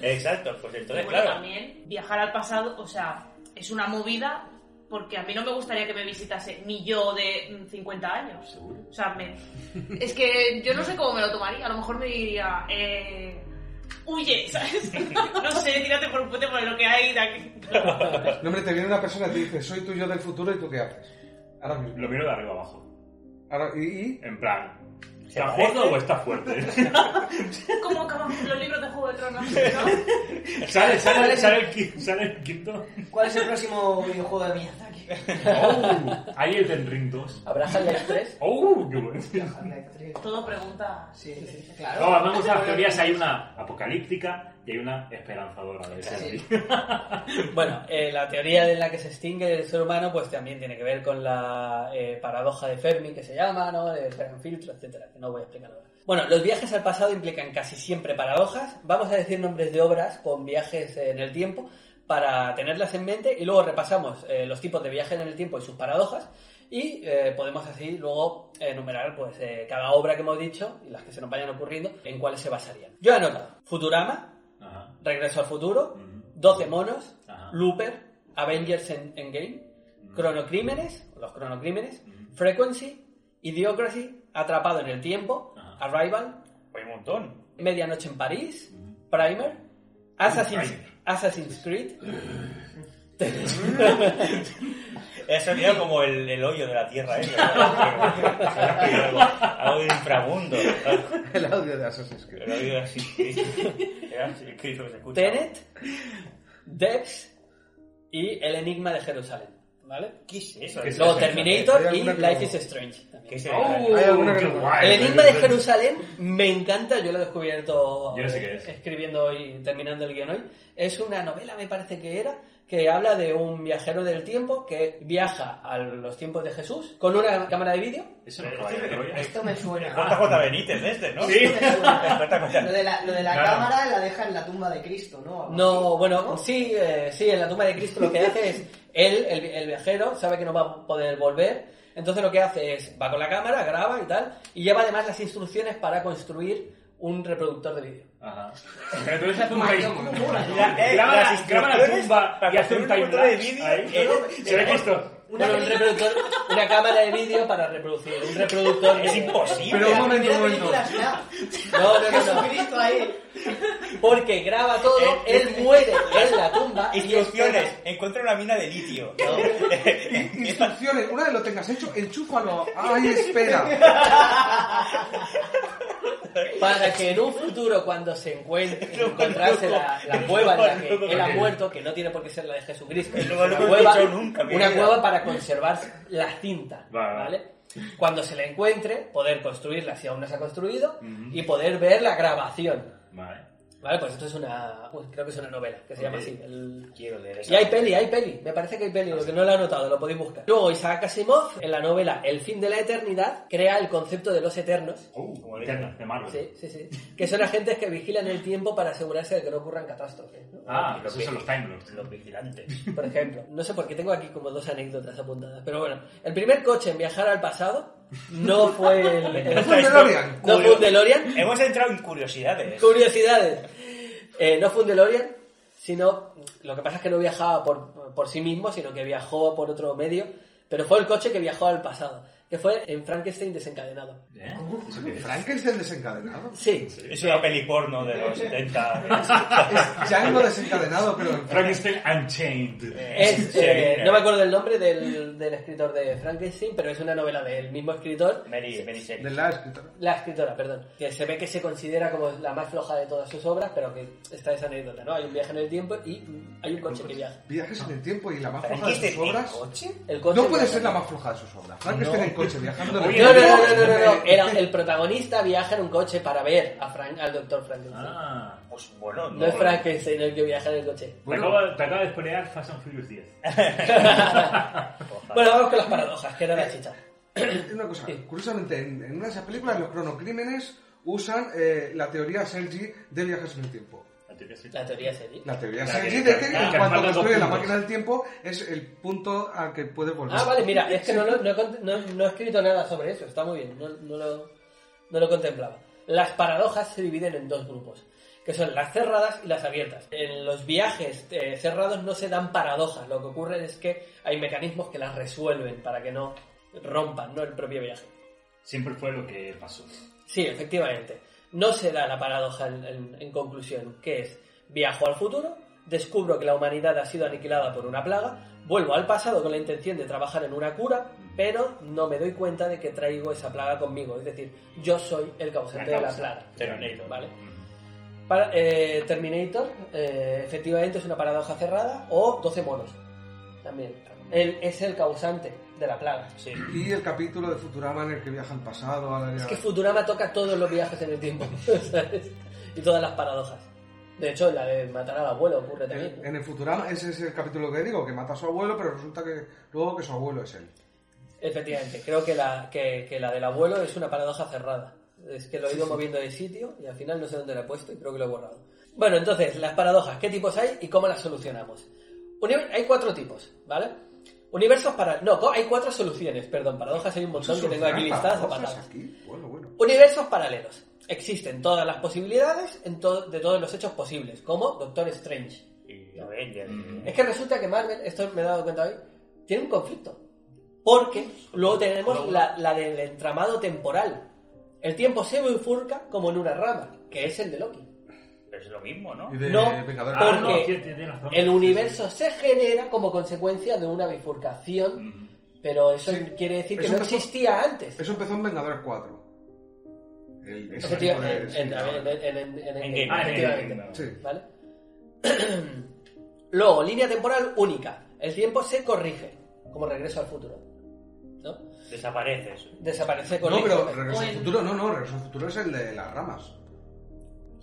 Exacto, pues entonces,
Y bueno,
claro.
también viajar al pasado, o sea, es una movida porque a mí no me gustaría que me visitase ni yo de mm, 50 años. O sea, me- es que yo no sé cómo me lo tomaría. A lo mejor me diría, eh, huye, ¿sabes? no sé, tírate por un puente por lo que hay. de aquí.
No, hombre, te viene una persona y te dice, soy tú y yo del futuro y tú qué haces. Ahora mismo.
Lo miro de arriba abajo.
Ahora, y, y-
En plan.
¿Se
¿Estás
parece?
gordo o estás fuerte?
¿Cómo acaban los libros de Juego de Tronos?
sale, sale, sale, el, qui- sale el quinto.
¿Cuál es el próximo videojuego de Miyazaki?
¡Oh! Hay el del Ring 2.
¿Habrá Half-Life 3?
¡Oh! ¡Qué bueno!
¿no? Todo pregunta.
Sí,
No,
claro.
me gustan las teorías. Hay una apocalíptica, y hay una esperanzadora de ese
Sí.
tipo.
Bueno, eh, la teoría de la que se extingue el ser humano pues también tiene que ver con la eh, paradoja de Fermi que se llama, ¿no? El gran filtro, etcétera, que no voy a explicar ahora. Bueno, los viajes al pasado implican casi siempre paradojas. Vamos a decir nombres de obras con viajes en el tiempo para tenerlas en mente y luego repasamos eh, los tipos de viajes en el tiempo y sus paradojas y eh, podemos así luego enumerar pues eh, cada obra que hemos dicho y las que se nos vayan ocurriendo en cuáles se basarían. Yo he anotado Futurama,
Ajá.
Regreso al futuro,
Ujú.
12 monos,
Ajá. Mm.
Looper, Avengers En- Endgame, Cronocrímenes, los Cronocrímenes, Frequency, Idiocracy, Atrapado en el tiempo,
Ajá.
Arrival,
Hay un montón.
Medianoche en París, Primer, Assassin's,
Mm. Primer.
Assassin's Creed,
Eso sonido como el, el hoyo de la tierra, ¿eh? algo, algo del inframundo.
El audio de Assassin's Creed.
El hoyo así. Era así, el Cristo que se escucha.
Tenet, Debs y El Enigma de Jerusalén. ¿Vale?
¿Qué es eso?
¿Qué es
Luego
sí,
sí,
Terminator
sí.
y
Hay alguna que
Life
no.
is Strange. también.
¿Qué es
¡Oh!
Hay alguna que
¡Qué
no.
guay!
El Enigma de Jerusalén me encanta, yo lo he descubierto
Yo sé qué es.
escribiendo y terminando el guión hoy. Es una novela, me parece que era, que habla de un viajero del tiempo que viaja a los tiempos de Jesús con una cámara de vídeo.
Eso no es caballo de Troya.
Esto me suena.
JJ Benítez este, ¿no?
Sí.
Lo de la, lo de la
Claro.
cámara la deja en la tumba de Cristo, ¿no? Algo
No,
así,
bueno, sí, eh, sí, en la tumba de Cristo lo que hace es, él, el, el viajero, sabe que no va a poder volver, entonces lo que hace es, va con la cámara, graba y tal, y lleva además las instrucciones para construir un reproductor de vídeo.
Ajá. Pero tú haces un país.
¿Cómo mola, no?
La- eh,
Graba
las
la- graba la
instrucciones
tumba
para
y hace un
construir un montón
timelapse
de vídeos.
ahí.
Eh,
Se ve que esto.
Una
Bueno, un
película-
reproductor, una cámara de vídeo para reproducir. Un reproductor de-
Es imposible.
Pero un
La
momento,
primera
un momento.
película es nada.
No, no, no, no.
Jesucristo ahí.
Porque graba todo, él muere en la tumba. y
Eh, Instrucciones.
espera.
Encuentra una mina de litio.
Instrucciones, una vez lo tengas hecho, enchúfalo. ¡Ay, espera!
Para que en un futuro, cuando se encuentre, encontrase la, la cueva en la que él ha muerto, que no tiene por qué ser la de Jesucristo,
El
una
lugar no lo he
cueva,
dicho nunca, mi
una
vida.
cueva para conservar la cinta,
Vale.
¿vale? Cuando se la encuentre, poder construirla si aún no se ha construido y poder ver la grabación.
Vale.
Vale, pues esto es una. pues creo que es una novela que se llama así. el-
Quiero leer
Y hay peli, hay peli. Me parece que hay peli, lo que no lo he anotado, lo podéis buscar. Luego, Isaac Asimov, en la novela El fin de la eternidad, crea el concepto de los eternos.
Uh, Eterna, de Marvel.
Sí, sí, sí. Que son agentes que vigilan el tiempo para asegurarse de que no ocurran catástrofes. ¿no?
Ah, pero esos son los Time Lords.
Los vigilantes.
Por ejemplo, no sé por qué tengo aquí como dos anécdotas apuntadas, pero bueno, el primer coche en viajar al pasado no fue el.
¿No fue un DeLorean?
No fue un DeLorean.
Hemos entrado en curiosidades.
Curiosidades. Eh, no fue un DeLorean, sino. Lo que pasa es que no viajaba por, por sí mismo, sino que viajó por otro medio. Pero fue el coche que viajó al pasado, que fue en Frankenstein desencadenado.
¿Eh?
Pues Frankenstein desencadenado.
Sí.
Es una peli porno de los 70.
Es Django desencadenado, pero en Frankenstein.
Frankenstein Unchained.
Es,
Sí,
eh,
sí.
no me acuerdo del nombre del, del escritor de Frankenstein, pero es una novela del mismo escritor.
Mary, Mary Shelley.
De la escritora.
La escritora, perdón. Que se ve que se considera como la más floja de todas sus obras, pero que está esa anécdota, ¿no? Hay un viaje en el tiempo y hay un coche que viaja.
Viajes en el tiempo y la más floja de
¿Frankenstein
sus obras.
coche?
El coche
No puede
viaja.
ser la más floja de sus obras. Frankenstein en coche viajando en el
No, no,
tiempo.
no, no, no, no, no. Era- el protagonista viaja en un coche para ver a Frank, al doctor Frankenstein.
Ah.
Pues bueno,
no es Frankenstein el que viaja en el coche.
Te acabo, te acabo de spoilear Fast and Furious 10.
Ojalá.
Bueno, vamos con las paradojas, que era la chicha.
Una cosa, curiosamente, en, en una de esas películas los cronocrímenes usan eh, la teoría Sergi de viajes en el tiempo.
La teoría es-
La teoría sería.
La teoría
La que-
Sergi de que
la
en
que
cuanto
faltan dos
construye la
puntos.
máquina del tiempo es el punto al que puede volver.
Ah, vale, mira, es que no, lo- no he cont- no- no he escrito nada sobre eso, está muy bien, no, no lo, no lo contemplaba. Las paradojas se dividen en dos grupos, que son las cerradas y las abiertas. En los viajes eh, cerrados no se dan paradojas, lo que ocurre es que hay mecanismos que las resuelven para que no rompan ¿no? el propio viaje.
Siempre fue lo que pasó.
Sí, efectivamente. No se da la paradoja en, en- en conclusión, que es viajo al futuro, descubro que la humanidad ha sido aniquilada por una plaga, vuelvo al pasado con la intención de trabajar en una cura, pero no me doy cuenta de que traigo esa plaga conmigo. Es decir, yo soy el causante
La
de la
causa.
plaga.
Terminator.
¿Vale?
Mm.
Para- eh, Terminator, eh, efectivamente, es una paradoja cerrada, o 12 monos. También. Él es el causante de la plaga.
Sí.
Y el capítulo de Futurama en el que viaja al pasado. a la-
Es que Futurama toca todos los viajes en el tiempo, ¿sabes? Y todas las paradojas. De hecho, en la de matar al abuelo ocurre también.
En,
¿no?
Eh, en el Futurama, ese es el capítulo que digo, que mata a su abuelo, pero resulta que luego que su abuelo es él.
Efectivamente, creo que la, que, que la del abuelo es una paradoja cerrada. Es que lo he ido moviendo de sitio y al final no sé dónde la he puesto y creo que lo he borrado. Bueno, entonces, las paradojas, ¿qué tipos hay y cómo las solucionamos? Univer- hay cuatro tipos, ¿vale? Universos para... No, co- hay cuatro soluciones, perdón, paradojas hay un montón que tengo aquí listadas
¿Solucionar
zapatadas.
paradojas Pues aquí? Bueno, bueno.
Universos paralelos. Existen todas las posibilidades en to- de todos los hechos posibles, como Doctor Strange.
Y Avengers.
Es que resulta que Marvel, esto me he dado cuenta hoy, tiene un conflicto. Porque luego tenemos la, la del entramado temporal. El tiempo se bifurca como en una rama, que es el de Loki.
Pero es lo mismo, ¿no?
Y de
No,
Vengadores.
porque
Ah, no, sí, tiene razón.
El universo se genera como consecuencia de una bifurcación, pero eso
Sí.
quiere decir que
Eso
no
empezó-
existía antes.
Eso empezó en Vengadores 4. El, ese tipo
Efectivamente,
de- sí,
en- en- en- en- en- en-
Endgame.
Ah, en
efectivamente.
Endgame,
sí.
¿Vale? Luego, línea temporal única. El tiempo se corrige, como regreso al futuro. ¿No?
Desapareces.
Desaparece con
No, pero Regreso
O
al
el-
Futuro, no, no, Regreso al Futuro es el de las ramas.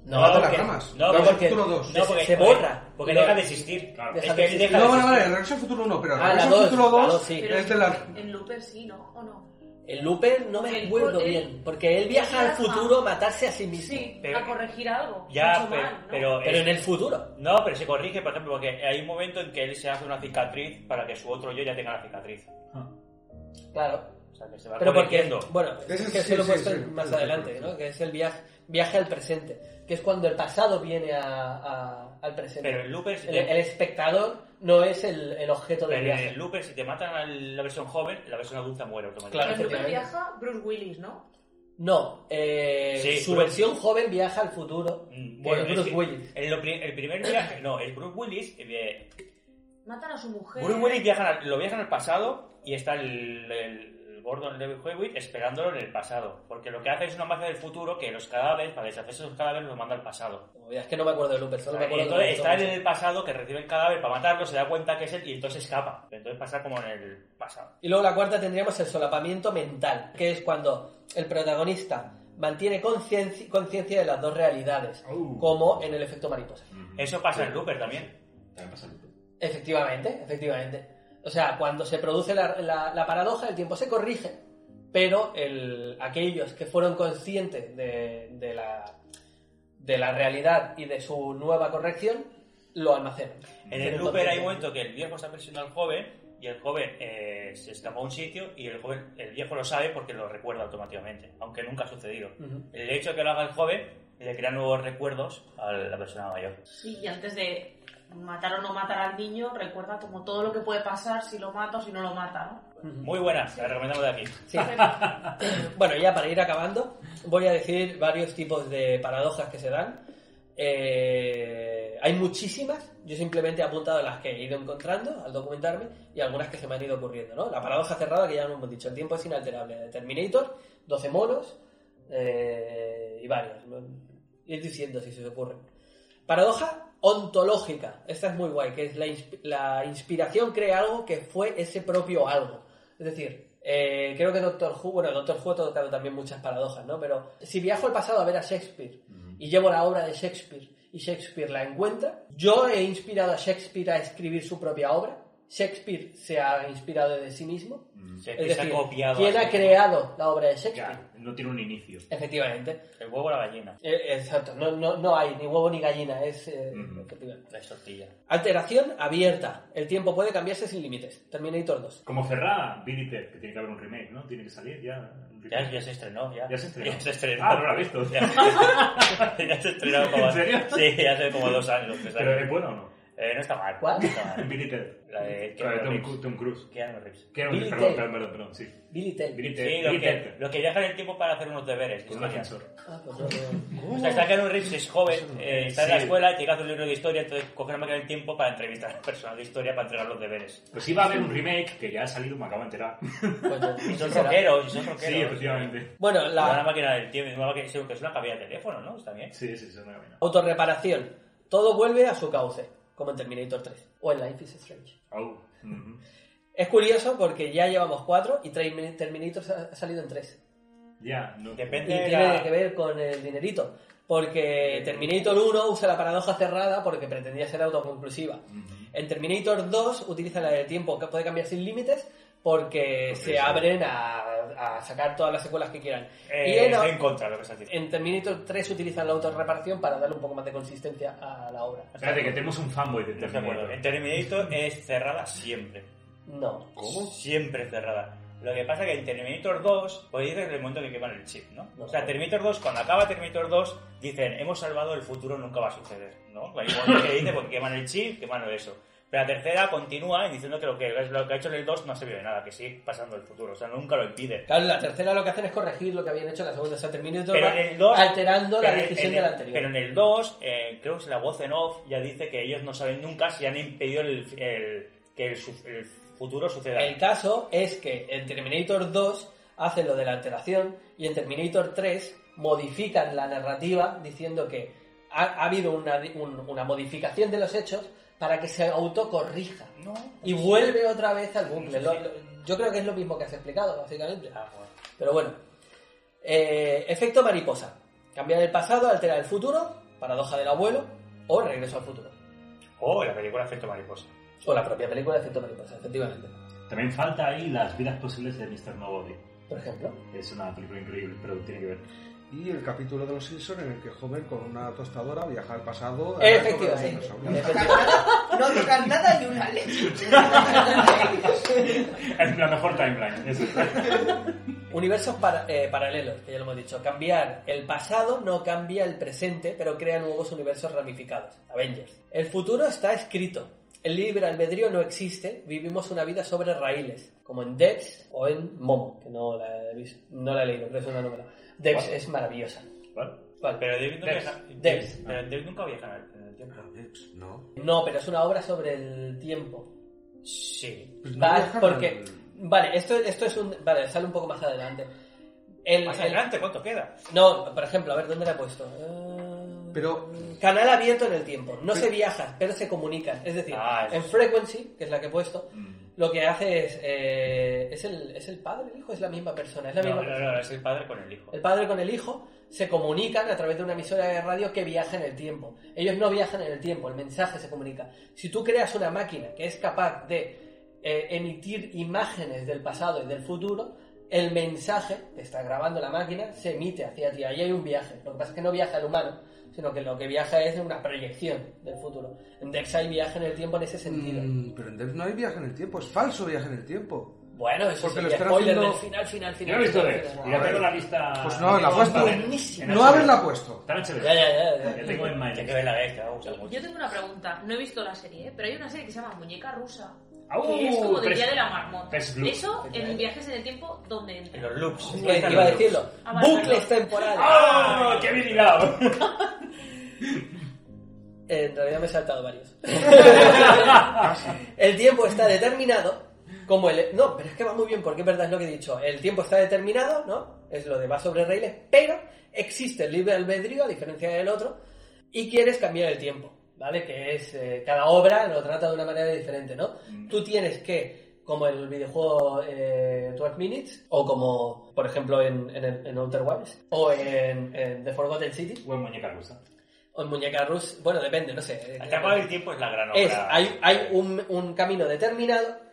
No,
Mata las
porque-
ramas.
no,
Regreso al
porque-
Futuro 2.
No, porque
Se borra.
Porque
No.
deja de existir.
Claro.
Es
Deja
que
de
él
existir.
deja
No,
de
vale, vale,
existir.
Regreso al Futuro 1, pero
Ah,
Regreso
la
al
dos,
Futuro
la
2
dos, sí.
Pero
es de las...
En Looper sí, ¿no? ¿O no?
El Looper no me
El-
acuerdo
el-
bien, porque él
el
viaja al
viaja-
futuro a matarse a sí mismo.
Sí,
Pero-
a corregir algo.
Ya,
Mucho
pero,
mal, ¿no?
pero,
Pero
es-
en el futuro.
No, pero se corrige, por ejemplo, porque hay un momento en que él se hace una cicatriz para que su otro yo ya tenga la cicatriz.
Claro.
O sea, que se va
Pero porque.
corrigiendo.
Bueno, es
Ese
que
sí,
eso lo he
sí,
puesto
sí,
más
sí, sí,
adelante,
sí.
¿no? Que es el viaje, viaje al presente. Que es cuando el pasado viene a- a- al presente.
Pero en Looper, si
el,
te-
el espectador no es el, el objeto del
pero en
viaje.
el Looper, si te matan a la versión joven, la versión adulta muere
Pero
automáticamente.
Claro,
en Looper
efectivamente.
viaja Bruce Willis, ¿no?
No, eh,
Sí,
su
Bruce.
versión joven viaja al futuro.
Mm,
Bueno,
es
Bruce
que
Willis.
en lo pri- el primer viaje, no, el Bruce Willis, eh,
Matan a su mujer.
Bruce Willis viajan al- lo viajan al pasado y está el, el Gordon Levitt Hewitt esperándolo en el pasado. Porque lo que hace es una magia del futuro que los cadáveres, para deshacerse de los cadáveres, los manda al pasado.
Como veas, Es que no me acuerdo de Looper, solo me
Y
acuerdo
entonces
de
está él en el pasado que recibe el cadáver para matarlo, se da cuenta que es él y entonces escapa. Entonces pasa como en el pasado.
Y luego la cuarta tendríamos el solapamiento mental, que es cuando el protagonista mantiene conscienci- conciencia de las dos realidades,
Oh.
como en el efecto mariposa.
Eso pasa en Looper también.
También pasa en-
Efectivamente, efectivamente. O sea, cuando se produce la, la- la paradoja, el tiempo se corrige, pero el- aquellos que fueron conscientes de, de la, de la realidad y de su nueva corrección, lo almacenan.
En el Looper hay un momento que el viejo está presionando al joven y el joven eh, se escapa a un sitio y el, joven, el viejo lo sabe porque lo recuerda automáticamente, aunque nunca ha sucedido.
Ujú.
El hecho de que lo haga el joven le crea nuevos recuerdos a la persona mayor.
Sí, y antes de matar o no matar al niño, recuerda como todo lo que puede pasar si lo mata o si no lo mata, ¿no?
Ujú.
Muy buena, la recomendamos de aquí.
Sí. Bueno, ya para ir acabando, voy a decir varios tipos de paradojas que se dan. Eh, hay muchísimas, yo simplemente he apuntado las que he ido encontrando al documentarme y algunas que se me han ido ocurriendo, ¿no? La paradoja cerrada que ya lo hemos dicho, el tiempo es inalterable, de Terminator, 12 monos eh, y varias. ¿no? Ir diciendo si se os ocurre. Paradoja ontológica, esta es muy guay, que es la, insp- la inspiración crea algo que fue ese propio algo. Es decir, eh, creo que Doctor Who, bueno, Doctor Who ha tocado también muchas paradojas, ¿no? Pero si viajo al pasado a ver a Shakespeare y llevo la obra de Shakespeare y Shakespeare la encuentra, yo he inspirado a Shakespeare a escribir su propia obra, Shakespeare se ha inspirado de sí mismo,
Se,
es
se ha
decir,
copiado.
¿quién
a-
ha creado la obra de Shakespeare?
Ya, no tiene un inicio.
Efectivamente.
El huevo o la gallina.
Eh, Exacto, no, no, no hay ni huevo ni gallina, es... eh,
Ujú.
efectivamente.
La tortilla.
Alteración abierta. El tiempo puede cambiarse sin límites. Terminator 2.
Como cerrada, Billy Ted, que tiene que haber un remake, ¿no? Tiene que salir ya. un
Ya,
remake.
ya se estrenó, ya.
Ya se estrenó.
Ya se estrenó.
Ah, no lo he visto.
Ya, ya se estrenó como...
¿En serio?
Sí, hace como dos años. tres
Pero es
años.
bueno o no?
Eh, no está mal.
¿Cuál?
No está mal.
Billy Ted.
La de
La de
Eh, Keanu
Tom, Cru-
Reeves.
Tom Cruise.
Keanu Reeves.
Que era un-
Billy
Perdón,
Ted.
perdón, perdón, perdón, sí.
Billy Tell.
Billy Ted.
Sí, lo
Billy
que,
Ted.
lo que viaja en el tiempo para hacer unos deberes.
Con un
historias.
ascensor.
Ah, pues no, no, no.
O sea, está Keanu Reeves, es joven, eh, está en la
Sí.
escuela, llega a hacer un libro de historia, entonces coge una máquina del tiempo para entrevistar a personas de historia para entregar los deberes.
Pues iba a haber un remake que ya ha salido, me acabo de enterar.
Pues no,
Y son
será.
rockeros, y son rockeros.
Sí, efectivamente.
Bueno,
Una
la
máquina del tiempo, una máquina, sí, que es una cabina de teléfono, ¿no? Está bien.
Sí, sí, es una buena.
autorreparación. Todo vuelve a su cauce, como en Terminator 3 o en Life is Strange.
Au. Ujú.
Es curioso porque ya llevamos cuatro y Termin- Terminator sa- ha salido en tres.
Ya, no.
Y
Depende de
tiene
la...
que ver con el dinerito. Porque Terminator 1 usa la paradoja cerrada porque pretendía ser autoconclusiva.
Ujú.
En Terminator 2 utiliza la del tiempo que puede cambiar sin límites porque
Porque sí.
se abren a, a sacar todas las secuelas que quieran.
Eh,
y Eh, en,
estoy en contra de lo que estás diciendo.
en Terminator 3 utilizan la autorreparación para darle un poco más de consistencia a la obra.
Espérate, que tenemos un fanboy de
No estoy de acuerdo. En
Terminator.
Terminator es cerrada siempre.
No.
¿Cómo?
Siempre es cerrada. Lo que pasa que en Terminator 2, pues dices en el momento en el que van el chip, ¿no?
No.
O sea, Terminator 2, cuando acaba Terminator 2, dicen, hemos salvado el futuro, nunca va a suceder, ¿no? Igual que dice, porque queman el chip, queman eso. Pero la tercera continúa diciendo que lo que, lo que ha hecho en el 2 no ha servido de nada, que sigue pasando el futuro, o sea, nunca lo impide.
Claro, la tercera lo que hacen es corregir lo que habían hecho en la segunda. O sea, Terminator
Pero
va
en el 2,
alterando la
pero en-
decisión
en
de
el-
la anterior.
Pero en el 2, eh, creo que es la voz en off ya dice que ellos no saben nunca si han impedido el, el- que el, su- el futuro suceda.
El caso es que en Terminator 2 hacen lo de la alteración y en Terminator 3 modifican la narrativa diciendo que ha, ha habido una, di- un- una modificación de los hechos para que se autocorrija.
No.
Y vuelve otra vez al bucle. Lo- lo- yo creo que es lo mismo que has explicado, básicamente.
Ah, bueno.
Pero bueno. Eh, efecto mariposa. Cambiar el pasado, alterar el futuro, paradoja del abuelo o regreso al futuro.
Oh, la película Efecto Mariposa.
O la propia película de efecto mariposa, efectivamente.
También falta ahí Las vidas posibles de Mr. Nobody.
Por ejemplo.
Es una película increíble, pero tiene que ver.
Y el capítulo de los Simpsons en el que Homer con una tostadora viaja al pasado. a la época de los
Efectivamente.
dinosaurios.
No tocar nada y una leche.
Es la mejor timeline. eso.
Universos para- eh, paralelos, que ya lo hemos dicho. Cambiar el pasado no cambia el presente, pero crea nuevos universos ramificados. Avengers. El futuro está escrito. El libre albedrío no existe. Vivimos una vida sobre raíles, como en Dex o en Momo, que no la he, visto- no la he leído, pero es una novela. Dex es maravillosa.
¿Vale?
Vale.
Pero David nunca
Dex.
viaja.
Dex.
Pero David nunca viaja en el- en el tiempo.
No.
No, pero es una obra sobre el tiempo.
Sí.
Pues no
Vale,
viajan
porque.
al-
Vale, esto, esto es un. Vale, sale un poco más adelante. El,
Más
el-
adelante, ¿cuánto queda?
No, por ejemplo, a ver, ¿dónde la he puesto? Eh,
Pero-
Canal abierto en el tiempo. No se viaja, pero se comunican. Es decir,
Ah, eso
en
es.
Frequency, que es la que he puesto,
Mm.
lo que hace es... eh, ¿es, el, ¿Es el padre, el hijo? Es la misma persona. Es la
No,
misma
no,
persona.
no, es el padre con el hijo.
El padre con el hijo se comunican a través de una emisora de radio que viaja en el tiempo. Ellos no viajan en el tiempo, el mensaje se comunica. Si tú creas una máquina que es capaz de eh, emitir imágenes del pasado y del futuro, el mensaje que está grabando la máquina se emite hacia ti. Ahí hay un viaje. Lo que pasa es que no viaja el humano, sino que lo que viaja es una proyección del futuro. En Dex hay viaje en el tiempo en ese sentido.
Mm, pero en Dev no hay viaje en el tiempo, es falso viaje en el tiempo.
Bueno, eso es
Porque lo están
spoiler
haciendo-
del final, final,
Yo no
final.
he visto
final,
Dex.
final.
Y ya tengo la lista.
Pues no, la he puesto.
Buenísima.
No haberla puesto.
Está en HBO.
Ya, ya, ya, ya.
Ya tengo en
Tiene que
Mind.
ver la vez, que me gusta mucho.
Yo tengo una pregunta. No he visto la serie, ¿eh? pero hay una serie que se llama Muñeca Rusa.
Au,
que es como del
Press-
Día de la Marmota.
Press Blue.
Eso en viajes en el tiempo, ¿dónde entra?
En los loops.
Sí, iba a decirlo.
Ah, vale,
Bucles
vale.
temporales.
¡Ah! ¡Qué bien hilado!
En realidad Eh, me he saltado varios. el tiempo está determinado como el... No, pero es que va muy bien porque es verdad es lo que he dicho. El tiempo está determinado, ¿no? Es lo de va sobre raíles, pero existe el libre albedrío a diferencia del otro y quieres cambiar el tiempo, ¿vale? Que es... eh, cada obra lo trata de una manera diferente, ¿no? Tú tienes que, como el videojuego eh, 12 Minutes o como, por ejemplo, en, en, el- en Outer Wilds o en, en The Forgotten City
Buen muñeca rusa.
o en Muñeca Rusa... Bueno, depende, no sé.
Atrapado el tiempo es la gran obra.
Es, hay, hay un, un camino determinado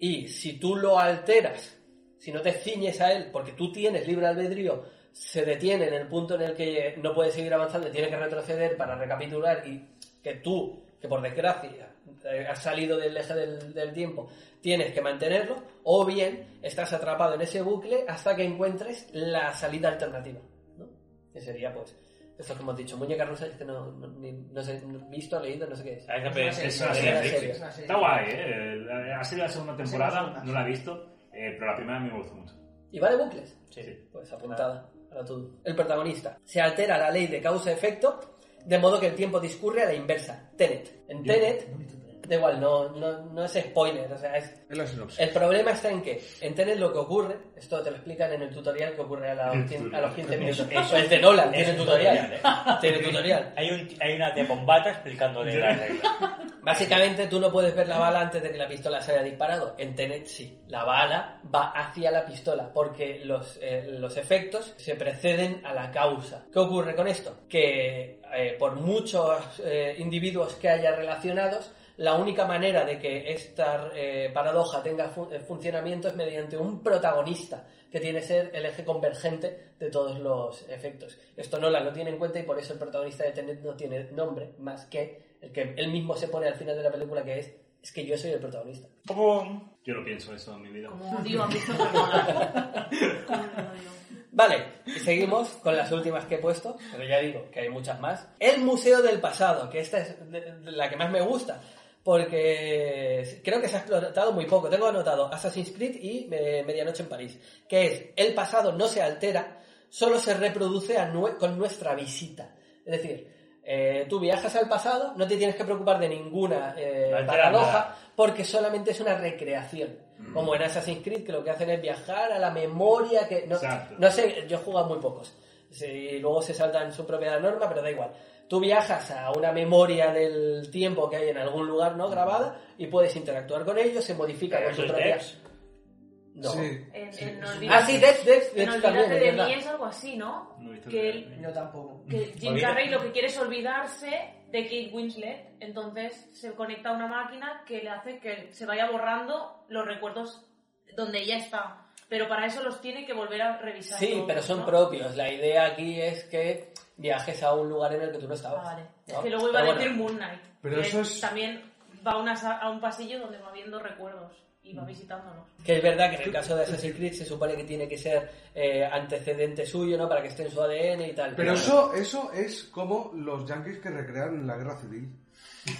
y si tú lo alteras, si no te ciñes a él, porque tú tienes libre albedrío, se detiene en el punto en el que no puedes seguir avanzando, y tiene que retroceder para recapitular y que tú, que por desgracia eh, has salido del eje del, del tiempo, tienes que mantenerlo, o bien estás atrapado en ese bucle hasta que encuentres la salida alternativa, ¿no? Que sería pues... Esto que hemos dicho, muñeca rusa, es que no, no, ni- no sé, no- visto, leído, no sé qué es.
A esa
Es
peli-
una serie,
es una
es
serie,
una
sí,
serie,
sí.
es una serie.
Está guay, ¿eh? Eh, Ha sido la segunda temporada,
segunda.
no la he visto, eh, pero la primera a mí me gustó mucho.
¿Y va de bucles?
Sí.
Pues apuntada para todo. El protagonista. Se altera la ley de causa-efecto, de modo que el tiempo discurre a la inversa. Tenet. En
Bien.
Tenet, da igual, no, no, no es spoiler, o sea, es...
Es la sinopsis.
El problema está en que, en Tenet lo que ocurre, esto te lo explican en el tutorial que ocurre a, la-
El
a los
tutorial.
15
Eso-
minutos.
eso-
es de Nolan, tiene
es un
tutorial.
tutorial,
Tiene tutorial.
Hay, un, hay una de bombata explicándole la regla.
Básicamente tú no puedes ver la bala antes de que la pistola se haya disparado. En Tenet sí, la bala va hacia la pistola porque los, eh, los efectos se preceden a la causa. ¿Qué ocurre con esto? Que eh, por muchos eh, individuos que haya relacionados, la única manera de que esta eh, paradoja tenga fu- eh, funcionamiento es mediante un protagonista que tiene que ser el eje convergente de todos los efectos. Esto Nolan lo tiene en cuenta y por eso el protagonista de Tenet no tiene nombre más que el que él mismo se pone al final de la película que es es que yo soy el protagonista.
Como...
Yo lo pienso eso en mi vida.
Como digo, a mí esto me mola. No, no, no.
Vale, y seguimos con las últimas que he puesto, pero ya digo que hay muchas más. El Museo del Pasado, que esta es de- de la que más me gusta, porque creo que se ha explotado muy poco. Tengo anotado Assassin's Creed y eh, Medianoche en París, que es el pasado no se altera, solo se reproduce a nue- con nuestra visita. Es decir, eh, tú viajas al pasado, no te tienes que preocupar de ninguna eh,
No altera
paradoja,
nada.
porque solamente es una recreación. Como en Assassin's Creed, que lo que hacen es viajar a la memoria que no,
Exacto.
no sé, yo he jugado muy pocos. Sí, luego se saltan su propia norma, pero da igual. Tú viajas a una memoria del tiempo que hay en algún lugar no grabada y puedes interactuar con ellos, se modifica
Pero
con
eso
su
es
propia.
Dex.
No.
Mm. Sí.
En-
Sí,
en
es-
Olvídate.
Ah, sí, Dex, Dex,
En
Dex también,
Olvídate
es
de
verdad.
mí es algo así, ¿no?
No he visto
Que
el-
Yo tampoco.
Que Jim
Olvídate.
Carrey lo que quiere es olvidarse de Kate Winslet, entonces se conecta a una máquina que le hace que se vaya borrando los recuerdos donde ella está. Pero para eso los tiene que volver a revisar.
Sí,
todos,
pero son
¿no?
propios. La idea aquí es que viajes a un lugar en el que tú no estabas.
Ah, vale. Es
¿no?
que luego iba a
Pero
decir
bueno.
Moon Knight.
Pero
que
eso es-
También va a, una sa- a un pasillo donde va viendo recuerdos y
Mm.
va visitándolos.
Que es verdad que en el caso de Assassin's Creed se supone que tiene que ser eh, antecedente suyo, ¿no? Para que esté en su ADN y tal.
Pero eso, eso es como los yankees que recrean la guerra civil.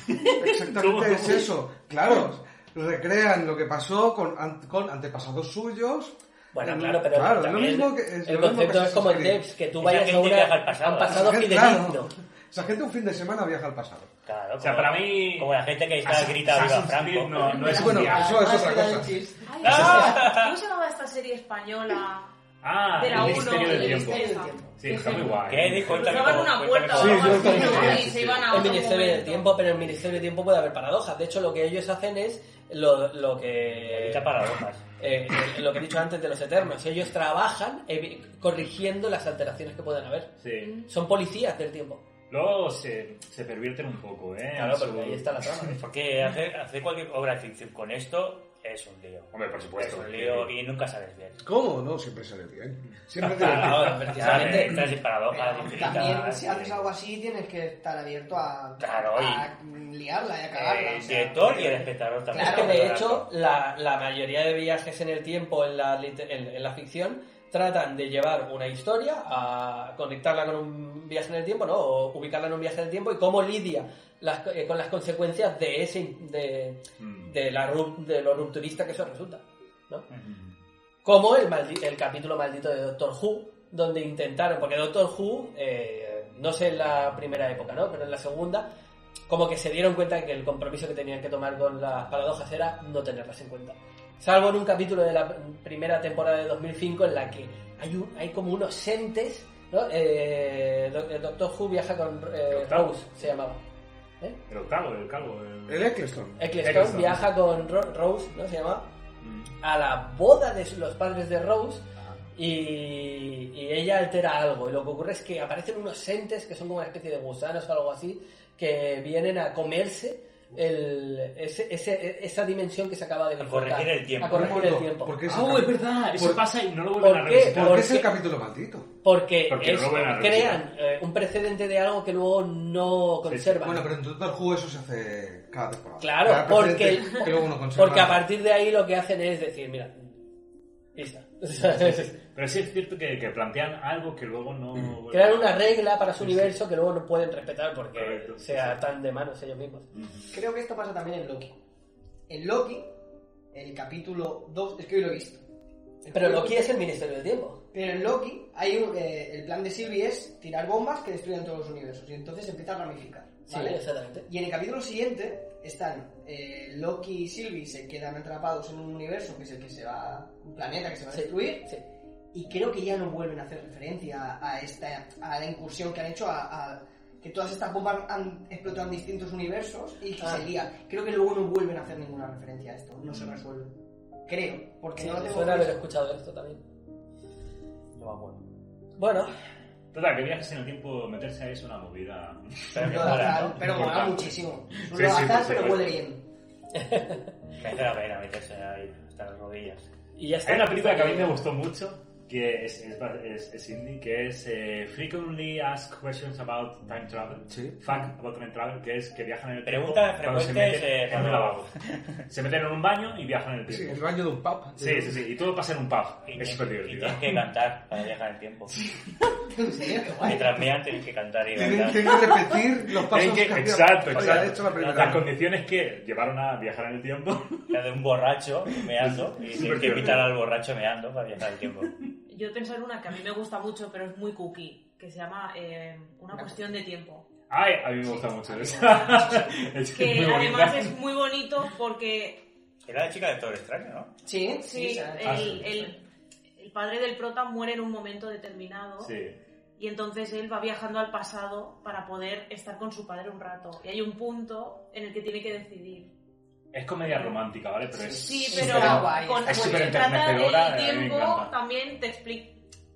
Exactamente es eso. Claro, recrean lo que pasó con, an- con antepasados suyos.
Bueno,
Mm,
claro, pero
claro, es lo
también
mismo que- es
el
lo mismo
concepto
que
es como en
Assassin's
Debs, que tú
Esa
vayas a
gente
una,
viaja al
a
pasado.
un pasado
Esa gente,
fidedigno.
claro. Esa gente un fin de semana viaja al pasado.
Claro,
O sea,
como-
para mí-
Como la gente que está
Assassin's
grita viva
Creed
Franco.
No, no es un
Bueno,
viaje.
eso es
Más
otra
que
cosa.
Yankees.
Ay, ¿Cómo se llamaba esta serie española?
Ah,
de la
el
1
misterio
del
del tiempo.
misterio del
Esa.
tiempo.
Sí, está muy guay.
¿Qué? Di- Cuéntame
Cruzaban
cómo- cuéntame
una puerta o
cómo-
algo
Sí, yo
así,
también
¿no?
creo que
Y se
sí.
iban a
El
otro
Ministerio del
Ah, momento.
Tiempo, pero en el Ministerio del Tiempo puede haber paradojas. De hecho, lo que ellos hacen es lo, lo que...
Muchas paradojas.
eh, eh, lo que he dicho antes de los Eternos. Ellos trabajan evi- corrigiendo las alteraciones que puedan haber.
Sí.
Son policías del tiempo.
Luego se, se pervierten un poco, ¿eh?
Claro,
En
porque
su-
ahí está la trama. ¿eh?
Porque hacer, hacer cualquier obra de ficción con esto es un lío.
Hombre, por
Es
supuesto.
un lío y nunca sabes bien.
¿Cómo? No, siempre sale bien. Siempre sale bien.
Claro,
precisamente.
Entras en paradojas infinitas.
También si haces
y-
algo así tienes que estar abierto a,
Claro,
a liarla y a cagarla.
Eh,
o
El
sea,
director y el espectador también.
Es
Claro,
que de hecho, la, la mayoría de viajes en el tiempo, en la, lit- en, en la ficción, tratan de llevar una historia a conectarla con un viaje en el tiempo, ¿no? O ubicarla en un viaje en el tiempo y cómo lidia las co- eh, con las consecuencias de ese de,
Mm.
de la ru- de lo rupturista que eso resulta, ¿no?
Mm.
Como el, maldi- el capítulo maldito de Doctor Who, donde intentaron, porque Doctor Who, eh, no sé en la primera época, ¿no? Pero en la segunda, como que se dieron cuenta que el compromiso que tenían que tomar con las paradojas era no tenerlas en cuenta. Salvo en un capítulo de la primera temporada de 2005 en la que hay, un- hay como unos entes, ¿no? Eh, Do- el Doctor Who viaja con eh,
Doctor.
Rose, se llamaba. ¿Eh?
El calvo, el calvo. El...
El Eccleston.
Eccleston
Eccleston.
viaja con Ro- Rose, ¿no? Se llamaba.
Mm.
A la boda de los padres de Rose y, y ella altera algo. Y lo que ocurre es que aparecen unos entes que son como una especie de gusanos o algo así, que vienen a comerse el, ese- ese- esa dimensión que se acaba de
corregir
cortar.
el tiempo.
A corregir el tiempo.
¿Por qué es el,
Ah, es
cap-
verdad. Eso
Por-
pasa y no lo vuelven
¿Por
a
qué?
revisitar.
¿Por qué es el
porque-
capítulo maldito?
Porque,
Porque
es-
no van a
crean eh, un precedente de algo que luego no
Sí, sí.
conservan.
Bueno, pero en Doctor Who eso se hace cada temporada.
Claro,
Cada
porque-
precedente que luego no conserva.
Porque a partir de ahí lo que hacen es decir, mira, lista.
Pero sí es cierto que, que plantean algo que luego no.
Mm.
vuelven
Crear
a-
una regla para su universo que luego no pueden respetar porque
Correcto, sí,
sea
sí.
tan de manos ellos mismos.
Creo que esto pasa también en Loki. En Loki, el capítulo 2, es que hoy lo he visto.
Pero Loki es el Ministerio del Tiempo.
Pero en Loki, hay un- eh, el plan de Sylvie es tirar bombas que destruyan todos los universos. Y entonces se empieza a ramificar.
Sí,
¿vale?
exactamente.
Y en el capítulo siguiente están eh, Loki y Sylvie se quedan atrapados en un universo que es el que se va. un planeta que se va a
Sí.
destruir.
Sí.
Y creo que ya no vuelven a hacer referencia a, esta, a la incursión que han hecho a, a- que todas estas bombas han explotado en distintos universos y que
Ah.
se lían. Creo que luego no vuelven a hacer ninguna referencia a esto, no se resuelve. Creo, porque
Sí,
no lo
me
tengo
suena haber
claro.
escuchado esto también.
No me acuerdo.
Bueno,
Total, que viajes en el tiempo, meterse ahí es una movida.
Pero,
Pero
mola, pero mola
Importante.
muchísimo. No
Sí,
lo
sí, por
azar, pero
supuesto.
huele bien.
Merece la pena meterse ahí hasta las rodillas.
y ya está.
Hay una película que a mí me gustó mucho, que es, es, es- es indie, que es eh, Frequently Asked Questions About Time Travel.
Sí.
Fact about Time Travel, que es que viajan en el tiempo.
Preguntas
cuando se
frecuentes,
meten
eh,
en un
cuando-
lavabo. Se meten en un baño y viajan en el
Sí, el
tiempo.
baño de un pub.
Sí, sí, sí. Y todo pasa en un pub.
Y
Es súper
Y
divertido.
tienes que cantar para viajar el tiempo.
¿En serio? Qué guay.
Mientras mean tienes que cantar y
Tienen
bailar.
que repetir los pasos
Tienen que-
que había-
exacto,
había
exacto.
hecho la primera
Las
vez.
condiciones que llevaron a viajar en el tiempo.
La de un borracho meando y tienes que invitar al borracho meando para viajar el tiempo.
Yo pensé en una que a mí me gusta mucho, pero es muy cookie, que se llama eh, Una cuestión de tiempo.
Ay, a mí me gusta mucho esa. Es que es
Que
muy
además
bonita.
es muy bonito porque
Era la chica de todo extraño, ¿no?
Sí,
sí,
sí.
el,
Ah, sí.
el- el padre del prota muere en un momento determinado
Sí.
y entonces él va viajando al pasado para poder estar con su padre un rato. Y hay un punto en el que tiene que decidir.
Es comedia romántica, ¿vale? Pero es
Sí,
Sí,
pero
está guay,
con
está
pues,
súper
trata
enternecedora,
el
a mí me
tiempo
encanta.
también te explica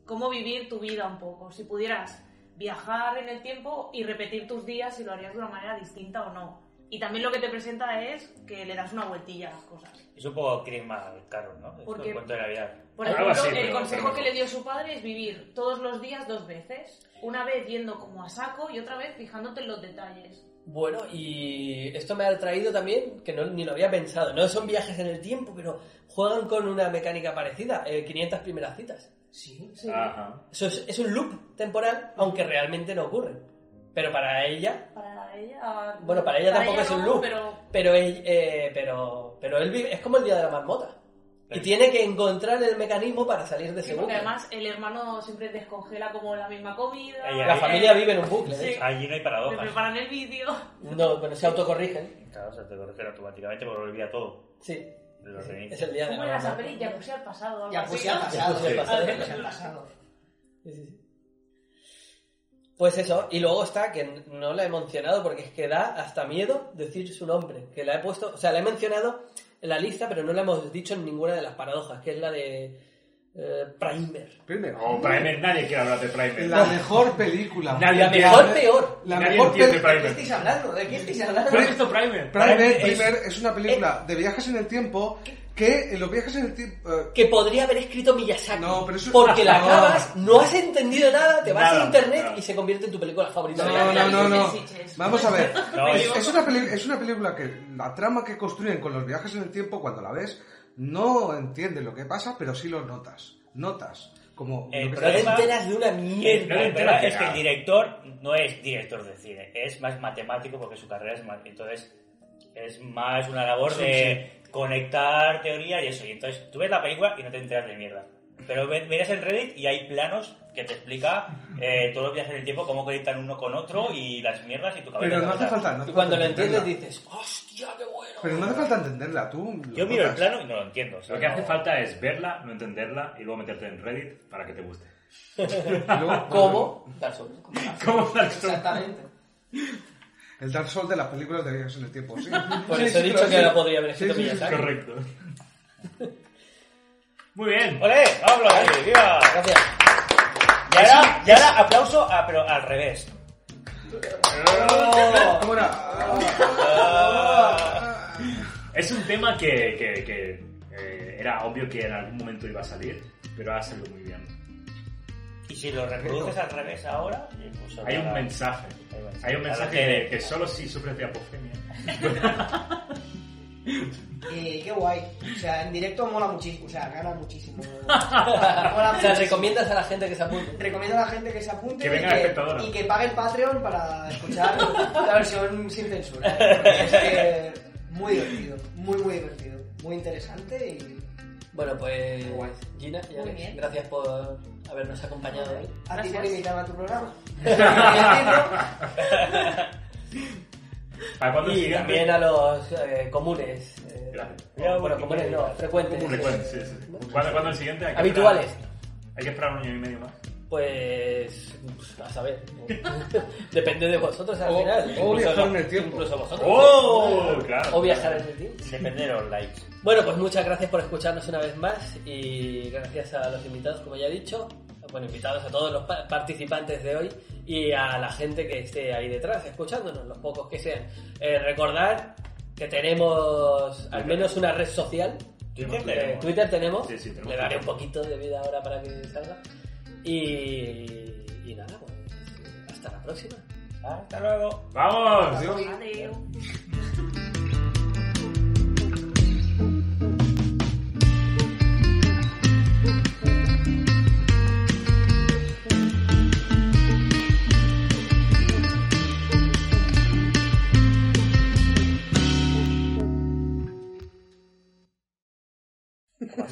cómo vivir tu vida un poco. Si pudieras viajar en el tiempo y repetir tus días, si lo harías de una manera distinta o no. Y también lo que te presenta es que le das una vueltilla a las cosas.
Es un poco Christmas Carol, ¿no? Es
Porque-
un cuento de Navidad.
Por
Algo
ejemplo,
así,
el
pero-
consejo
pero
que le dio su padre es vivir todos los días dos veces. Una vez yendo como a saco y otra vez fijándote en los detalles.
Bueno, y esto me ha traído también, que no, ni lo había pensado, no son viajes en el tiempo, pero juegan con una mecánica parecida, eh, 500 primeras citas.
Sí.
Ajá.
Eso es, es un loop temporal, aunque realmente no ocurre. Pero para ella,
Para ella...
Bueno, para ella tampoco es un
no,
look.
Pero
pero él, eh, pero, pero él vive- es como el día de la marmota. Y
Pero-
tiene que encontrar el mecanismo para salir de
Sí,
ese
porque
bucle.
además el hermano siempre descongela como la misma comida.
Ahí,
La
ahí,
familia vive en un bucle, de
Sí.
hecho.
Allí no hay
Le
paradojas.
preparan el vídeo.
No, pero se autocorrigen.
Claro, o sea, te corrigen automáticamente porque olvida todo.
Sí,
Lo reinicia.
es el día de
¿Cómo
la
era esa
marmota.
peli? Ya puse al pasado. algo
Ya
así,
pues ya ha
¿no?
pasado.
Sí,
Ya
sí.
pues, ya ha pasado.
Sí, sí, sí. Pues eso, y luego está, que no la he mencionado porque es que da hasta miedo decir su nombre, que la he puesto, o sea, la he mencionado en la lista, pero no la hemos dicho en ninguna de las paradojas, que es la de eh, Primer.
Primero.
O Primer, nadie quiere hablar de Primer.
La mejor película.
Nadie
La
entiende-
mejor, peor.
La
nadie
mejor
entiende
pel-
¿De qué
Primer.
estáis hablando? ¿De qué estáis
¿Tú has
hablando?
visto Primer?
Primer,
es-
Primer es una película de viajes en el tiempo que eh, los viajes en el tiempo... eh,
Que podría haber escrito Miyazaki.
No, pero eso-
Porque la
no.
acabas, no has entendido nada, te vas
Nada,
a internet
nada.
y se convierte en tu película favorita.
No,
de la vida.
no, no, no.
Sitges.
Vamos a ver.
No,
es,
yo-
es una peli- es una película que la trama que construyen con los viajes en el tiempo, cuando la ves, no entiendes lo que pasa, pero sí lo notas. Notas. Como
Eh,
lo que
No te
problema-
enteras de una
Eh,
mierda.
no,
No
el
te
problema es
enteras de
que el
nada.
director no es director de cine, es más matemático porque su carrera es más. Entonces, es más una labor de conectar teoría y eso. Y entonces, tú ves la película y no te enteras de mierda. Pero ve- miras en Reddit y hay planos que te explica eh, todos los viajes en el tiempo, cómo conectan uno con otro y las mierdas y tu cabeza.
Pero no hace
explota.
falta. no hace
Y cuando lo
falta
entiendes
entenderla.
dices, hostia, qué bueno.
Pero no hace falta entenderla, tú. lo
Yo miro el
notas.
plano y no lo entiendo. o sea,
Lo que hace
no-
falta es verla, no entenderla y luego meterte en Reddit para que te guste.
Y luego,
¿Cómo? Dark Souls.
¿Cómo
Exactamente.
El Dark Souls de las películas de viajes en el tiempo, sí.
Por
Sí,
eso he
sí,
dicho
claro,
que
sí.
la podría haber
Sí,
escrito
sí, sí,
Miyazaki.
Correcto. Muy bien.
¡Ole! ¡Vámonos! ahí,
Pues
¡Viva!
Gracias.
Y ahora, y ahora aplauso, a- pero al revés.
¿Cómo era? Ah,
Es un tema que, que- que, eh, era obvio que en algún momento iba a salir, pero ha salido muy bien.
Y si lo reproduces al revés ahora, y pues
Hay un
ahora-
mensaje. Hay un mensaje de que solo si sufres de apofenia.
Eh, qué guay. O sea, en directo mola muchísimo. O sea, gana muchísimo. Mola
O sea,
muchísimo.
recomiendas a la gente que se apunte.
Recomiendo a la gente que se apunte
Que venga la
y, que,
espectadora.
y que pague el Patreon para escuchar la versión sin censura. ¿eh? Porque Es que muy divertido, muy muy divertido, muy interesante y
Bueno, pues
Guay.
Gina, y
Muy
Alex,
bien.
gracias por habernos acompañado hoy.
a ti por
Gracias.
invitarme a tu programa. Divertido.
¿Para cuándo Ah, el
Y
siguiente?
también a los eh, comunes. eh,
Gracias.
bueno, comunes no, frecuentes.
Recuerden, sí, sí. ¿Cuándo, cuándo el siguiente? Hay que
Habituales.
esperar- hay que esperar un año y medio más.
Pues. A saber. Depende de vosotros al
O-
final.
o viajar
no-
en el tiempo.
Incluso vosotros.
¡Oh! Claro.
O viajar en el tiempo.
Depende de los likes.
Bueno, pues muchas gracias por escucharnos una vez más y gracias a los invitados, como ya he dicho. Bueno, invitados a todos los pa- participantes de hoy y a la gente que esté ahí detrás escuchándonos, los pocos que sean. Eh, recordad que tenemos al menos una red social.
Twitter
Eh,
tenemos.
Twitter tenemos.
Sí, sí, tenemos
Le daré un
Twitter.
poquito de vida ahora para que salga. Y, y nada, pues hasta la próxima.
Hasta luego.
¡Vamos!
Adiós.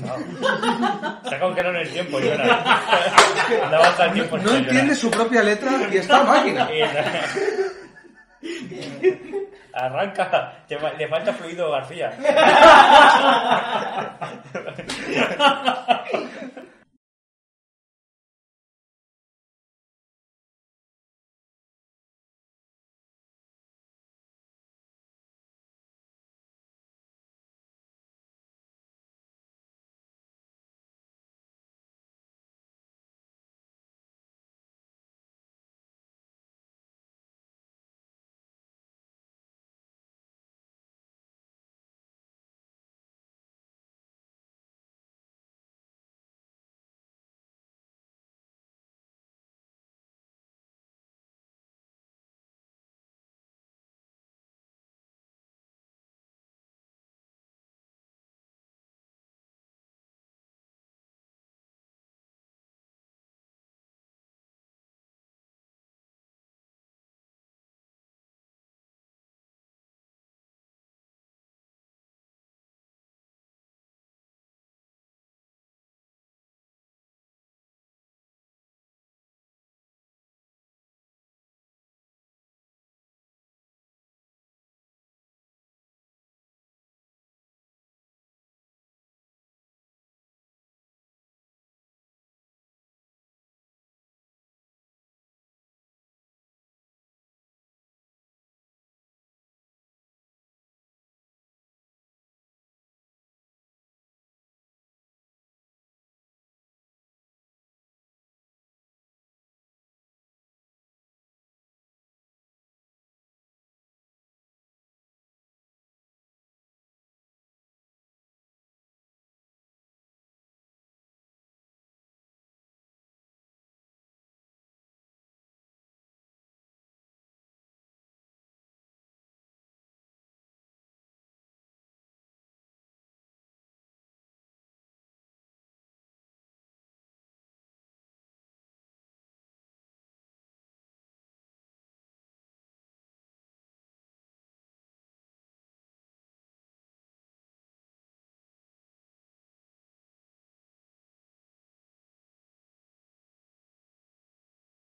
Se ha congelado en el tiempo, Jonas. No avanza el tiempo.
No entiende su propia letra y está a máquina.
Arranca. Te fa- le falta fluido García.